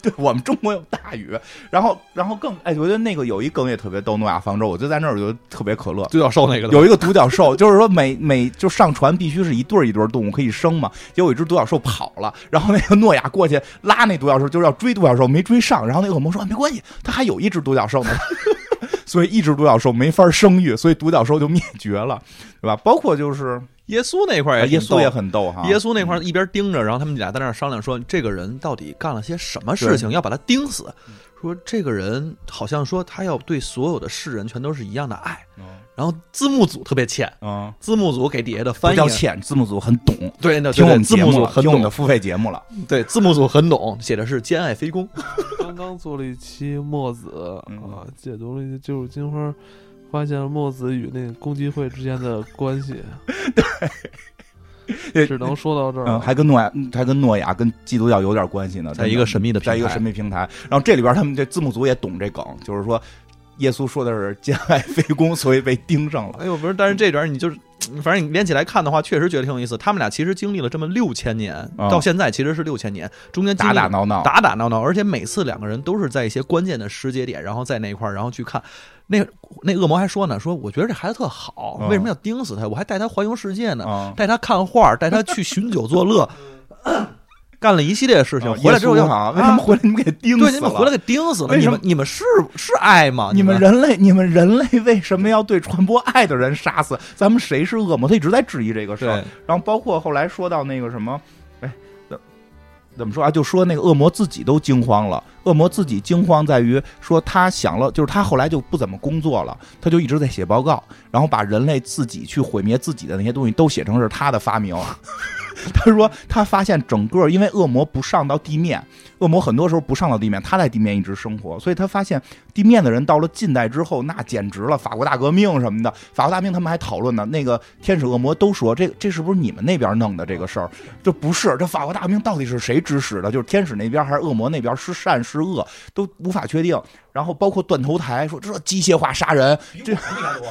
Speaker 2: 对 我们中国有大雨，然后然后更哎，我觉得那个有一梗也特别逗，诺亚方舟，我就在那儿我就特别可乐。
Speaker 5: 独角兽那个的，
Speaker 2: 有一个独角兽，就是说每每就上船必须是一对儿一对儿动物可以生嘛。结果有一只独角兽跑了，然后那个诺亚过去拉那独角兽，就是要追独角兽，没追上。然后那恶魔说、啊、没关系，他还有一只独角兽呢。 所以一只独角兽没法生育，所以独角兽就灭绝了，对吧？包括就是
Speaker 5: 哎耶稣那块儿
Speaker 2: 啊
Speaker 5: 也
Speaker 2: 耶
Speaker 5: 挺逗
Speaker 2: 稣也很逗哈，
Speaker 5: 耶稣那块儿一边盯着，然后他们俩在那儿商量说，这个人到底干了些什么事情，要把他盯死。说这个人好像说他要对所有的世人全都是一样的爱。然后字幕组特别欠，
Speaker 2: 嗯，
Speaker 5: 字幕组给底下的
Speaker 2: 不
Speaker 5: 翻译啊
Speaker 2: 叫，浅，字幕组很懂，
Speaker 5: 对，那对
Speaker 2: 听我们
Speaker 5: 字
Speaker 2: 节
Speaker 5: 幕
Speaker 2: 目
Speaker 5: 组
Speaker 2: 了，
Speaker 5: 很
Speaker 2: 听我们的
Speaker 5: 懂，
Speaker 2: 付费节目了。
Speaker 5: 对，字幕组很懂，写的是兼爱非攻。
Speaker 1: 刚刚做了一期墨子啊
Speaker 2: 嗯，
Speaker 1: 解读了一些旧日金花，发现了墨子与那个共济会之间的关系。
Speaker 2: 对
Speaker 1: 只能说到这儿
Speaker 2: 嗯，
Speaker 1: 了。
Speaker 2: 还跟诺亚，嗯还跟诺亚跟基督教有点关系呢，
Speaker 5: 在一个神秘的平台
Speaker 2: 在一个神秘平台。然后这里边他们这字幕组也懂这梗，就是说耶稣说的是兼爱非攻，所以被盯上了。
Speaker 5: 哎呦，不是，但是这段你就是，反正你连起来看的话，确实觉得挺有意思。他们俩其实经历了这么六千年，
Speaker 2: 啊
Speaker 5: 到现在其实是六千年，中间经
Speaker 2: 打
Speaker 5: 历了
Speaker 2: 打闹闹，
Speaker 5: 打打闹闹，而且每次两个人都是在一些关键的时节点，然后在那一块儿，然后去看。那那恶魔还说呢，说我觉得这孩子特好，
Speaker 2: 嗯
Speaker 5: 为什么要盯
Speaker 2: 哦
Speaker 5: 死他？我还带他环游世界呢，
Speaker 2: 啊，
Speaker 5: 带他看画，带他去寻酒作乐，干了一系列事情，
Speaker 2: 啊
Speaker 5: 回来之后
Speaker 2: 耶
Speaker 5: 要
Speaker 2: 稣啊，为什么回来你们给钉
Speaker 5: 对
Speaker 2: 死
Speaker 5: 你们回来
Speaker 2: 了？
Speaker 5: 给钉死了，
Speaker 2: 为什么
Speaker 5: 你们你们是是爱吗？
Speaker 2: 你
Speaker 5: 们
Speaker 2: 们人类，你们人类为什么要对传播爱的人杀死？咱们谁是恶魔？他一直在质疑这个事儿
Speaker 5: 对。
Speaker 2: 然后包括后来说到那个什么，哎，怎怎么说啊？就说那个恶魔自己都惊慌了。恶魔自己惊慌在于说他想了，就是他后来就不怎么工作了，他就一直在写报告，然后把人类自己去毁灭自己的那些东西都写成是他的发明。 他说他发现整个因为恶魔不上到地面，恶魔很多时候不上到地面，他在地面一直生活，所以他发现地面的人到了近代之后，那简直了！法国大革命什么的，法国大革命他们还讨论呢。那个天使恶魔都说，这这是不是你们那边弄的这个事儿？这不是，这法国大革命到底是谁指使的？就是天使那边还是恶魔那边？是善是恶都无法确定。然后包括断头台说这机械化杀人，这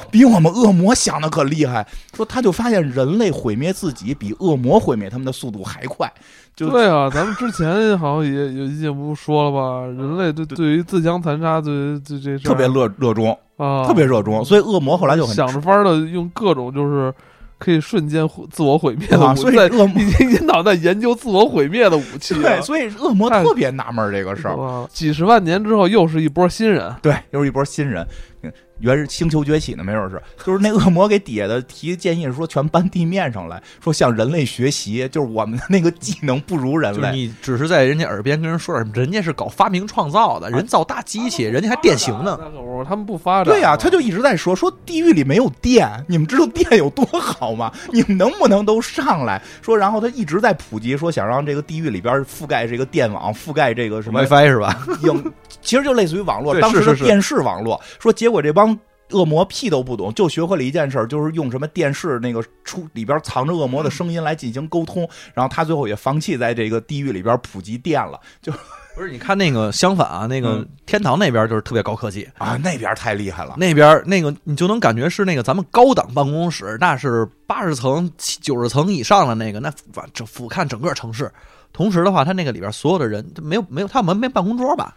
Speaker 2: 比我们恶魔想的可厉害。说他就发现人类毁灭自己比恶魔毁灭他们的速度还快。就
Speaker 1: 对啊，咱们之前好像也有一节目说了吧，人类对对于自相残杀，对于对这事儿
Speaker 2: 特别热热衷，
Speaker 1: 啊，
Speaker 2: 特别热衷，所以恶魔后来就很
Speaker 1: 想着法儿的用各种就是可以瞬间毁自我毁灭的武
Speaker 2: 啊
Speaker 1: 器，
Speaker 2: 所以
Speaker 1: 在
Speaker 2: 恶魔
Speaker 1: 已经引导在研究自我毁灭的武 器了
Speaker 2: 对，，所以恶魔特别纳闷儿这个事儿。
Speaker 1: 哇几十万年之后又是一波新人，
Speaker 2: 对，又是一波新人，嗯原是星球崛起呢，没准是，就是那恶魔给底下的提建议是说，全搬地面上来，说向人类学习，就是我们的那个技能不如人
Speaker 5: 就是
Speaker 2: 类。
Speaker 5: 你只是在人家耳边跟人说点，人家是搞发明创造的，人造大机器，人家还电刑呢。
Speaker 1: 那可不，他们不发展。
Speaker 2: 对呀、他就一直在说说地狱里没有电，你们知道电有多好吗？你们能不能都上来说？然后他一直在普及，说想让这个地狱里边覆盖这个电网，覆盖这个什么
Speaker 5: WiFi 是吧？
Speaker 2: 影，其实就类似于网络，
Speaker 5: 对
Speaker 2: 当时
Speaker 5: 是
Speaker 2: 的
Speaker 5: 是是
Speaker 2: 电视网络。说结果这帮恶魔屁都不懂，就学会了一件事儿，就是用什么电视那个出里边藏着恶魔的声音来进行沟通。然后他最后也放弃在这个地狱里边普及电了，就
Speaker 5: 不是，你看那个相反啊，那个
Speaker 2: 嗯
Speaker 5: 天堂那边就是特别高科技，
Speaker 2: 啊那边太厉害了。
Speaker 5: 那边那个你就能感觉是那个咱们高档办公室，那是八十层、九十层以上的那个，那俯整俯瞰整个城市。同时的话，他那个里边所有的人他没有没有，他们没办公桌吧？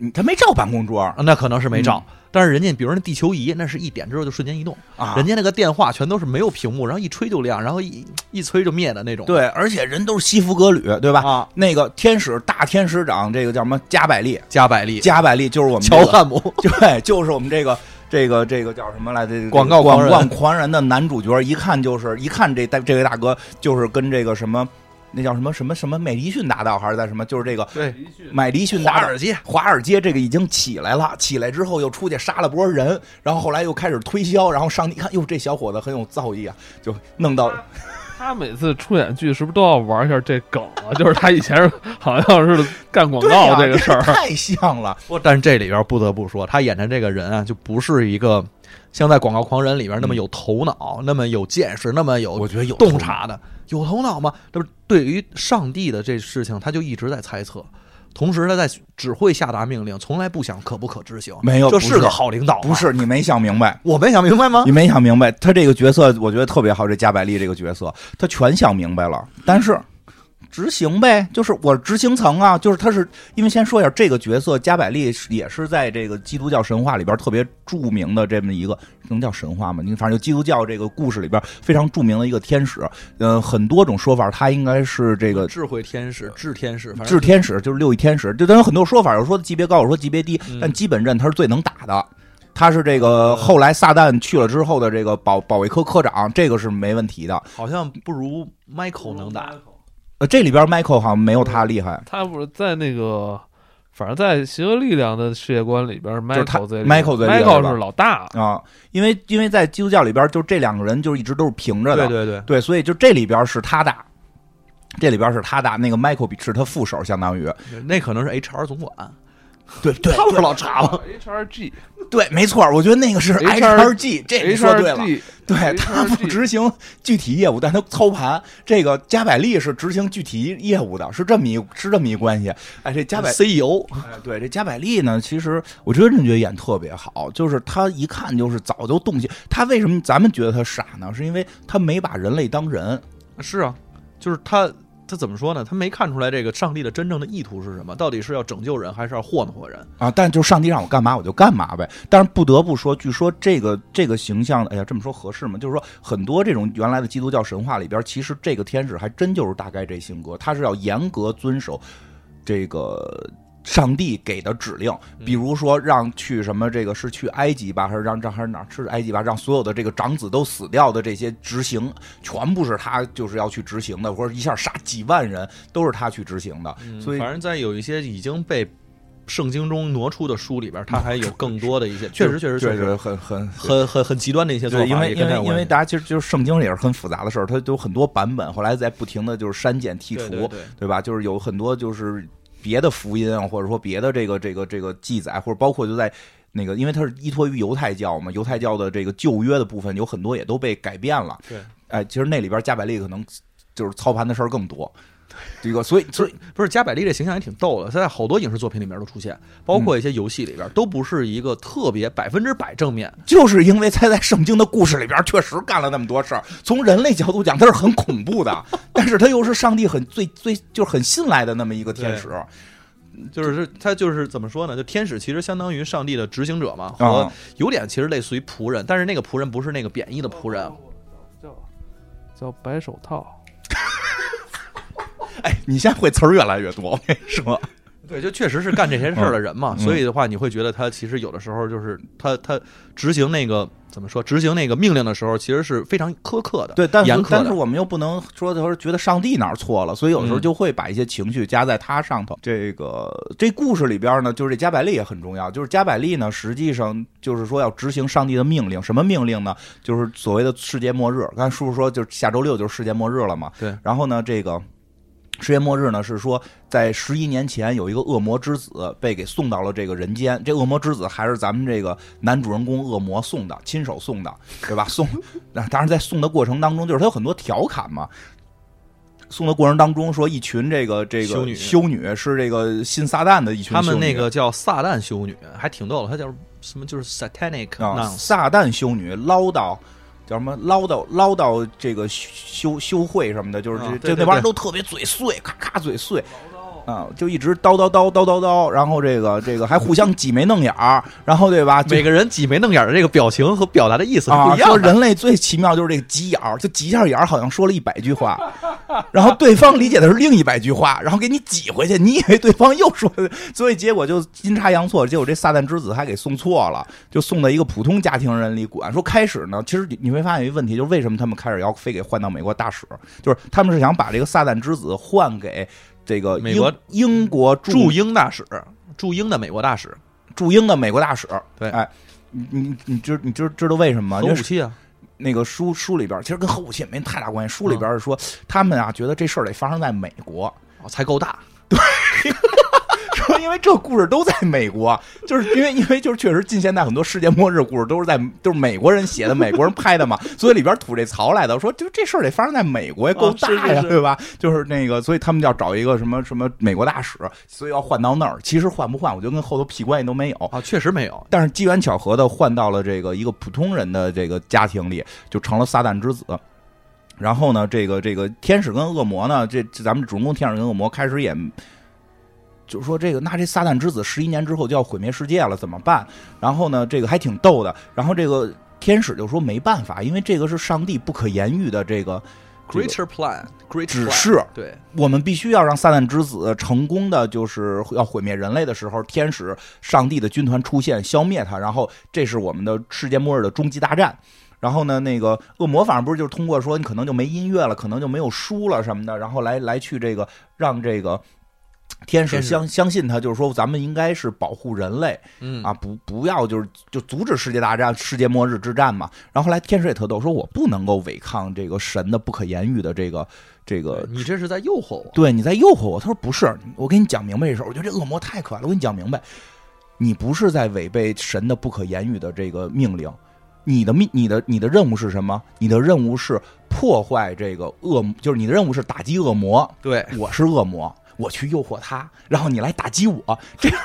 Speaker 2: 嗯他没照办公桌
Speaker 5: 啊那可能是没照。但是人家，比如那地球仪，那是一点之后就瞬间移动，
Speaker 2: 嗯啊，
Speaker 5: 人家那个电话全都是没有屏幕，然后一吹就亮，然后一一吹就灭的那种。
Speaker 2: 对，而且人都是西服革履，对吧？
Speaker 5: 啊，
Speaker 2: 那个天使大天使长，这个叫什么？加百利，
Speaker 5: 加百利、
Speaker 2: 加百利就是我们这
Speaker 5: 乔
Speaker 2: 个
Speaker 5: 汉姆，
Speaker 2: 对，就是我们这个这个这个叫什么来着？这个
Speaker 5: 广告狂
Speaker 2: 广
Speaker 5: 人
Speaker 2: 告狂人的男主角，一看就是一看这大这位大哥就是跟这个什么那叫什么什么什么美迪逊大道还是在什么，就是这个
Speaker 5: 对，
Speaker 2: 麦迪逊
Speaker 5: 华
Speaker 2: 大道。
Speaker 5: 尔街。
Speaker 2: 华尔街这个已经起来了，起来之后又出去杀了波人，然后后来又开始推销，然后上帝一看，哟，这小伙子很有造诣啊，就弄到
Speaker 1: 他每次出演剧是不是都要玩一下这梗啊？ 就是他以前是好像是干广
Speaker 2: 对
Speaker 1: 告
Speaker 2: 呀
Speaker 1: 这个事儿，
Speaker 2: 太像了，
Speaker 5: 不，但是这里边不得不说，他演的这个人啊，就不是一个像在《广告狂人》里边那么有头脑、那么有见识、那么有
Speaker 2: 嗯觉得有
Speaker 5: 洞察的。有头脑吗？那不是对于上帝的这事情，他就一直在猜测，同时他在只会下达命令，从来不想可不可执行。
Speaker 2: 没有
Speaker 5: 这
Speaker 2: 不
Speaker 5: 是
Speaker 2: 是
Speaker 5: 个好领导吗，
Speaker 2: 不是你没想明白，
Speaker 5: 我没想明白吗
Speaker 2: 你？没想明白，他这个角色我觉得特别好，这加百利这个角色，他全想明白了，但是执行呗，就是我执行层啊，就是他是因为先说一下这个角色，加百利是也是在这个基督教神话里边特别著名的这么一个，能叫神话吗？你反正就基督教这个故事里边非常著名的一个天使，呃，很多种说法，他应该是这个
Speaker 5: 智慧天使、呃智天使，反正
Speaker 2: 智天使，就是六翼天使，就他有很多说法，有说级别高，有说级别低
Speaker 5: 嗯，
Speaker 2: 但基本认他是最能打的。他是这个后来撒旦去了之后的这个保保卫科科长，这个是没问题的。
Speaker 5: 好像不如 Michael 能打。。
Speaker 2: 呃，这里边 Michael 好像没有他厉害，
Speaker 1: 他不是在那个，反正在邪恶力量的世界观里边
Speaker 2: 是他
Speaker 1: ，Michael 最
Speaker 2: Michael 最厉害是吧
Speaker 1: Michael 是老大，
Speaker 5: 嗯
Speaker 2: 啊，因为因为在基督教里边，就这两个人就一直都是平着的，
Speaker 5: 对对对，
Speaker 2: 对所以就这里边是他打，这里边是他打，那个 Michael 比是他副手，相当于
Speaker 5: 那可能是 HR 总管，
Speaker 2: 对对
Speaker 5: 他不是老查吗？
Speaker 1: ？HRG
Speaker 2: 对，没错，我觉得那个是
Speaker 1: HR
Speaker 2: HRG，这哎你说对了。
Speaker 1: HRG
Speaker 2: 对他 不
Speaker 1: HRG
Speaker 2: 执行具体业务，但他操盘。这个加百利是执行具体业务的，是这么一是这么一关系。哎，这加百
Speaker 5: CEO
Speaker 2: 哎对这加百利呢，其实我真的觉得演特别好，就是他一看就是早就动心。他为什么咱们觉得他傻呢？是因为他没把人类当人。
Speaker 5: 是啊，就是他他怎么说呢？他没看出来这个上帝的真正的意图是什么，到底是要拯救人，还是要祸弄祸人？
Speaker 2: 啊，但就是上帝让我干嘛我就干嘛呗。但是不得不说，据说这个这个形象，哎呀，这么说合适吗？就是说，很多这种原来的基督教神话里边，其实这个天使还真就是大概这性格，他是要严格遵守这个。上帝给的指令，
Speaker 5: 嗯
Speaker 2: 比如说让去什么这个是去埃及吧，还是让让还是哪儿是埃及吧，让所有的这个长子都死掉的这些执行，全部是他就是要去执行的，或者一下杀几万人都是他去执行的，所以
Speaker 5: 嗯反正在有一些已经被圣经中挪出的书里边， 他还有更多的一些，确实确实
Speaker 2: 确
Speaker 5: 实
Speaker 2: 实很很
Speaker 5: 很很很极端的一些做法
Speaker 2: 对，，因为
Speaker 5: 也
Speaker 2: 因
Speaker 5: 跟
Speaker 2: 为
Speaker 5: 他有
Speaker 2: 因为
Speaker 5: 关系
Speaker 2: 大家其实就是圣经也是很复杂的事儿，它有很多版本，后来在不停的就是删减剔除，
Speaker 5: 对对对
Speaker 2: 对吧？就是有很多就是别的福音啊，或者说别的这个这个这个记载，或者包括就在那个，因为它是依托于犹太教嘛，犹太教的这个旧约的部分有很多也都被改变了。
Speaker 5: 对，
Speaker 2: 哎，其实那里边加百列可能就是操盘的事儿更多。这个，所以所以
Speaker 5: 不是加百利这形象也挺逗的，他在好多影视作品里面都出现，包
Speaker 2: 嗯
Speaker 5: 括一些游戏里边，都不是一个特别百分之百正面。
Speaker 2: 就是因为他在圣经的故事里边确实干了那么多事儿，从人类角度讲，他是很恐怖的，但是他又是上帝很最最就是很信赖的那么一个天使，
Speaker 5: 就是他就是怎么说呢？就天使其实相当于上帝的执行者嘛，和
Speaker 2: 啊
Speaker 5: 有点其实类似于仆人，但是那个仆人不是那个贬义的仆人，
Speaker 2: 哦
Speaker 1: 叫叫白手套，
Speaker 2: 哎，你现在会词儿越来越多，我跟你说，
Speaker 5: 对，就确实是干这些事儿的人嘛，
Speaker 2: 嗯
Speaker 5: 所以的话，你会觉得他其实有的时候就是他他执行那个怎么说，执行那个命令的时候，其实是非常苛刻的，
Speaker 2: 对，但
Speaker 5: 严
Speaker 2: 是
Speaker 5: 苛的
Speaker 2: 但是我们又不能说的时候觉得上帝哪儿错了，所以有时候
Speaker 5: 嗯
Speaker 2: 就会把一些情绪加在他上头。这个这故事里边呢，就是这加百利也很重要，就是加百利呢，实际上就是说要执行上帝的命令，什么命令呢？就是所谓的世界末日。刚才叔叔说，就是下周六就是世界末日了嘛。
Speaker 5: 对，
Speaker 2: 然后呢，这个。世界末日呢，是说在十一年前有一个恶魔之子被给送到了这个人间。这恶魔之子还是咱们这个男主人公恶魔送的，亲手送的，对吧？ 送，那当然在送的过程当中，就是他有很多调侃嘛。送的过程当中，说一群这个这个
Speaker 5: 修女
Speaker 2: 修女是这个信撒旦的一群
Speaker 5: 他们
Speaker 2: 修女啊
Speaker 5: 那个叫撒旦修女，还挺逗的，她叫什么？就是 satanic
Speaker 2: 啊，
Speaker 5: nuns，
Speaker 2: 撒旦修女唠叨。叫什么唠叨唠叨这个修修会什么的，就是
Speaker 5: 啊
Speaker 2: 这
Speaker 5: 对
Speaker 2: 这
Speaker 5: 对
Speaker 2: 那帮人
Speaker 5: 对
Speaker 2: 都特别嘴碎，咔咔嘴碎，啊，就一直叨叨叨叨叨叨，然后这个这个还互相挤眉弄眼儿，然后对吧？就
Speaker 5: 每个人挤眉弄眼儿的这个表情和表达的意思是
Speaker 2: 啊，
Speaker 5: 不一
Speaker 2: 说
Speaker 5: 样的。
Speaker 2: 人类最奇妙就是这个挤眼儿，就挤一下眼儿，好像说了一百句话，然后对方理解的是另一百句话，然后给你挤回去，你以为对方又说的，所以结果就阴差阳错，结果这撒旦之子还给送错了，就送到一个普通家庭人里管。说开始呢，其实你你会发现一个问题，就是为什么他们开始要非给换到美国大使，就是他们是想把这个撒旦之子换给这个
Speaker 5: 美
Speaker 2: 英
Speaker 5: 国
Speaker 2: 英国驻
Speaker 5: 驻英大使，驻英的美国大使
Speaker 2: 驻英的美国大使。
Speaker 5: 对
Speaker 2: 哎。你你你知你知知道为什么吗？
Speaker 5: 核
Speaker 2: 因为
Speaker 5: 武器啊，
Speaker 2: 那个书书里边儿，其实跟核武器也没太大关
Speaker 1: 嗯
Speaker 2: 系。书里边儿是说，他们啊觉得这事儿得发生在美国，
Speaker 5: 哦才够大。
Speaker 2: 说因为这故事都在美国，就是因为因为就是确实近现代很多世界末日故事都是在就是美国人写的，美国人拍的嘛，所以里边吐这槽来的，说就这事儿得发生在美国呀，够大呀，
Speaker 1: 啊是是是
Speaker 2: 对吧？就是那个，所以他们要找一个什么什么美国大使，所以要换到那儿。其实换不换，我觉得跟后头屁关系都没有。
Speaker 5: 啊，确实没有。
Speaker 2: 但是机缘巧合的换到了这个一个普通人的这个家庭里，就成了撒旦之子。然后呢，这个这个天使跟恶魔呢，这这咱们主人公天使跟恶魔开始也。就是说，这个那这撒旦之子十一年之后就要毁灭世界了，怎么办？然后呢，这个还挺逗的。然后这个天使就说没办法，因为这个是上帝不可言喻的这个这个
Speaker 5: Greater plan, great
Speaker 2: 指
Speaker 5: plan，
Speaker 2: 示，
Speaker 5: 对，
Speaker 2: 我们必须要让撒旦之子成功的，就是要毁灭人类的时候，天使、上帝的军团出现，消灭他。然后，这是我们的世界末日的终极大战。然后呢，那个恶魔反正不是就是通过说你可能就没音乐了，可能就没有书了什么的，然后来来去这个让这个天使
Speaker 5: 天使
Speaker 2: 相相信他，就是说咱们应该是保护人类，
Speaker 5: 嗯
Speaker 2: 啊，不不要就是就阻止世界大战、世界末日之战嘛。然后后来天使也特逗，说我不能够违抗这个神的不可言喻的这个这个
Speaker 5: 对你这是在诱惑我。
Speaker 2: 对，你在诱惑我。他说不是，我给你讲明白这事儿。我觉得这恶魔太可爱了，我给你讲明白，你不是在违背神的不可言喻的这个命令。你的命，你的你的任务是什么？你的任务是破坏这个恶，就是你的任务是打击恶魔。
Speaker 5: 对，
Speaker 2: 我是恶魔，我去诱惑他，然后你来打击我，这样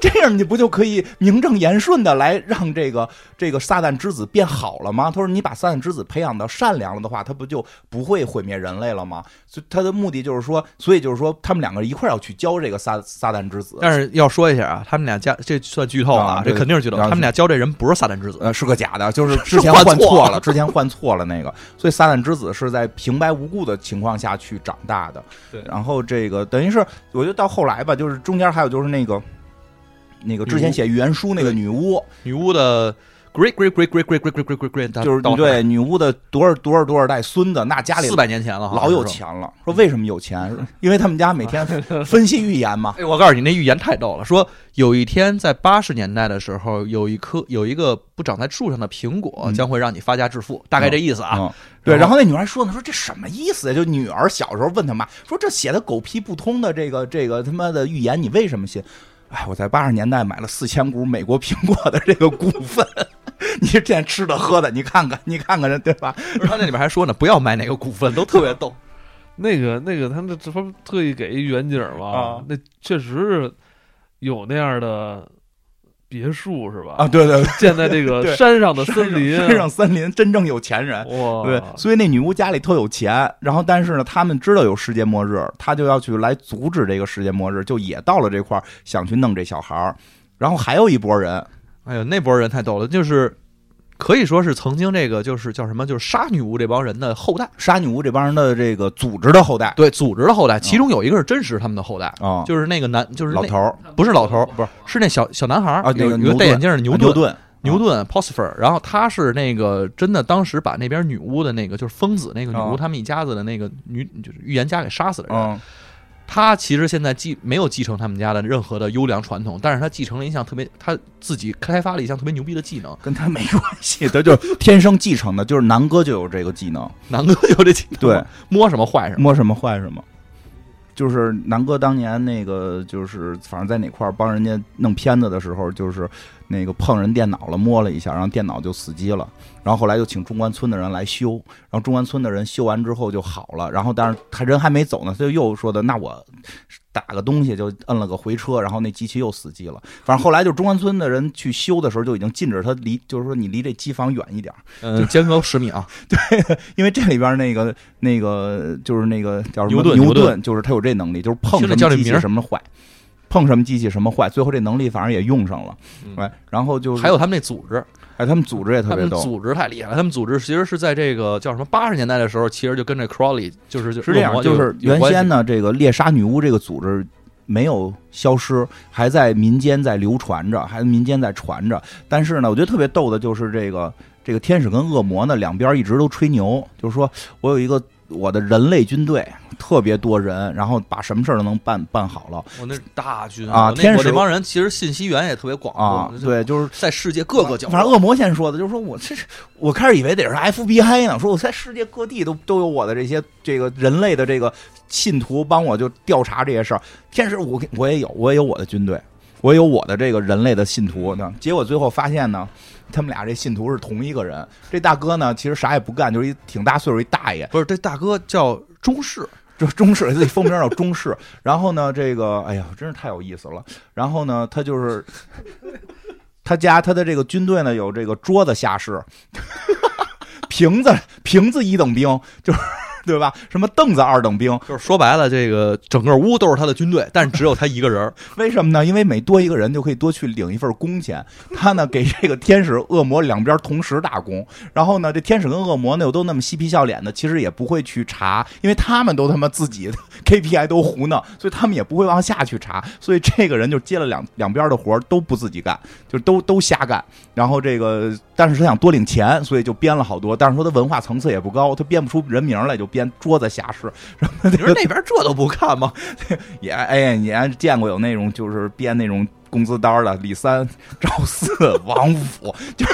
Speaker 2: 这样你不就可以名正言顺的来让这个这个撒旦之子变好了吗？他说你把撒旦之子培养到善良了的话，他不就不会毁灭人类了吗？所以他的目的就是说，所以就是说他们两个一块儿要去教这个撒撒旦之子，
Speaker 5: 但是要说一下啊，他们俩家这算剧透了
Speaker 2: 啊
Speaker 5: 这
Speaker 2: 对
Speaker 5: 肯定是剧透。
Speaker 2: 然后
Speaker 5: 他们俩教这人不是撒旦之子，
Speaker 2: 呃，是个假的，就是之前
Speaker 5: 换
Speaker 2: 换
Speaker 5: 错
Speaker 2: 错
Speaker 5: 了
Speaker 2: 了，之前换错了那个，所以撒旦之子是在平白无故的情况下去长大的。
Speaker 1: 对
Speaker 2: 然后这个等于是，我觉得到后来吧，就是中间还有就是那个，那个之前写预言书那个女巫，
Speaker 5: 女巫的 great great great great great great great great great，她
Speaker 2: 就是
Speaker 5: 到
Speaker 2: 对女巫的多少多少多少代孙子，那家里
Speaker 5: 四百年前了，
Speaker 2: 老有。钱了。说为什么有钱？因为他们家每天分析预言嘛。
Speaker 5: 哎，我告诉你，那预言太逗了。说有一天在八十年代的时候，有一棵有一个不长在树上的苹果
Speaker 2: 嗯
Speaker 5: 将会让你发家致富，大概这意思啊。
Speaker 2: 嗯，对，
Speaker 5: 然
Speaker 2: 然
Speaker 5: 后
Speaker 2: 后那女孩说呢，说这什么意思呀？就女儿小时候问他妈，说这写的狗屁不通的这个这个他妈的预言，你为什么信？哎，我在八十年代买了四千股美国苹果的这个股份， 你这现在吃的喝的，你看看，你看看人对吧？
Speaker 5: 不是他那里边还说呢，不要买哪个股份，都特别逗。
Speaker 1: 那个那个，他们这不特意给一远景嘛？
Speaker 2: 啊
Speaker 1: 那确实是有那样的别墅是吧？
Speaker 2: 啊，，对对对，
Speaker 1: 建在这个
Speaker 2: 对
Speaker 1: 山上的森林，
Speaker 5: 啊
Speaker 2: 山上森林真正有钱人。
Speaker 1: 哇，
Speaker 2: 对，所以那女巫家里特有钱，然后但是呢，他们知道有世界末日，他就要去来阻止这个世界末日，就也到了这块儿想去弄这小孩儿。然后还有一拨人，
Speaker 5: 哎呦，那波人太逗了，就是可以说是曾经这个就是叫什么，就是杀女巫这帮人的后代，
Speaker 2: 杀女巫这帮人的这个组织的后代
Speaker 5: 对，组织的后代，其中有一个是真实他们的后代，
Speaker 2: 啊，
Speaker 5: 就是那个男，就是那
Speaker 2: 老头儿
Speaker 5: 不啊是老头儿
Speaker 1: 不是
Speaker 5: 是那小小男孩儿
Speaker 2: 啊那个
Speaker 5: 有有个
Speaker 2: 牛
Speaker 5: 戴
Speaker 2: 顿
Speaker 5: 眼镜儿的
Speaker 2: 牛
Speaker 5: 牛顿，
Speaker 2: 顿，
Speaker 5: 牛顿 p o s f e r 然后他是那个真的当时把那边女巫的那个就是疯子那个女巫
Speaker 2: 啊
Speaker 5: 他们一家子的那个女就是预言家给杀死的人，
Speaker 2: 嗯，
Speaker 5: 他其实现在继没有继承他们家的任何的优良传统，但是他继承了一项特别他自己开发了一项特别牛逼的技 能，
Speaker 2: 跟他没关 系，他就是天生继承的，就是南哥就有这个技能，
Speaker 5: 南哥有这技能，
Speaker 2: 对，
Speaker 5: 摸什么坏什么。
Speaker 2: 摸什么坏什么。就是南哥当年那个，就是反正在哪块儿帮人家弄片子的时候，就是那个碰人电脑了，摸了一下，然后电脑就死机了。然后后来就请中关村的人来修，然后中关村的人修完之后就好了。然后但是他人还没走呢，他就又说的，那我打个东西就摁了个回车，然后那机器又死机了。反正后来就中关村的人去修的时候就已经禁止他离，就是说你离这机房远一点儿。
Speaker 5: 嗯，间隔 十米啊，
Speaker 2: 因为这里边那个那个就是那个叫什么
Speaker 5: 牛顿牛
Speaker 2: 牛
Speaker 5: 顿
Speaker 2: 顿，就是他有这能力，就是碰
Speaker 5: 听
Speaker 2: 什
Speaker 5: 着
Speaker 2: 么
Speaker 5: 叫这
Speaker 2: 机器
Speaker 5: 名儿
Speaker 2: 什么坏，碰什么机器什么坏，最后这能力反正也用上了
Speaker 5: 嗯。
Speaker 2: 哎，然后就是
Speaker 5: 还有他们那组织，
Speaker 2: 哎，他们组织也特
Speaker 5: 他
Speaker 2: 别
Speaker 5: 们
Speaker 2: 逗，
Speaker 5: 组织太厉害了。他们组织其实是在这个叫什么八十年代的时候，其实就跟这 Crowley 就是就是
Speaker 2: 这样，
Speaker 5: 恶魔
Speaker 2: 就是
Speaker 5: 有
Speaker 2: 原
Speaker 5: 关系
Speaker 2: 先呢，这个猎杀女巫这个组织。没有消失，还在民间在流传着，还民间在传着。但是呢，我觉得特别逗的就是这个这个天使跟恶魔呢，两边一直都吹牛，就是说我有一个我的人类军队，特别多人，然后把什么事儿都能办办好了。
Speaker 5: 我那是大军
Speaker 2: 啊
Speaker 5: 我那
Speaker 2: 天
Speaker 5: 我
Speaker 2: 使
Speaker 5: 这帮人其实信息源也特别广
Speaker 2: 啊，，对，就是
Speaker 5: 在世界各个角
Speaker 2: 反正
Speaker 5: 落。
Speaker 2: 恶魔先说的，就是说我这是我开始以为得是 FBI 呢，说我在世界各地都都有我的这些这个人类的这个信徒帮我就调查这些事儿。天使我给我也有，我也有我的军队，我也有我的这个人类的信徒呢。结果最后发现呢，他们俩这信徒是同一个人。这大哥呢，其实啥也不干，就是一挺大岁数一大爷，
Speaker 5: 不是，这大哥叫中式，
Speaker 2: 这中式自己封名叫中式。然后呢，这个哎呀，真是太有意思了。然后呢，他就是他家他的这个军队呢有这个桌子下士， 瓶子瓶子一等兵，就是对吧？什么凳子二等兵？
Speaker 5: 就是说白了，这个整个屋都是他的军队，但是只有他一个 人儿。
Speaker 2: 为什么呢？因为每多一个人就可以多去领一份工钱。他呢给这个天使、恶魔两边同时打工。然后呢，这天使跟恶魔呢又都那么嬉皮笑脸的，其实也不会去查，因为他们都他妈自己 KPI 都胡弄，所以他们也不会往下去查。所以这个人就接了两两边的活儿都不自己干，就都都瞎干。然后这个，但是他想多领钱，所以就编了好多。但是说他文化层次也不高，他编不出人名来，就编桌子下士。
Speaker 5: 你说那边这都不看吗？
Speaker 2: 也哎，你还见过有那种就是编那种工资单儿的，李三、 赵四、王五，就是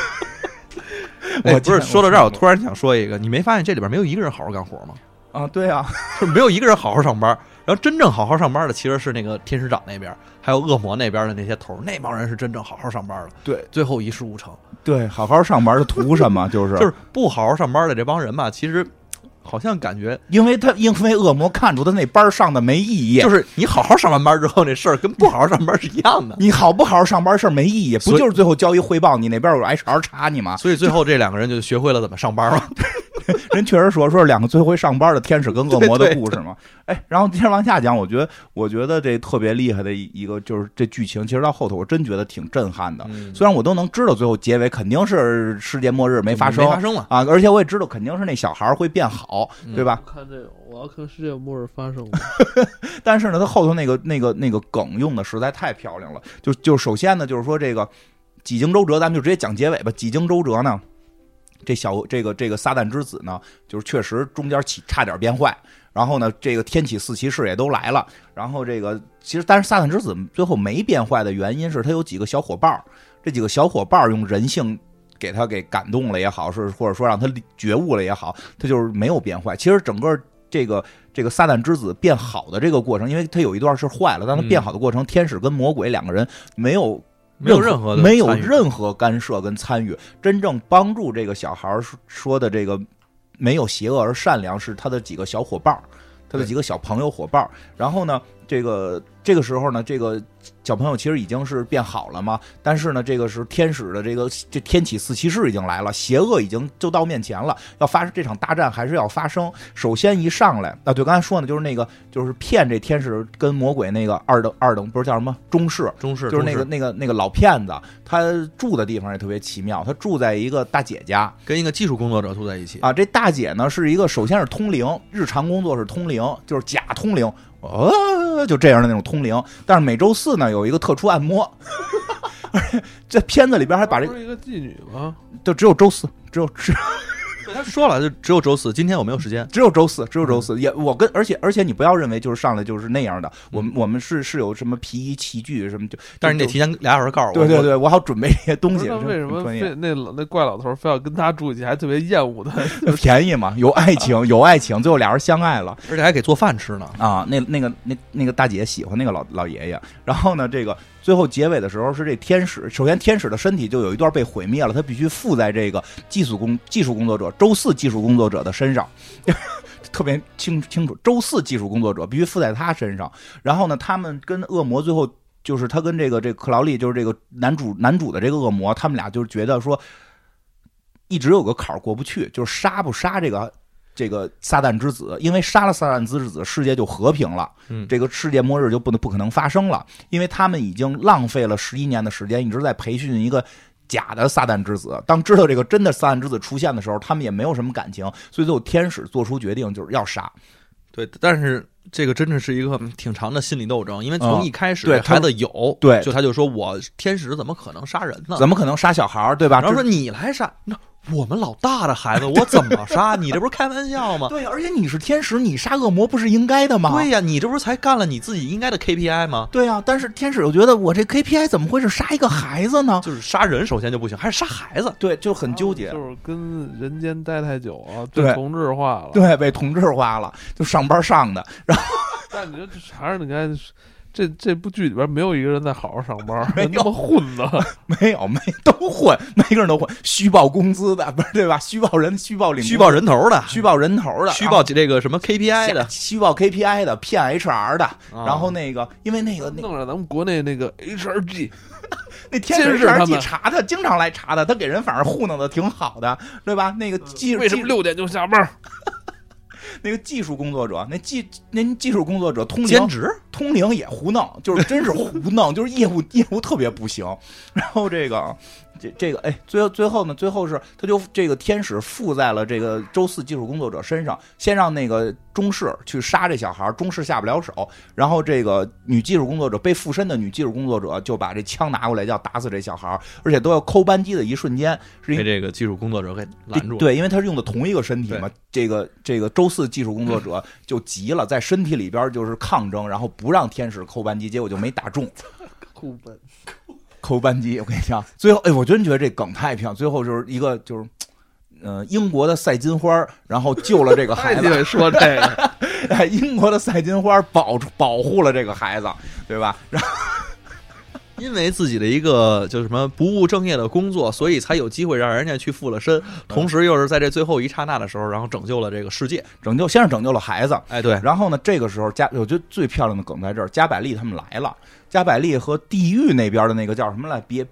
Speaker 5: 哎
Speaker 2: 我
Speaker 5: 不是说到这儿，我突然想说一个，你没发现这里边没有一个人好好干活吗？
Speaker 2: 然啊，对啊，
Speaker 5: 就是没有一个人好好上班。然后真正好好上班的其实是那个天使长那边，还有恶魔那边的那些头儿，那帮人是真正好好上班了。
Speaker 2: 对，
Speaker 5: 最后一事无成，
Speaker 2: 对，好好上班儿的图什么？就是
Speaker 5: 就是不好好上班的这帮人吧，其实好像感觉
Speaker 2: 因为他因为恶魔看出他那班上的没意义，
Speaker 5: 就是你好好上完班之后，那事儿跟不好好上班是一样的。
Speaker 2: 你好不好好上班事儿没意义，
Speaker 5: 所
Speaker 2: 不
Speaker 5: 以
Speaker 2: 就是最后交一汇报，你那边有 HR 查你吗？
Speaker 5: 所以最后这两个人就学会了怎么上班了。
Speaker 2: 人确实说说是两个最会上班的天使跟恶魔的
Speaker 5: 对对
Speaker 2: 故事嘛。哎，然后接着往下讲，我觉得我觉得这特别厉害的一一个就是这剧情，其实到后头我真觉得挺震撼的。
Speaker 5: 嗯
Speaker 2: 虽然我都能知道最后结尾肯定是世界末日没发生
Speaker 5: 没发生了。
Speaker 2: 啊，而且我也知道肯定是那小孩儿会变好，
Speaker 5: 嗯
Speaker 2: 对吧？
Speaker 1: 看这个，我要看世界末日发 生了。
Speaker 2: 但是呢，他后头那个那个那个梗用的实在太漂亮了。就就首先呢，就是说这个几经周折，咱们就直接讲结尾吧。几经周折呢，这小这个这个撒旦之子呢，就是确实中间起差点变坏。然后呢，这个天启四骑士也都来了。然后这个其实，但是撒旦之子最后没变坏的原因是他有几个小伙伴儿，这几个小伙伴儿用人性。给他给感动了也好，是或者说让他理觉悟了也好，他就是没有变坏。其实整个这个这个撒旦之子变好的这个过程，因为他有一段是坏了，但他变好的过程，天使跟魔鬼两个人没有
Speaker 5: 没有任
Speaker 2: 任
Speaker 5: 何的
Speaker 2: 没有
Speaker 5: 参与
Speaker 2: 任何干涉跟参与，真正帮助这个小孩儿说说的这个没有邪恶而善良是他的几个小伙伴儿，他的
Speaker 5: 对
Speaker 2: 几个小朋友伙伴儿。然后呢，这个这个时候呢，这个小朋友其实已经是变好了嘛，但是呢，这个是天使的这个这天启四骑士已经来了，邪恶已经就到面前了，要发生这场大战还是要发生。首先一上来，啊，对，刚才说呢，就是那个就是骗这天使跟魔鬼那个二等二等不是叫什么中士，
Speaker 5: 中式
Speaker 2: 就是那个那个那个老骗子，他住的地方也特别奇妙，他住在一个大姐家
Speaker 5: 跟一个技术工作者住在一起，
Speaker 2: 啊。这大姐呢是一个，首先是通灵，日常工作是通灵，就是假通灵，呃，就这样的那种通灵。但是每周四呢有一个特殊按摩， 而且这片子里边还把这
Speaker 1: 不是一个妓女吗？
Speaker 2: 就只有周四，只有 只
Speaker 5: 对他说了，就只有周四，今天我没有时间。
Speaker 2: 只有周四，只有周四。也我跟而且而且你不要认为就是上来就是那样的，我们我们是是有什么皮衣器具什么就，
Speaker 5: 嗯但是你得提前俩小时告诉
Speaker 2: 对
Speaker 5: 我。
Speaker 2: 对对，我好准备这些
Speaker 1: 不
Speaker 2: 东
Speaker 1: 知
Speaker 2: 西。
Speaker 1: 道为什
Speaker 2: 这
Speaker 1: 么
Speaker 2: 专业
Speaker 1: 非那老那怪老头非要跟他住一起，还特别厌恶他。
Speaker 2: 便宜嘛，有爱情，有爱情，最后俩人相爱了
Speaker 5: 我，而且还给做饭吃呢。
Speaker 2: 啊！那那个那那个大姐喜欢那个老老爷爷，然后呢，这个最后结尾的时候是这天使，首先天使的身体就有一段被毁灭了，他必须附在这个技术工技术工作者周四技术工作者的身上。 特别清清楚，周四技术工作者必须附在他身上。然后呢，他们跟恶魔最后就是他跟这个这个克劳利，就是这个男主男主的这个恶魔，他们俩就是觉得说，一直有个坎儿过不去，就是杀不杀这个这个撒旦之子，因为杀了撒旦之子，世界就和平了，
Speaker 5: 嗯
Speaker 2: 这个世界末日就不能不可能发生了，因为他们已经浪费了十一年的时间，一直在培训一个。假的撒旦之子，当知道这个真的撒旦之子出现的时候，他们也没有什么感情，所以最后天使做出决定就是要杀。
Speaker 5: 对，但是这个真的是一个嗯挺长的心理斗争，因为
Speaker 2: 啊
Speaker 5: 从一开始
Speaker 2: 对
Speaker 5: 这孩子有，
Speaker 2: 对
Speaker 5: 就他就说我天使怎么可能杀人呢？
Speaker 2: 怎么可能杀小孩儿，对吧？
Speaker 5: 嗯然后
Speaker 2: 这
Speaker 5: 说你来杀，那我们老大的孩子我怎么杀？你这不是开玩笑吗？
Speaker 2: 对，而啊且你是天使，你杀恶魔不是应该的吗？
Speaker 5: 对呀、你这不是才干了你自己应该的 KPI 吗？
Speaker 2: 对啊，但是天使又觉得我这 KPI 怎么会是杀一个孩子呢？
Speaker 5: 就是杀人首先就不行，还是杀孩子。
Speaker 2: 对，就很纠结
Speaker 5: 嗯
Speaker 1: 就。是跟人间待太久啊了，
Speaker 2: 对
Speaker 1: 被同质化了。
Speaker 2: 对，被同质化了，就上班上的，
Speaker 1: 但你说这还是你看，这这部剧里边没有一个人在好好上班，
Speaker 2: 没有
Speaker 1: 那么混 的。
Speaker 2: 没有没都混，每个人都混，虚报工资的，不是对吧？虚报人，虚报领工，
Speaker 5: 虚报人头的，
Speaker 2: 虚报人头的，啊
Speaker 5: 虚报这个什么 KPI
Speaker 2: 然后
Speaker 5: 的
Speaker 2: 假，虚报 KPI 的，骗 HR 的，
Speaker 5: 啊
Speaker 2: 然后那个，因为那个那
Speaker 1: 弄上咱们国内那个 HRG，
Speaker 2: 那天
Speaker 1: 监
Speaker 2: 使
Speaker 1: 视他
Speaker 2: HR
Speaker 1: 们
Speaker 2: 去查他，经常来查他，他给人反而糊弄的挺好的，对吧？那个技
Speaker 1: 为什
Speaker 2: 技
Speaker 1: 么六点就下班？
Speaker 2: 那个技术工作者，那技那技术工作者通
Speaker 5: 兼
Speaker 2: 灵
Speaker 5: 职
Speaker 2: 通灵也胡弄，就是真是胡弄，就是业务业务特别不行。然后这个这这个哎，最后最后呢，最后是他就这个天使附在了这个周四技术工作者身上，先让那个中士去杀这小孩，中士下不了手，然后这个女技术工作者被附身的女技术工作者就把这枪拿过来要打死这小孩，而且都要扣扳机的一瞬间，是因
Speaker 5: 被这个技术工作者给拦住了。
Speaker 2: 对，因为他是用的同一个身体嘛。这个这个周四技术
Speaker 5: 嗯
Speaker 2: 工作者就急了，在身体里边就是抗争，然后不让天使扣扳机，结果就没打 中
Speaker 1: 酷本
Speaker 2: 扣扳机。我跟你讲，最后哎，我真觉得这梗太漂亮。最后就是一个就是，呃，英国的赛金花，然后救了这个孩
Speaker 1: 太
Speaker 2: 子。
Speaker 1: 会说这个，
Speaker 2: 哎，英国的赛金花保保护了这个孩子，对吧？然后
Speaker 5: 因为自己的一个就是什么不务正业的工作，所以才有机会让人家去附了
Speaker 2: 嗯
Speaker 5: 身，同时又是在这最后一刹那的时候，然后拯救了这个世界。
Speaker 2: 拯救先是拯救了孩子，
Speaker 5: 哎，对，
Speaker 2: 然后呢，这个时候加我觉得最漂亮的梗在这儿，加百利他们来了，加百利和地狱那边的那个叫什么来，别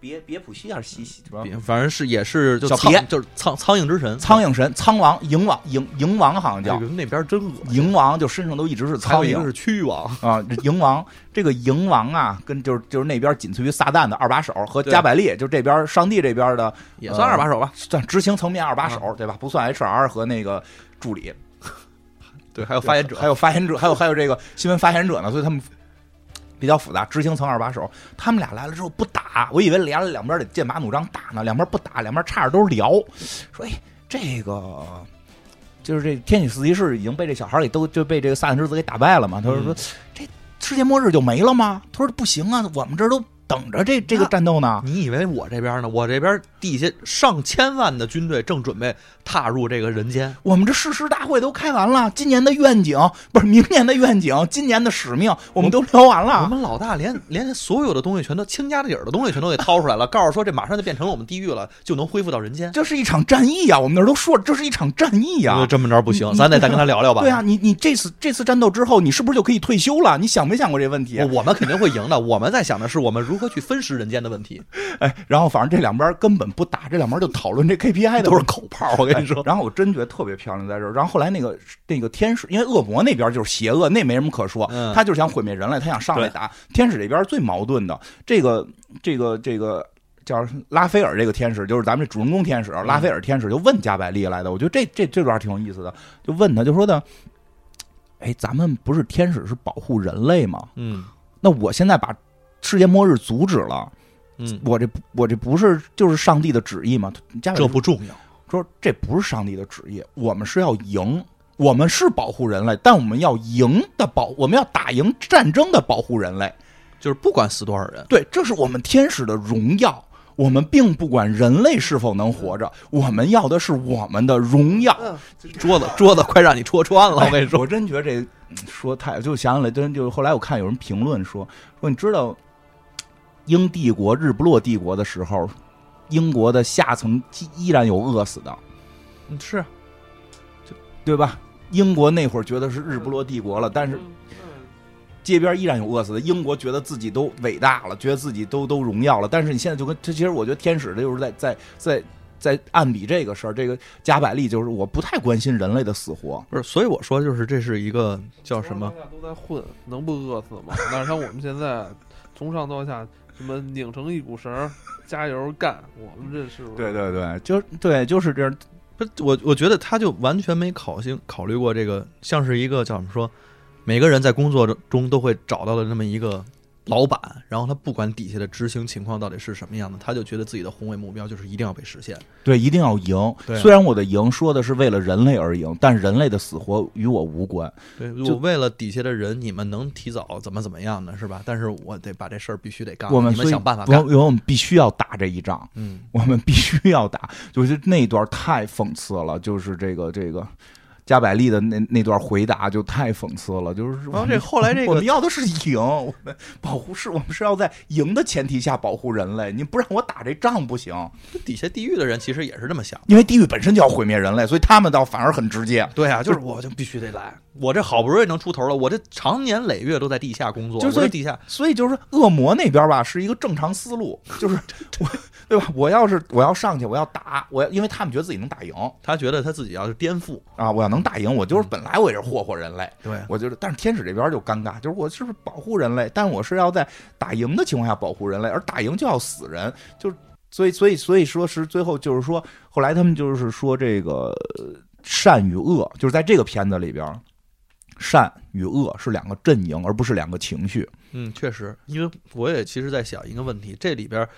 Speaker 2: 别别普西还是西西什么？
Speaker 5: 反正是也是就
Speaker 2: 小
Speaker 5: 苍
Speaker 2: 别
Speaker 5: 就是苍苍蝇之神，
Speaker 2: 苍蝇神、苍王、蝇王、蝇蝇王好像
Speaker 5: 这
Speaker 2: 叫
Speaker 5: 个那边真恶心。
Speaker 2: 蝇王，就身上都一直是
Speaker 5: 还有
Speaker 2: 苍
Speaker 5: 一个
Speaker 2: 蝇
Speaker 5: 是蛆王，
Speaker 2: 啊。这蝇王这个蝇王啊，跟就是就是那边仅次于撒旦的二把手和
Speaker 5: 对
Speaker 2: 加百利，就这边上帝这边的呃
Speaker 5: 也算二把手吧。啊
Speaker 2: 算执行层面二把手对吧？不算 HR 和那个助理，
Speaker 5: 对，还有发言者，
Speaker 2: 嗯还有 发言者，还有还有这个新闻发言者呢，所以他们比较复杂。执行层二把手，他们俩来了之后不打，我以为俩两边得剑拔弩张打呢，两边不打，两边插着都聊，说哎这个。就是这天启四骑士已经被这小孩儿给都就被这个萨坦之子给打败了嘛？他
Speaker 5: 嗯
Speaker 2: 说说、这世界末日就没了吗？他说不行啊，我们这儿都等着这这个
Speaker 5: 那
Speaker 2: 战斗呢。
Speaker 5: 啊你以为我这边呢？我这边地下上千万的军队正准备踏入这个人间，
Speaker 2: 我们这誓师大会都开完了，今年的愿景不是明年的愿景，今年的使命我们都聊完
Speaker 5: 我
Speaker 2: 了。
Speaker 5: 们老大连连所有的东西全都倾家底儿的东西全都给掏出来了，告诉说这马上就变成了我们地狱了，就能恢复到人间。
Speaker 2: 这是一场战役啊！我们那儿都说这是一场战役啊！
Speaker 5: 这么着不行，
Speaker 2: 你
Speaker 5: 咱得再跟他聊聊吧。
Speaker 2: 对啊，你你这次这次战斗之后，你是不是就可以退休了？你想没想过这问题
Speaker 5: 我，？我们肯定会赢的。我们在想的是我们如何去分食人间的问 题，
Speaker 2: 哎，然后反正这两边根本不打，这两边就讨论这 KPI 的
Speaker 5: 都是口炮。我跟你说，
Speaker 2: 哎然后我真觉得特别漂亮在这儿。然后后来那个那个天使，因为恶魔那边就是邪恶，那没什么可说，
Speaker 5: 嗯
Speaker 2: 他就是想毁灭人类，他想上来
Speaker 5: 对
Speaker 2: 打。天使这边最矛盾的，这个这个这个叫拉斐尔这个天使，就是咱们这主人公天使拉斐尔天使，就问加百利来的。我觉得这这这段挺有意思的，就问他，就说的，哎，咱们不是天使是保护人类吗？
Speaker 5: 嗯
Speaker 2: 那我现在把世界末日阻止了，
Speaker 5: 嗯，
Speaker 2: 我这我这不是就是上帝的旨意吗？加百利
Speaker 5: 这不重要。
Speaker 2: 说这不是上帝的旨意，我们是要赢，我们是保护人类，但我们要赢的保，我们要打赢战争的保护人类。
Speaker 5: 就是不管死多少人，
Speaker 2: 对，这是我们天使的荣耀。我们并不管人类是否能活着，我们要的是我们的荣耀。
Speaker 5: 桌子桌子快让你戳穿了，我跟
Speaker 2: 哎
Speaker 5: 你说。
Speaker 2: 我真觉得这嗯说太就想起来，真就哎后来我看有人评论说说你知道英帝国日不落帝国的时候，英国的下层依然有饿死的，
Speaker 5: 嗯是
Speaker 2: 对吧？英国那会儿觉得是日不落帝国了，但是
Speaker 1: 嗯
Speaker 2: 街边依然有饿死的。英国觉得自己都伟大了，觉得自己都都荣耀了，但是你现在就跟这，其实我觉得天使的就是在在在在暗比这个事儿。这个加百利就是我不太关心人类的死活，
Speaker 5: 不是？所以我说就是这是一个叫
Speaker 1: 嗯
Speaker 5: 什么？？
Speaker 1: 都在混，能不饿死 吗？但是像我们现在从上到下，什么拧成一股绳儿，加油干，我们这是
Speaker 2: 对对对，就是对就是这样。
Speaker 5: 不是我，我觉得他就完全没考性考虑过这个，像是一个叫怎么说，每个人在工作中都会找到的那么一个老板，然后他不管底下的执行情况到底是什么样的，他就觉得自己的宏伟目标就是一定要被实现。
Speaker 2: 对，一定要赢。
Speaker 5: 对啊
Speaker 2: 虽然我的赢说的是为了人类而赢，但人类的死活与我无关。
Speaker 5: 对，
Speaker 2: 就
Speaker 5: 我为了底下的人，你们能提早怎么怎么样呢？是吧？但是我得把这事儿必须得干，
Speaker 2: 我啊们
Speaker 5: 你们
Speaker 2: 所以
Speaker 5: 想办法
Speaker 2: 我
Speaker 5: 干。
Speaker 2: 们我们必须要打这一仗。
Speaker 5: 嗯，
Speaker 2: 我们必须要打。 就是那一段太讽刺了，就是这个这个加百利的那那段回答就太讽刺了，就是
Speaker 5: 然后
Speaker 2: 我们
Speaker 5: 这后来这
Speaker 2: 我
Speaker 5: 个
Speaker 2: 们要的是赢，我们保护是我们是要在赢的前提下保护人类，你不让我打这仗不行，
Speaker 5: 底下地狱的人其实也是这么想。
Speaker 2: 因为地狱本身就要毁灭人类，所以他们倒反而很直接。
Speaker 5: 对啊，就是我就必须得来，我这好不容易能出头了，我这常年累月都在地下工作，
Speaker 2: 就
Speaker 5: 我
Speaker 2: 所以
Speaker 5: 这地下
Speaker 2: 所以就是恶魔那边吧，是一个正常思路，就是我，对吧？我要是我要上去，我要打，我要，因为他们觉得自己能打赢
Speaker 5: 他觉得他自己要是颠覆，
Speaker 2: 啊，我要能打赢，我就是本来我也是霍霍人类，
Speaker 5: 对
Speaker 2: 我觉得，但是天使这边就尴尬，就是我是不是保护人类，但我是要在打赢的情况下保护人类，而打赢就要死人，就是所以所以所以说是最后就是说，后来他们就是说这个呃善与恶，就是在这个片子里边，善与恶是两个阵营，而不是两个情绪。
Speaker 5: 嗯，确实，因为我也其实在想一个问题，这里边儿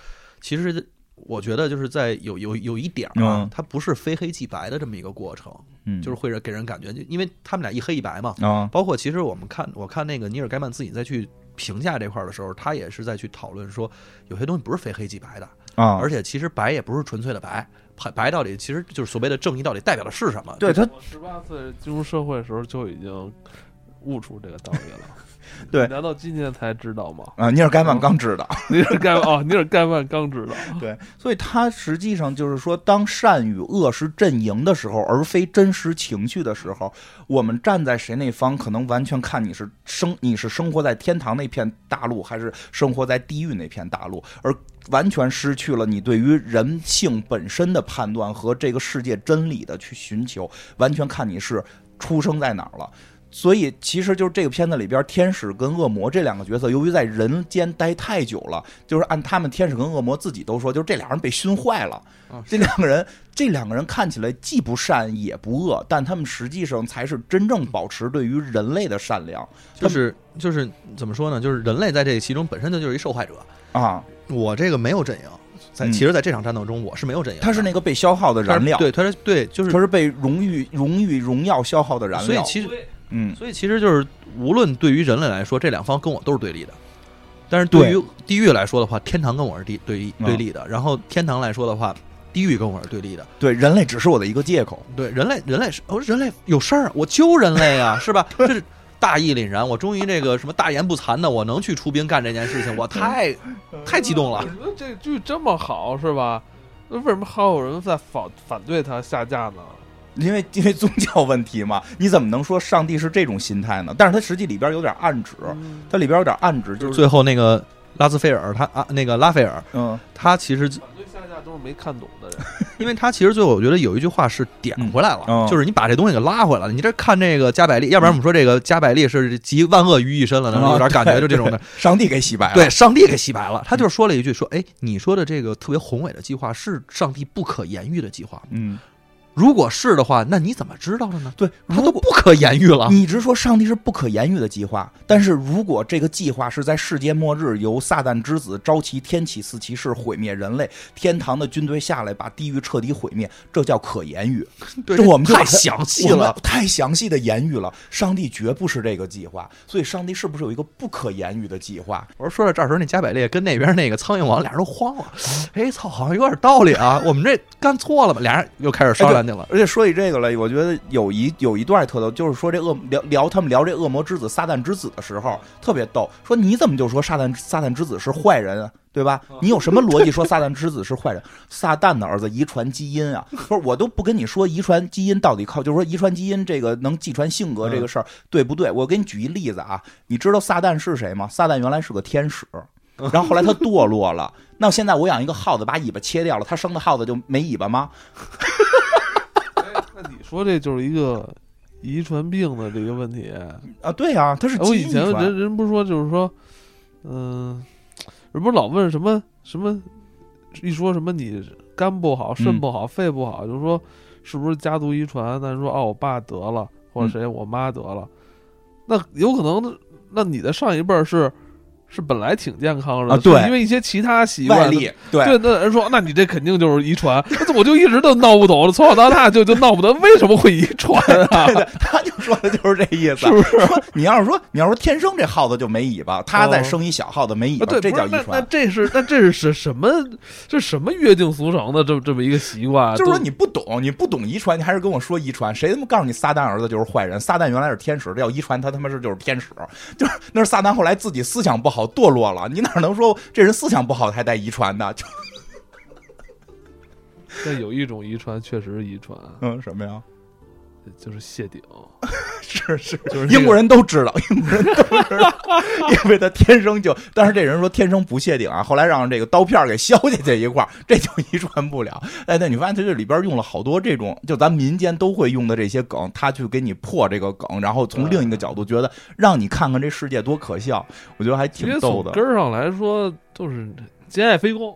Speaker 5: 其实我觉得就是在有有有一点儿啊，
Speaker 2: 嗯
Speaker 5: 它不是非黑即白的这么一个过程，
Speaker 2: 嗯
Speaker 5: 就是会给人感觉，就因为他们俩一黑一白嘛。
Speaker 2: 啊，
Speaker 5: 包括其实我们看，我看那个尼尔盖曼自己再去评价这块儿的时候，他也是在去讨论说，有些东西不是非黑即白的，
Speaker 2: 啊
Speaker 5: 而且其实白也不是纯粹的白，白白到底其实就是所谓的正义到底代表的是什么？
Speaker 2: 对他
Speaker 1: 我十八岁进入社会的时候就已经悟出这个道理了。
Speaker 3: 对
Speaker 1: 聊到今天才知道吗？
Speaker 2: 啊
Speaker 3: 啊，尼尔盖曼刚知道，
Speaker 1: 尼尔盖曼哦，尼尔盖曼刚知道，
Speaker 2: 所以他实际上就是说，当善与恶是阵营的时候，而非真实情绪的时候，我们站在谁那方，可能完全看你是生你是生活在天堂那片大陆，还是生活在地狱那片大陆，而完全失去了你对于人性本身的判断和这个世界真理的去寻求，完全看你是出生在哪儿了。所以，其实就是这个片子里边，天使跟恶魔这两个角色，由于在人间待太久了，就是按他们天使跟恶魔自己都说，就是这俩人被熏坏了。
Speaker 5: 啊
Speaker 2: 这两个人，这两个人看起来既不善也不恶，但他们实际上才是真正保持对于人类的善良
Speaker 5: 就是就是怎么说呢？就是人类在这其中本身就就是一受害者。
Speaker 2: 啊。
Speaker 5: 我这个没有阵营，在
Speaker 2: 嗯
Speaker 5: 其实，在这场战斗中，我是没有阵营的。
Speaker 2: 他是那个被消耗的
Speaker 5: 他是
Speaker 2: 燃料，
Speaker 5: 对，他是对，就是
Speaker 2: 他是被荣誉、荣誉、荣耀消耗的燃
Speaker 5: 所以
Speaker 2: 料。
Speaker 5: 其实，
Speaker 2: 嗯，
Speaker 5: 所以其实就是无论对于人类来说，这两方跟我都是对立的。但是对于地狱来说的话，天堂跟我是对对立
Speaker 2: 嗯
Speaker 5: 对立的。然后天堂来说的话，地狱跟我是对立的。
Speaker 2: 对，人类只是我的一个借口。
Speaker 5: 对，人类人类是哦，人类有事儿，我救人类 啊，是吧？这是大义凛然，我终于这个什么大言不惭的，我能去出兵干这件事情，我太
Speaker 2: 嗯
Speaker 5: 太激动了
Speaker 1: 你说这剧这么好是吧？那为什么还有人在反反对他下架呢？
Speaker 2: 因为因为宗教问题嘛，你怎么能说上帝是这种心态呢？但是它实际里边有点暗指，
Speaker 1: 嗯
Speaker 2: 它里边有点暗指，就是
Speaker 5: 最后那个拉兹菲尔，他啊，那个拉斐尔，
Speaker 2: 嗯
Speaker 5: 他其实
Speaker 1: 反对下架都是没看懂 的人，
Speaker 5: 因为他其实最后我觉得有一句话是点回来了，
Speaker 2: 嗯嗯
Speaker 5: 就是你把这东西给拉回来了。你这看这个加百利，要不然我们说这个加百利是集万恶于一身了，
Speaker 2: 嗯
Speaker 5: 有点感觉就这 种的。
Speaker 2: 上帝给洗白了。
Speaker 5: 哦对，上帝给洗白了，他就是说了一句说，哎，你说的这个特别宏伟的计划是上帝不可言喻的计划吗，
Speaker 2: 嗯，
Speaker 5: 如果是的话，那你怎么知道的呢？
Speaker 2: 对，
Speaker 5: 他
Speaker 2: 如
Speaker 5: 都
Speaker 2: 果
Speaker 5: 不可言喻了。
Speaker 2: 你一直说上帝是不可言喻的计划，但是如果这个计划是在世界末日由撒旦之子召集天启四骑士毁灭人类，天堂的军队下来把地狱彻底毁灭，这叫可言喻。
Speaker 5: 对
Speaker 2: 这我们就
Speaker 5: 太
Speaker 2: 把它
Speaker 5: 详细
Speaker 2: 我们
Speaker 5: 了。
Speaker 2: 太详细的言语了。上帝绝不是这个计划，所以上帝是不是有一个不可言喻的计划？
Speaker 5: 我说说到这儿的时候，那加百列跟那边那个苍蝇王俩人都慌了，哎，操，好像有点道理啊，我们这干错了吧？俩人又开始商量去了。
Speaker 2: 而且说起这个来，我觉得有一有一段特逗，就是说这恶聊聊他们聊这恶魔之子撒旦之子的时候，特别逗，说你怎么就说撒旦撒旦之子是坏人啊？对吧？你有什么逻辑说撒旦之子是坏人？ 撒旦的儿子遗传基因啊！不是，我都不跟你说遗传基因到底靠，就是说遗传基因这个能继传性格这个事儿对不对？我给你举一例子啊，你知道撒旦是谁吗？撒旦原来是个天使，然后后来他堕落了。那现在我养一个耗子，把尾巴切掉了，他生的耗子就没尾巴吗？
Speaker 1: 哎那你说这就是一个遗传病的这个问题。
Speaker 2: 啊，对啊，他是
Speaker 1: 哎我
Speaker 2: 基
Speaker 1: 以
Speaker 2: 因遗
Speaker 1: 前
Speaker 2: 传。
Speaker 1: 人人不是说就是说，嗯、人不是老问什么什么，一说什么你肝不好、肾不好、肺不好，就说是不是家族遗传？但是说哦，我爸得了，或者
Speaker 2: 嗯
Speaker 1: 谁、我妈得了，那有可能，那你的上一辈儿是是本来挺健康的
Speaker 2: 啊对
Speaker 1: 是因为一些其他习
Speaker 2: 外
Speaker 1: 惯。
Speaker 2: 力，对
Speaker 1: 对，那人说，那你这肯定就是遗传。那我就一直都闹不懂，从小到大就就闹不懂为什么会遗传啊？
Speaker 2: 对， 他就说的就是这意思
Speaker 1: 是。不是？哦
Speaker 2: 你要是说你要说天生这耗子就没尾巴，他再生一小耗子没
Speaker 1: 啊，
Speaker 2: 尾巴，
Speaker 1: 对，
Speaker 2: 这
Speaker 1: 不
Speaker 2: 叫
Speaker 1: 是
Speaker 2: 遗
Speaker 1: 那那
Speaker 2: 传。
Speaker 1: 这是那这是什什么这什么约定俗成的这么这么一个习惯？
Speaker 2: 就是说
Speaker 1: 都
Speaker 2: 你不懂，你不懂遗传，你还是跟我说遗传。谁他妈告诉你撒旦儿子就是坏人？撒旦原来是天使，这叫遗传，他他妈是就是天使，就是那是撒旦后来自己思想不好堕落了。你哪能说这人思想不好还带遗传 的？就
Speaker 1: 但有一种遗传确实是遗传，
Speaker 2: 嗯什么呀？
Speaker 1: 就是谢顶，
Speaker 2: 是是，
Speaker 1: 就是那个
Speaker 2: 英国人都知道， 英国人都知道，因为他天生就，但是这人说天生不谢顶啊，后来让这个刀片儿给削下去一块儿， 这就遗传不了。哎，那你发现他这里边用了好多这种，就咱民间都会用的这些梗，他去给你破这个梗，然后从另一个角度觉得让你看看这世界多可笑，我觉得还
Speaker 1: 其
Speaker 2: 挺
Speaker 1: 实
Speaker 2: 逗
Speaker 1: 从
Speaker 2: 的
Speaker 1: 根。儿上来说就是兼爱非 攻，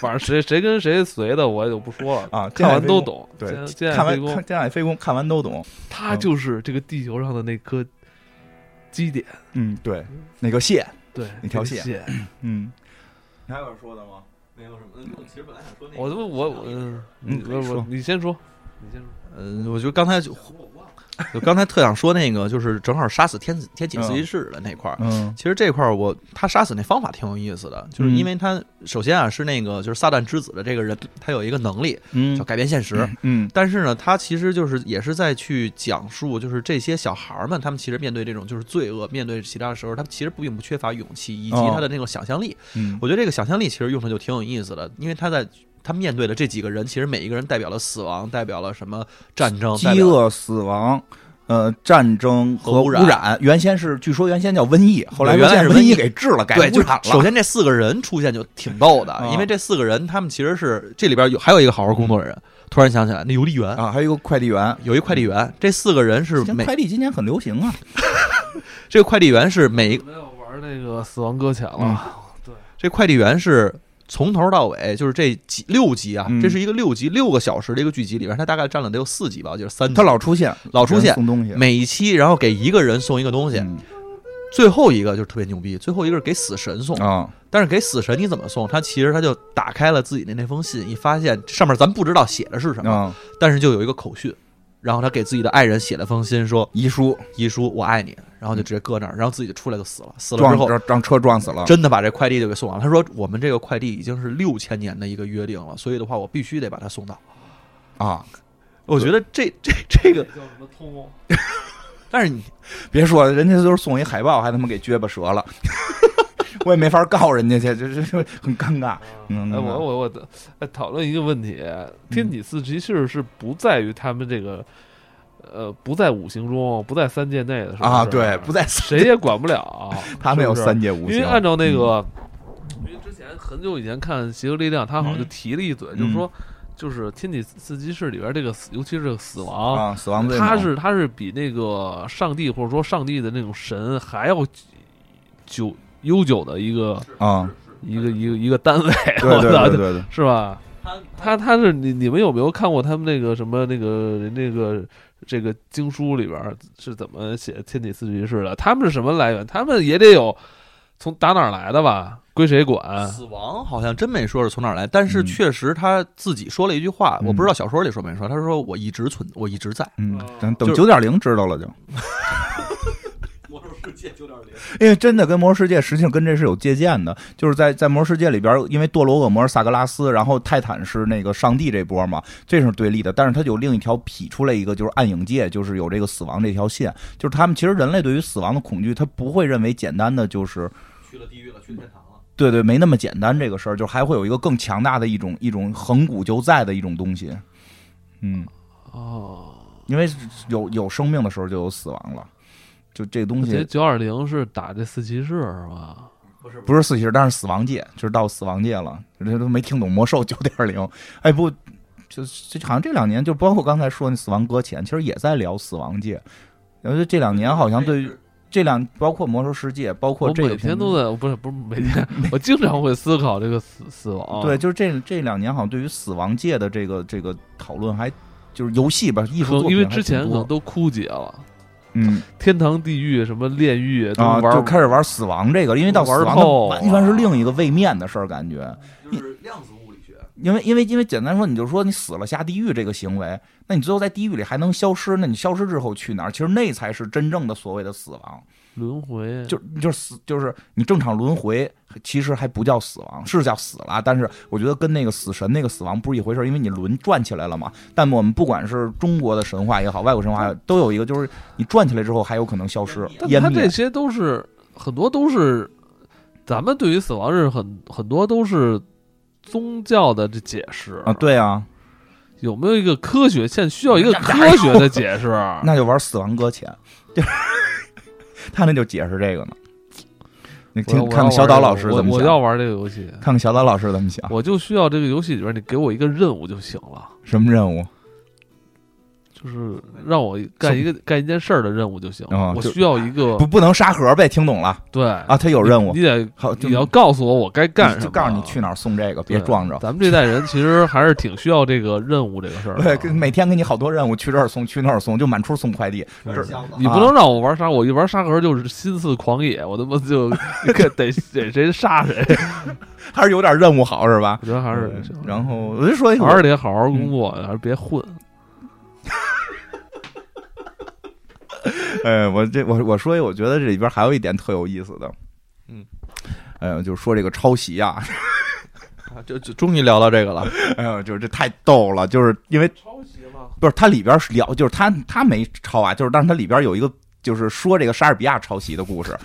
Speaker 1: 反正谁谁跟谁随的我也就不说了。
Speaker 2: 啊，
Speaker 1: 看完都
Speaker 2: 懂。
Speaker 1: 懂，
Speaker 2: 对
Speaker 1: 兼兼
Speaker 2: 看
Speaker 1: 爱非
Speaker 2: 完看《
Speaker 1: 攻，
Speaker 2: 天海飞宫》，看完都懂。
Speaker 1: 他就是这个地球上的那颗基点，
Speaker 2: 嗯，对，那个谢，
Speaker 1: 对，
Speaker 2: 一条
Speaker 1: 这个
Speaker 2: 线
Speaker 1: 线。
Speaker 2: 嗯，你还有说的吗？
Speaker 5: 没有什么，其实本来想说
Speaker 1: 我他妈我我嗯你
Speaker 2: 嗯可以
Speaker 1: 我
Speaker 2: 说
Speaker 1: 我你先说，你先说。
Speaker 5: 嗯，我就刚才就，就刚才特想说那个，就是正好杀死天子天启
Speaker 2: 嗯
Speaker 5: 自习室的那块儿。
Speaker 2: 嗯
Speaker 5: 其实这块儿我他杀死那方法挺有意思的，就是因为他首先啊是那个就是撒旦之子的这个人，他有一个能力叫
Speaker 2: 嗯
Speaker 5: 改变现实。
Speaker 2: 嗯
Speaker 5: 但是呢，他其实就是也是在去讲述，就是这些小孩儿们，他们其实面对这种就是罪恶，面对其他的时候，他们其实并不缺乏勇气以及
Speaker 2: 哦
Speaker 5: 他的那种想象力。
Speaker 2: 嗯
Speaker 5: 我觉得这个想象力其实用的就挺有意思的，因为他在他面对的这几个人，其实每一个人代表了死亡，代表了什么战争，代
Speaker 2: 饥
Speaker 5: 表了
Speaker 2: 饿、死亡、呃，战争
Speaker 5: 和
Speaker 2: 和
Speaker 5: 污
Speaker 2: 污
Speaker 5: 染
Speaker 2: 染。原先是，据说原先叫瘟疫，后来
Speaker 5: 对原来
Speaker 2: 发现
Speaker 5: 是
Speaker 2: 瘟
Speaker 5: 瘟疫
Speaker 2: 给治了，改
Speaker 5: 对，
Speaker 2: 污
Speaker 5: 就
Speaker 2: 染
Speaker 5: 首
Speaker 2: 了。
Speaker 5: 先这四个人出现就挺逗的，
Speaker 2: 啊
Speaker 5: 因为这四个人他们其实是这里边有还有一个好好工作的人，突然想起来那邮递员。
Speaker 2: 啊，还有一个快递员，
Speaker 5: 有一快递员，这四个人是
Speaker 2: 今
Speaker 5: 每
Speaker 2: 快递今年很流行啊。
Speaker 5: 这个快递员是每一
Speaker 1: 没有玩那个死亡搁浅了，
Speaker 2: 嗯
Speaker 5: 这快递员是从头到尾，就是这几六集啊，
Speaker 2: 嗯
Speaker 5: 这是一个六集六个小时的一个剧集里边，他大概占了得有四集吧，就是三集
Speaker 2: 他老出现，
Speaker 5: 嗯老出
Speaker 2: 人
Speaker 5: 现，
Speaker 2: 送东西，
Speaker 5: 每一期然后给一个人送一个东西，
Speaker 2: 嗯
Speaker 5: 最后一个就是特别牛逼，最后一个是给死神送，
Speaker 2: 啊，
Speaker 5: 但是给死神你怎么送？他其实他就打开了自己的那封信，一发现上面咱不知道写的是什么，
Speaker 2: 啊，
Speaker 5: 但是就有一个口讯，然后他给自己的爱人写了封信说
Speaker 2: 遗书：“
Speaker 5: 遗书，我爱你。”然后就直接搁那儿，然后自己就出来就死了。死了之
Speaker 2: 撞
Speaker 5: 后，
Speaker 2: 让让车撞死了。
Speaker 5: 真的把这快递就给送完了。他说：“我们这个快递已经是六千年的一个约定了，所以的话，我必须得把它送到。
Speaker 2: 啊，”
Speaker 5: 我觉得这这这个，
Speaker 1: 叫什么通？啊
Speaker 5: 但是你
Speaker 2: 别说了，人家都是送一海报，还他妈给撅巴折了， 我也没法告人家去，这这这很尴尬。嗯
Speaker 1: 哎，我我我，哎，讨论一个问题，天启四骑士是不在于他们这个，呃，不在五行中，不在三界内的是不
Speaker 2: 啊，
Speaker 1: 是
Speaker 2: 对，不在三，
Speaker 1: 谁也管不了
Speaker 2: 他没有
Speaker 1: 是不是
Speaker 2: 三界嗯无
Speaker 1: 因为
Speaker 2: 形嗯
Speaker 1: 按照那个，因为之前很久以前看《邪恶力量》，他好
Speaker 2: 嗯
Speaker 1: 像就提了一嘴，就是说，就是天启四骑士里边这个死，尤其是这个死亡，
Speaker 2: 啊，死亡最
Speaker 1: 他
Speaker 2: 猛
Speaker 1: 是他是比那个上帝或者说上帝的那种神还要久悠久的一个
Speaker 2: 啊，
Speaker 1: 一个一个一个单位，
Speaker 2: 对对
Speaker 1: 我操
Speaker 2: 对对对，
Speaker 1: 是吧？他他是你你们有没有看过他们那个什么那个那个这个经书里边儿是怎么写天体四骑士的？他们是什么来源？他们也得有从打哪儿来的吧？归谁管？
Speaker 5: 死亡好像真没说是从哪儿来，但是
Speaker 2: 啊嗯
Speaker 5: 确实他自己说了一句话，
Speaker 2: 嗯
Speaker 5: 我不知道小说里说没说，他说我一直存，我一直在。
Speaker 2: 嗯
Speaker 1: 哦，
Speaker 2: 等等
Speaker 5: 就
Speaker 2: 九点零知道了就，
Speaker 5: 魔兽世界九点零，
Speaker 2: 因为真的跟魔兽世界实际上跟这是有借鉴的，就是在在魔兽世界里边，因为堕落恶魔是萨格拉斯，然后泰坦是那个上帝这波嘛，这是对立的，但是它有另一条劈出来一个就是暗影界，就是有这个死亡这条线，就是他们其实人类对于死亡的恐惧，他不会认为简单的就是
Speaker 5: 去了地狱了，去天堂了。
Speaker 2: 对对，没那么简单这个事儿，就还会有一个更强大的一种一种恒古就在的一种东西，嗯，
Speaker 1: 哦，
Speaker 2: 因为有有生命的时候就有死亡了，就这个东
Speaker 1: 这
Speaker 2: 西
Speaker 1: 九二零是打这四骑士是吧？
Speaker 2: 不是四骑士，但是死亡界，就是到死亡界了，这都没听懂魔兽九点零，哎不。就就好像这两年，就包括刚才说那《死亡搁浅》，其实也在聊死亡界。然后就这两年好像对于这两，包括《魔兽世界》，包括
Speaker 1: 我
Speaker 2: 这个
Speaker 1: 每
Speaker 2: 片
Speaker 1: 天
Speaker 2: 子
Speaker 1: 都在，不是不是每天，我经常会思考这个死死亡。
Speaker 2: 对，，就是这这两年好像对于死亡界的这个这个讨论还，就是游戏吧，艺术
Speaker 1: 可
Speaker 2: 作
Speaker 1: 能
Speaker 2: 品
Speaker 1: 因为
Speaker 2: 还
Speaker 1: 之
Speaker 2: 挺
Speaker 1: 前可能
Speaker 2: 多
Speaker 1: 都枯竭了，
Speaker 2: 嗯
Speaker 1: 天堂、地狱、什么炼狱都
Speaker 2: 啊，
Speaker 1: 玩啊
Speaker 2: 就
Speaker 1: 儿
Speaker 2: 开始玩死亡这个，因为到死
Speaker 1: 玩
Speaker 2: 亡它
Speaker 1: 透
Speaker 2: 完全是另一个位面的事儿，感觉。
Speaker 5: 就是量子物理学。
Speaker 2: 因为因为因为简单说，你就说你死了下地狱这个行为，那你最后在地狱里还能消失，那你消失之后去哪儿？其实那才是真正的所谓的死亡，
Speaker 1: 轮回，
Speaker 2: 就就是死就是你正常轮回，其实还不叫死亡，是叫死了，但是我觉得跟那个死神那个死亡不是一回事儿，因为你轮转起来了嘛。但我们不管是中国的神话也好，外国神话也好都有一个，就是你转起来之后还有可能消失
Speaker 5: 湮，
Speaker 1: 但
Speaker 2: 湮
Speaker 1: 他这
Speaker 2: 灭。
Speaker 1: 些都是很多都是，咱们对于死亡日很很多都是宗教的这解释
Speaker 2: 啊，，哎对啊，
Speaker 1: 有没有一个科学？现在需要一个科学的解释。
Speaker 2: 那就玩死亡搁浅，就是他那就解释这个呢。你
Speaker 1: 我要
Speaker 2: 听，看看小岛老师怎么
Speaker 1: 我要玩这个我我要
Speaker 2: 想，
Speaker 1: 玩这
Speaker 2: 啊
Speaker 1: 个游戏，
Speaker 2: 看看小岛老师怎么想，
Speaker 1: 我就需要这个游戏里边你给我一个任务就行了，
Speaker 2: 什么任务？
Speaker 1: 就是让我干一个干一件事儿的任务就行
Speaker 2: 啊
Speaker 1: 了。我
Speaker 2: 就
Speaker 1: 需要一个
Speaker 2: 不，不能沙盒呗，听懂了
Speaker 1: 对
Speaker 2: 啊？
Speaker 1: 啊，
Speaker 2: 他有任务
Speaker 1: 你，得
Speaker 2: 好，就
Speaker 1: 你要告诉我我该干什么，
Speaker 2: 就告诉你去哪儿啊送这个，别
Speaker 1: 对
Speaker 2: 撞着。
Speaker 1: 咱们这代人其实还是挺需要这个任务这个事儿的。啊
Speaker 2: 对，跟每天给你好多任务，去这儿送，去那儿送，就满处送快递。这
Speaker 1: 你不能让我玩沙，我一玩沙盒就是心似狂野，我他妈 就得得得谁杀谁，
Speaker 2: 还是有点任务好是吧？
Speaker 1: 我觉得还是
Speaker 2: 嗯然后我就说一会
Speaker 1: 还
Speaker 2: 儿
Speaker 1: 是得好好工作，还是别混。
Speaker 2: 哎，我这我我说一，我觉得这里边还有一点特有意思的，
Speaker 5: 嗯，
Speaker 2: 哎呦，就是说这个抄袭啊，
Speaker 5: 啊 就就终于聊到这个了。
Speaker 2: 哎呦，就是这太逗了，就是因为
Speaker 1: 抄袭了。
Speaker 2: 不是它里边是聊，就是它它没抄啊，就是但是它里边有一个就是说这个莎士比亚抄袭的故事，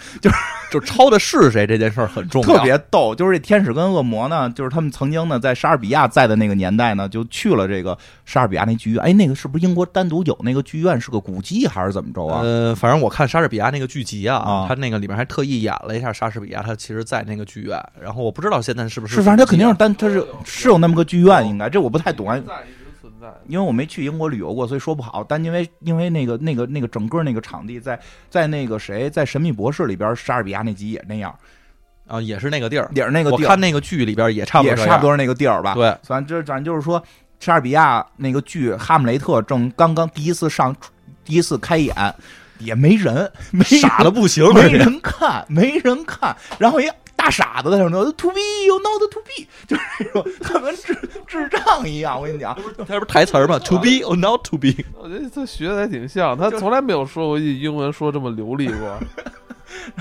Speaker 5: 就抄的是谁这件事儿很重要，
Speaker 2: 特别逗，就是这天使跟恶魔呢，就是他们曾经呢，在莎士比亚在的那个年代呢，就去了这个莎士比亚那剧院。哎，那个是不是英国单独有那个剧院是个古迹还是怎么着啊？
Speaker 5: 呃，反正我看莎士比亚那个剧集啊，
Speaker 2: 啊
Speaker 5: 他那个里面还特意演了一下莎士比亚，他其实在那个剧院。然后我不知道现在是不
Speaker 2: 是，反正他肯定是
Speaker 5: 是
Speaker 2: 单，他是是有那么个剧院，应该这我不太懂啊，
Speaker 1: 在一直存在的。
Speaker 2: 因为我没去英国旅游过，所以说不好。但因为因为那个那个那个整个那个场地在在那个谁在《神秘博士》里边，莎士比亚那集也那样，
Speaker 5: 啊，也是那个地儿。
Speaker 2: 也是那个
Speaker 5: 我
Speaker 2: 地
Speaker 5: 看
Speaker 2: 儿，
Speaker 5: 那个剧里边也差不
Speaker 2: 也
Speaker 5: 多这样，
Speaker 2: 差不多是那个地儿吧。
Speaker 5: 对，
Speaker 2: 反正反正就是说，莎士比亚那个剧《哈姆雷特》正刚刚第一次上，第一次开演，也没人， 没人
Speaker 5: 傻的不行，
Speaker 2: 没人 看，没人看。然后一大傻子在那说 “to be you not to be”，就是那种他跟智智障一样。我跟你讲，
Speaker 5: 他不是台词 儿吗？To be or not to be，
Speaker 1: 我觉得这学的还挺像，他从来没有说过一句英文说这么流利过。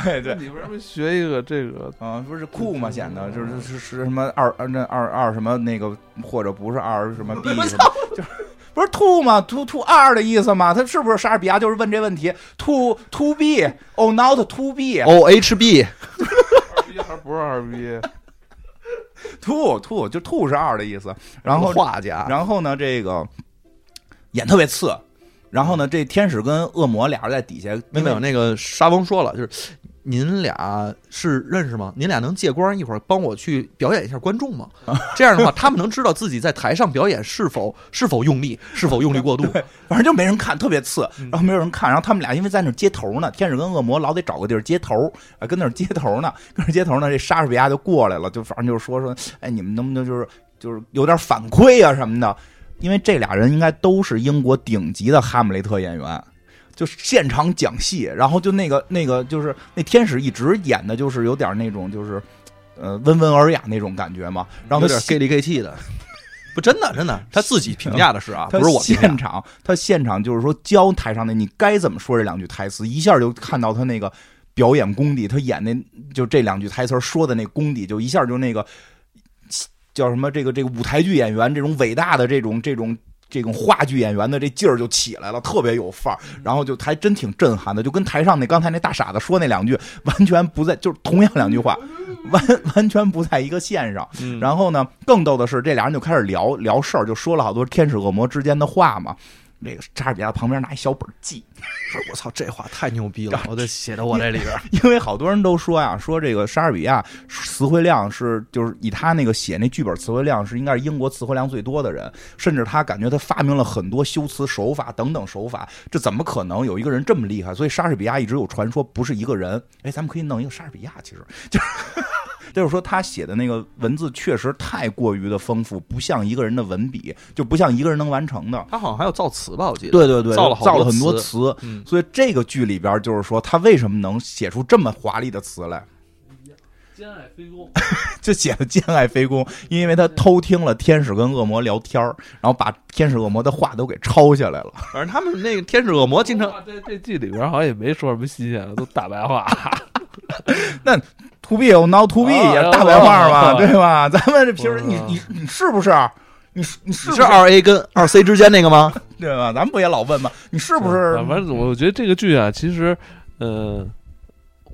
Speaker 2: 对 哎对
Speaker 1: 那。 你为什么学一个这个？
Speaker 2: 啊、不是酷嘛，显
Speaker 5: 嗯
Speaker 2: 得就是是是什么二呃二那二二什么那个，或者不是二什么 B 什么，就是不是 to 嘛，to to 二的意思嘛？他是不是莎士比亚就是问这问题？to to be or not to be？
Speaker 5: O 哦 H B，
Speaker 1: 二逼还是不是二啊逼？
Speaker 2: 兔兔就兔是二的意思。然后
Speaker 5: 画家，
Speaker 2: 然后呢，这个演特别次。然后呢，这天使跟恶魔俩人在底下，
Speaker 5: 没
Speaker 2: 因为
Speaker 5: 有那个沙翁说了，就是您俩是认识吗？您俩能借光一会儿帮我去表演一下观众 吗？这样的话，他们能知道自己在台上表演是否是否用力，是否用力过度。
Speaker 2: 反正就没人看，特别次，
Speaker 5: 嗯
Speaker 2: 然后没有人看，然后他们俩因为在那儿接头呢，天使跟恶魔老得找个地儿接头，啊，跟那儿接头呢，跟那儿接头呢，这莎士比亚就过来了，就反正就是说说，哎，你们能不能就是就是有点反馈啊什么的，因为这俩人应该都是英国顶级的哈姆雷特演员。就是现场讲戏，然后就那个那个就是那天使一直演的就是有点那种就是，呃温文尔雅那种感觉嘛，然后
Speaker 5: 有
Speaker 2: 他
Speaker 5: 点 gay 里 gay 气 的，不真的真的，他自己评价的是啊，
Speaker 2: 他
Speaker 5: 不是我评价
Speaker 2: 现。场，他现场就是说教台上的你该怎么说这两句台词，一下就看到他那个表演功底，他演那就这两句台词说的那功底，就一下就那个叫什么这个这个舞台剧演员这种伟大的这种这种。这种话剧演员的这劲儿就起来了，特别有范儿，
Speaker 5: 嗯
Speaker 2: 然后就还真挺震撼的，就跟台上那刚才那大傻子说那两句完全不在，就是同样两句话，完完全不在一个线上。
Speaker 5: 嗯
Speaker 2: 然后呢，更逗的是，这俩人就开始聊聊事儿，就说了好多天使恶魔之间的话嘛。这个莎士比亚旁边拿一小本儿记，
Speaker 5: 不是我操，这话太牛逼了，我得写到我这里边儿。
Speaker 2: 因为好多人都说呀，说这个莎士比亚词汇量是就是以他那个写那剧本词汇量是应该是英国词汇量最多的人，甚至他感觉他发明了很多修辞手法等等手法，这怎么可能有一个人这么厉害？所以莎士比亚一直有传说不是一个人。哎，咱们可以弄一个莎士比亚，其实就是 就是说他写的那个文字确实太过于的丰富，不像一个人的文笔，就不像一个人能完成的。
Speaker 5: 他好像还有造词吧，我记得。
Speaker 2: 对对对，
Speaker 5: 造了好多
Speaker 2: 造了很多
Speaker 5: 词
Speaker 2: 词，
Speaker 5: 嗯
Speaker 2: 所以这个剧里边就是说他为什么能写出这么华丽的词来。
Speaker 1: 兼爱非攻，
Speaker 2: 就写的兼爱非攻，因为他偷听了天使跟恶魔聊天儿，然后把天使恶魔的话都给抄下来了。
Speaker 5: 反正他们那个天使恶魔经常
Speaker 1: 在这季里边好像也没说什么新鲜的，都大白话。
Speaker 2: to be 有 not to be
Speaker 1: 哦
Speaker 2: 也是大白话嘛，
Speaker 1: 哦
Speaker 2: 对吧？ 咱们这平时你
Speaker 1: 哦
Speaker 2: 你你是不是？你你是
Speaker 5: 你
Speaker 2: 不
Speaker 5: 是二 A 跟二 C 之间那个吗？
Speaker 2: 对吧？咱们不也老问吗？你是 不是？
Speaker 1: 反正我觉得这个剧啊，其实，呃，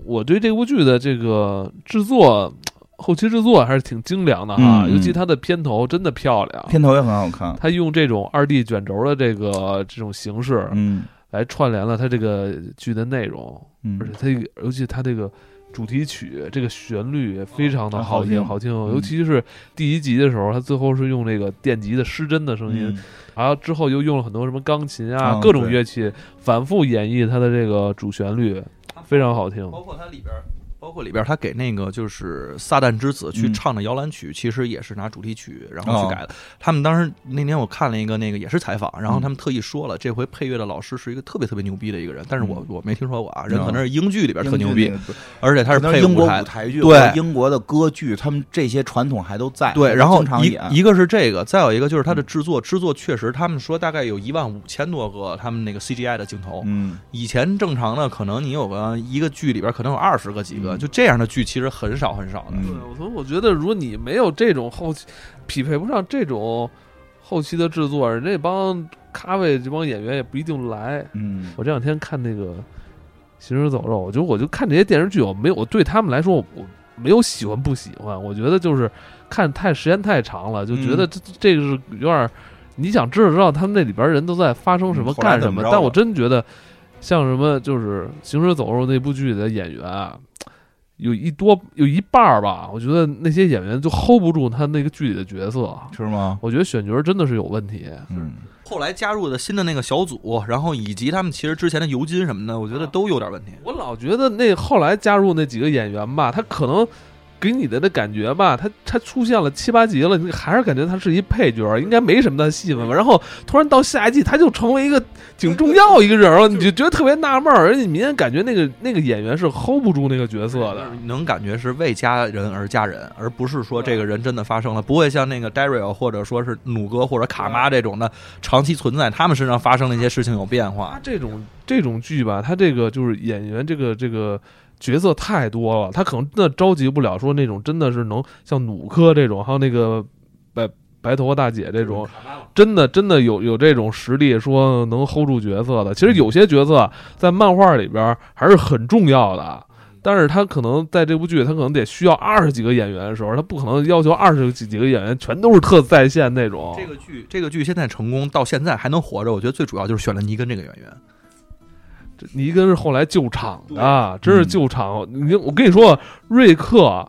Speaker 1: 我对这部剧的这个制作。后期制作还是挺精良的哈，
Speaker 2: 嗯嗯
Speaker 1: 尤其它的片头真的漂亮，
Speaker 2: 片头也很好看，
Speaker 1: 它用这种二 D 卷轴的这个这种形式
Speaker 2: 嗯
Speaker 1: 来串联了它这个剧的内容，
Speaker 2: 嗯
Speaker 1: 而且它这个尤其它这个主题曲这个旋律也非常的
Speaker 2: 哦
Speaker 1: 好听
Speaker 2: 好
Speaker 1: 好听，
Speaker 2: 嗯
Speaker 1: 尤其是第一集的时候，它最后是用那个电吉的失真的声音，
Speaker 2: 嗯
Speaker 1: 然后之后又用了很多什么钢琴啊、
Speaker 2: 嗯
Speaker 1: 各种
Speaker 2: 对
Speaker 1: 啊乐器反复演绎它的这个主旋律，非常好听。
Speaker 5: 包括它里边儿嗯包括里边他给那个就是撒旦之子去
Speaker 2: 嗯哦
Speaker 5: 唱的摇篮曲，其实也是拿主题曲然后去改的。他们当时那天我看了一个那个也是采访，然后他们特意说了，这回配乐的老师是一个特别特别牛逼的一个人，但是我我没听说过啊，人可能是英剧里边特牛逼，
Speaker 2: 嗯英剧
Speaker 5: 而且他
Speaker 2: 那个，可能
Speaker 5: 是配
Speaker 2: 英国
Speaker 5: 舞台
Speaker 2: 舞。台剧，
Speaker 5: 对
Speaker 2: 和英国的歌剧，他们这些传统还都在。
Speaker 5: 对，然后
Speaker 2: 经常啊
Speaker 5: 一
Speaker 2: 演。
Speaker 5: 一个是这个，再有一个就是它的制作，制作确实他们说大概有一万五千多个他们那个 CGI 的镜头，
Speaker 2: 嗯，
Speaker 5: 以前正常的可能你有个一个剧里边可能有二十个几个，
Speaker 2: 嗯
Speaker 5: 就这样的剧其实很少很少的。
Speaker 2: 嗯
Speaker 1: 对，我说我觉得如果你没有这种后期匹配不上这种后期的制作，人家帮咖位这帮演员也不一定来。
Speaker 2: 嗯
Speaker 1: 我这两天看那个《行尸走肉》，我觉得我就看这些电视剧，我没有我对他们来说我我没有喜欢不喜欢，我觉得就是看太时间太长了，就
Speaker 2: 嗯
Speaker 1: 觉得这、这个是有点儿，你想知道知道他们那里边人都在发生什么、
Speaker 2: 嗯后来
Speaker 1: 干什
Speaker 2: 怎么
Speaker 1: 么
Speaker 2: 着，
Speaker 1: 但
Speaker 2: 了
Speaker 1: 我真觉得像什么就是《行尸走肉》那部剧的演员啊。有一多有一半儿吧，我觉得那些演员就 hold 不住他那个剧里的角色，啊
Speaker 2: 是吗？
Speaker 1: 我觉得选角真的是有问题。
Speaker 2: 嗯，
Speaker 5: 后来加入的新的那个小组，然后以及他们其实之前的尤金什么的，我觉得都有点问题。
Speaker 1: 我老觉得那后来加入那几个演员吧，他可能给你的那感觉吧，他他出现了七八集了，你还是感觉他是一配角，应该没什么的戏份吧。然后突然到下一季，他就成为一个挺重要一个人了，你就觉得特别纳闷儿，而且你明显感觉那个那个演员是 hold 不住那个角色的。
Speaker 5: 能感觉是为家人而家人，而不是说这个人真的发生了，不会像那个 Dario 或者说是努哥或者卡妈这种的长期存在，他们身上发生的一些事情有变
Speaker 1: 他
Speaker 5: 化。
Speaker 1: 这种这种剧吧，他这个就是演员这个这个角色太多了，他可能真的召集不了说那种真的是能像努科这种，还有那个白白头发大姐这种，真的真的有有这种实力说能 hold 住角色的。其实有些角色在漫画里边还是很重要的。
Speaker 5: 嗯
Speaker 1: 但是他可能在这部剧，他可能得需要二十几个演员的时候，他不可能要求二十几几个演员全都是特在线那种。
Speaker 5: 这个剧，这个剧现在成功到现在还能活着，我觉得最主要就是选了尼根这个演员。
Speaker 1: 尼根是后来救场的，真是救场。你我跟你说，瑞克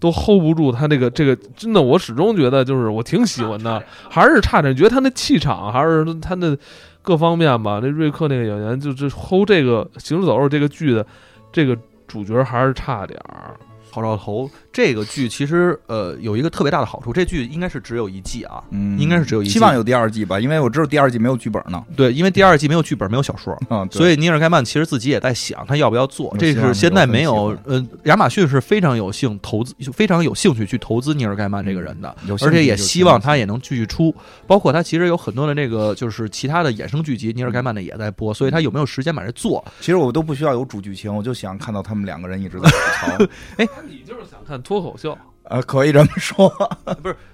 Speaker 1: 都 hold 不住他那个这个，真的，我始终觉得就是我挺喜欢的，还是差点觉得他那气场，还是他那各方面吧。那瑞克那个演员就这 hold 这个《行尸走肉》这个剧的这个主角还是差点儿。
Speaker 5: 跑到头这个剧其实呃有一个特别大的好处，这剧应该是只有一季啊，
Speaker 2: 嗯
Speaker 5: 应该是只有一季。
Speaker 2: 希望有第二季吧，因为我知道第二季没有剧本呢。
Speaker 5: 对，因为第二季没有剧本，没有小说，
Speaker 2: 嗯，
Speaker 5: 所
Speaker 2: 以
Speaker 5: 以尼尔盖曼其实自己也在想他要不要做
Speaker 2: 我。
Speaker 5: 这
Speaker 2: 希望
Speaker 5: 是
Speaker 2: 你
Speaker 5: 现在
Speaker 2: 有分
Speaker 5: 没
Speaker 2: 析
Speaker 5: 有
Speaker 2: 吧
Speaker 5: 呃，亚马逊是非常有兴投资，非常有兴趣去投资尼尔盖曼这个人的。
Speaker 2: 嗯
Speaker 5: 而且也希望他也能继续出，包括他其实有很多的那个就是其他的衍生剧集，尼尔盖曼的也在播，所以他有没有时间把这做？
Speaker 2: 其实我都不需要有主剧情，我就想看到他们两个人一直在 吐槽。
Speaker 1: 哎你就是想看脱口秀，
Speaker 2: 呃，可以这么说，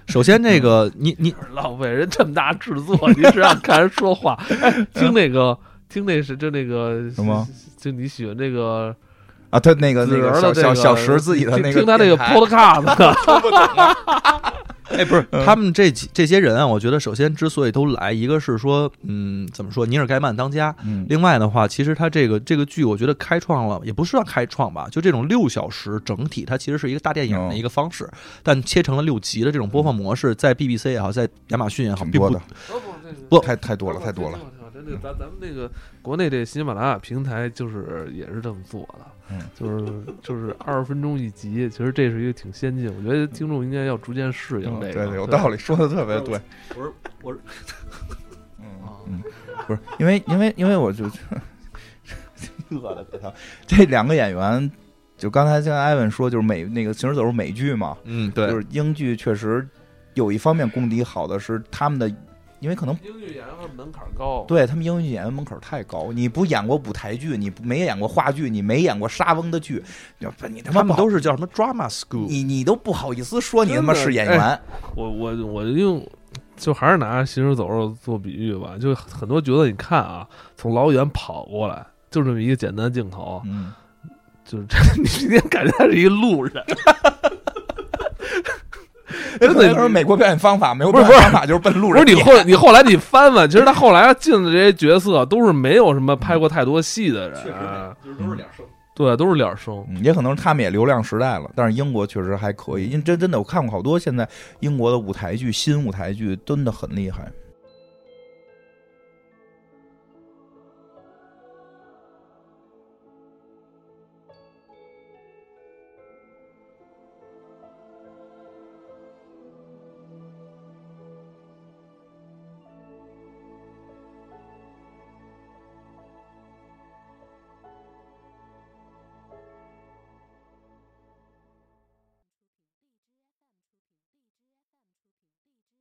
Speaker 5: 首先，那
Speaker 2: 嗯
Speaker 5: 个你你
Speaker 1: 浪费人这么大制作，你只想看人说话。哎，听那个，听那是就那个
Speaker 2: 什么？
Speaker 1: 就你喜欢这个
Speaker 2: 啊，他那个那
Speaker 1: 子儿
Speaker 2: 个
Speaker 1: 的
Speaker 2: 小
Speaker 1: 这个
Speaker 2: 小小石自 己的那个
Speaker 1: 听听他这个
Speaker 2: 电台
Speaker 1: podcast，
Speaker 5: 哎，不是，
Speaker 2: 嗯
Speaker 5: 他们这几这些人啊，我觉得首先之所以都来，一个是说，嗯，怎么说，尼尔盖曼当家。
Speaker 2: 嗯
Speaker 5: 另外的话，其实他这个这个剧，我觉得开创了，也不是算开创吧，就这种六小时整体，它其实是一个大电影的一个方式，但切成了六集的这种播放模式，在 BBC 也好，在亚马逊也好，
Speaker 2: 挺
Speaker 5: 并
Speaker 2: 多
Speaker 5: 不
Speaker 2: 的，
Speaker 5: 不
Speaker 2: 太太多了，太多了。。嗯
Speaker 1: 真的，咱咱们那个国内这喜马拉雅平台就是也是这么做的，
Speaker 2: 嗯
Speaker 1: 就是就是二十分钟一集，其实这是一个挺先进，我觉得听众应该要逐渐适应
Speaker 2: 嗯
Speaker 1: 这
Speaker 2: 对
Speaker 1: 个。
Speaker 2: 对，有
Speaker 1: 对
Speaker 2: 道理，说的特别对。
Speaker 5: 我是我是
Speaker 2: 嗯
Speaker 1: 啊
Speaker 2: 不是因为因为因为我就 乐的可笑，这两个演员，就刚才像艾文说，就是美那个《行尸走肉》美剧嘛，
Speaker 5: 嗯，对，
Speaker 2: 就是英剧确实有一方面功底好的是他们的，因为可能
Speaker 1: 英语演员门槛高，啊
Speaker 2: 对他们英语演员门槛太高，你不演过舞台剧，你不没演过话剧，你没演过沙翁的剧，你你他妈
Speaker 5: 他
Speaker 2: 不
Speaker 5: 们
Speaker 2: 好
Speaker 5: 都是叫什么 drama school，
Speaker 2: 你你都不好意思说你他妈
Speaker 1: 真的
Speaker 2: 是演员，
Speaker 1: 我我我用就还是拿行尸走肉做比喻吧，就很多角色你看啊，从老远跑过来，就这么一个简单镜头，
Speaker 2: 嗯，
Speaker 1: 就是这， 你今天感觉他是一路人，
Speaker 2: 真
Speaker 1: 真
Speaker 2: 的
Speaker 1: 的
Speaker 2: 就是美国表演方法，美国
Speaker 1: 不
Speaker 2: 表
Speaker 1: 是
Speaker 2: 演方法就是奔路
Speaker 1: 不
Speaker 2: 人
Speaker 1: 是你
Speaker 2: 演。
Speaker 1: 后你后来你翻翻，其实他后来进的这些角色啊都是没有什么拍过太多戏的人，
Speaker 5: 就是
Speaker 2: 都是
Speaker 5: 脸生。
Speaker 1: 对，都是脸生。
Speaker 2: 嗯也可能是他们也流量时代了，但是英国确实还可以，因为真真的我看过好多现在英国的舞台剧，新舞台剧真的很厉害，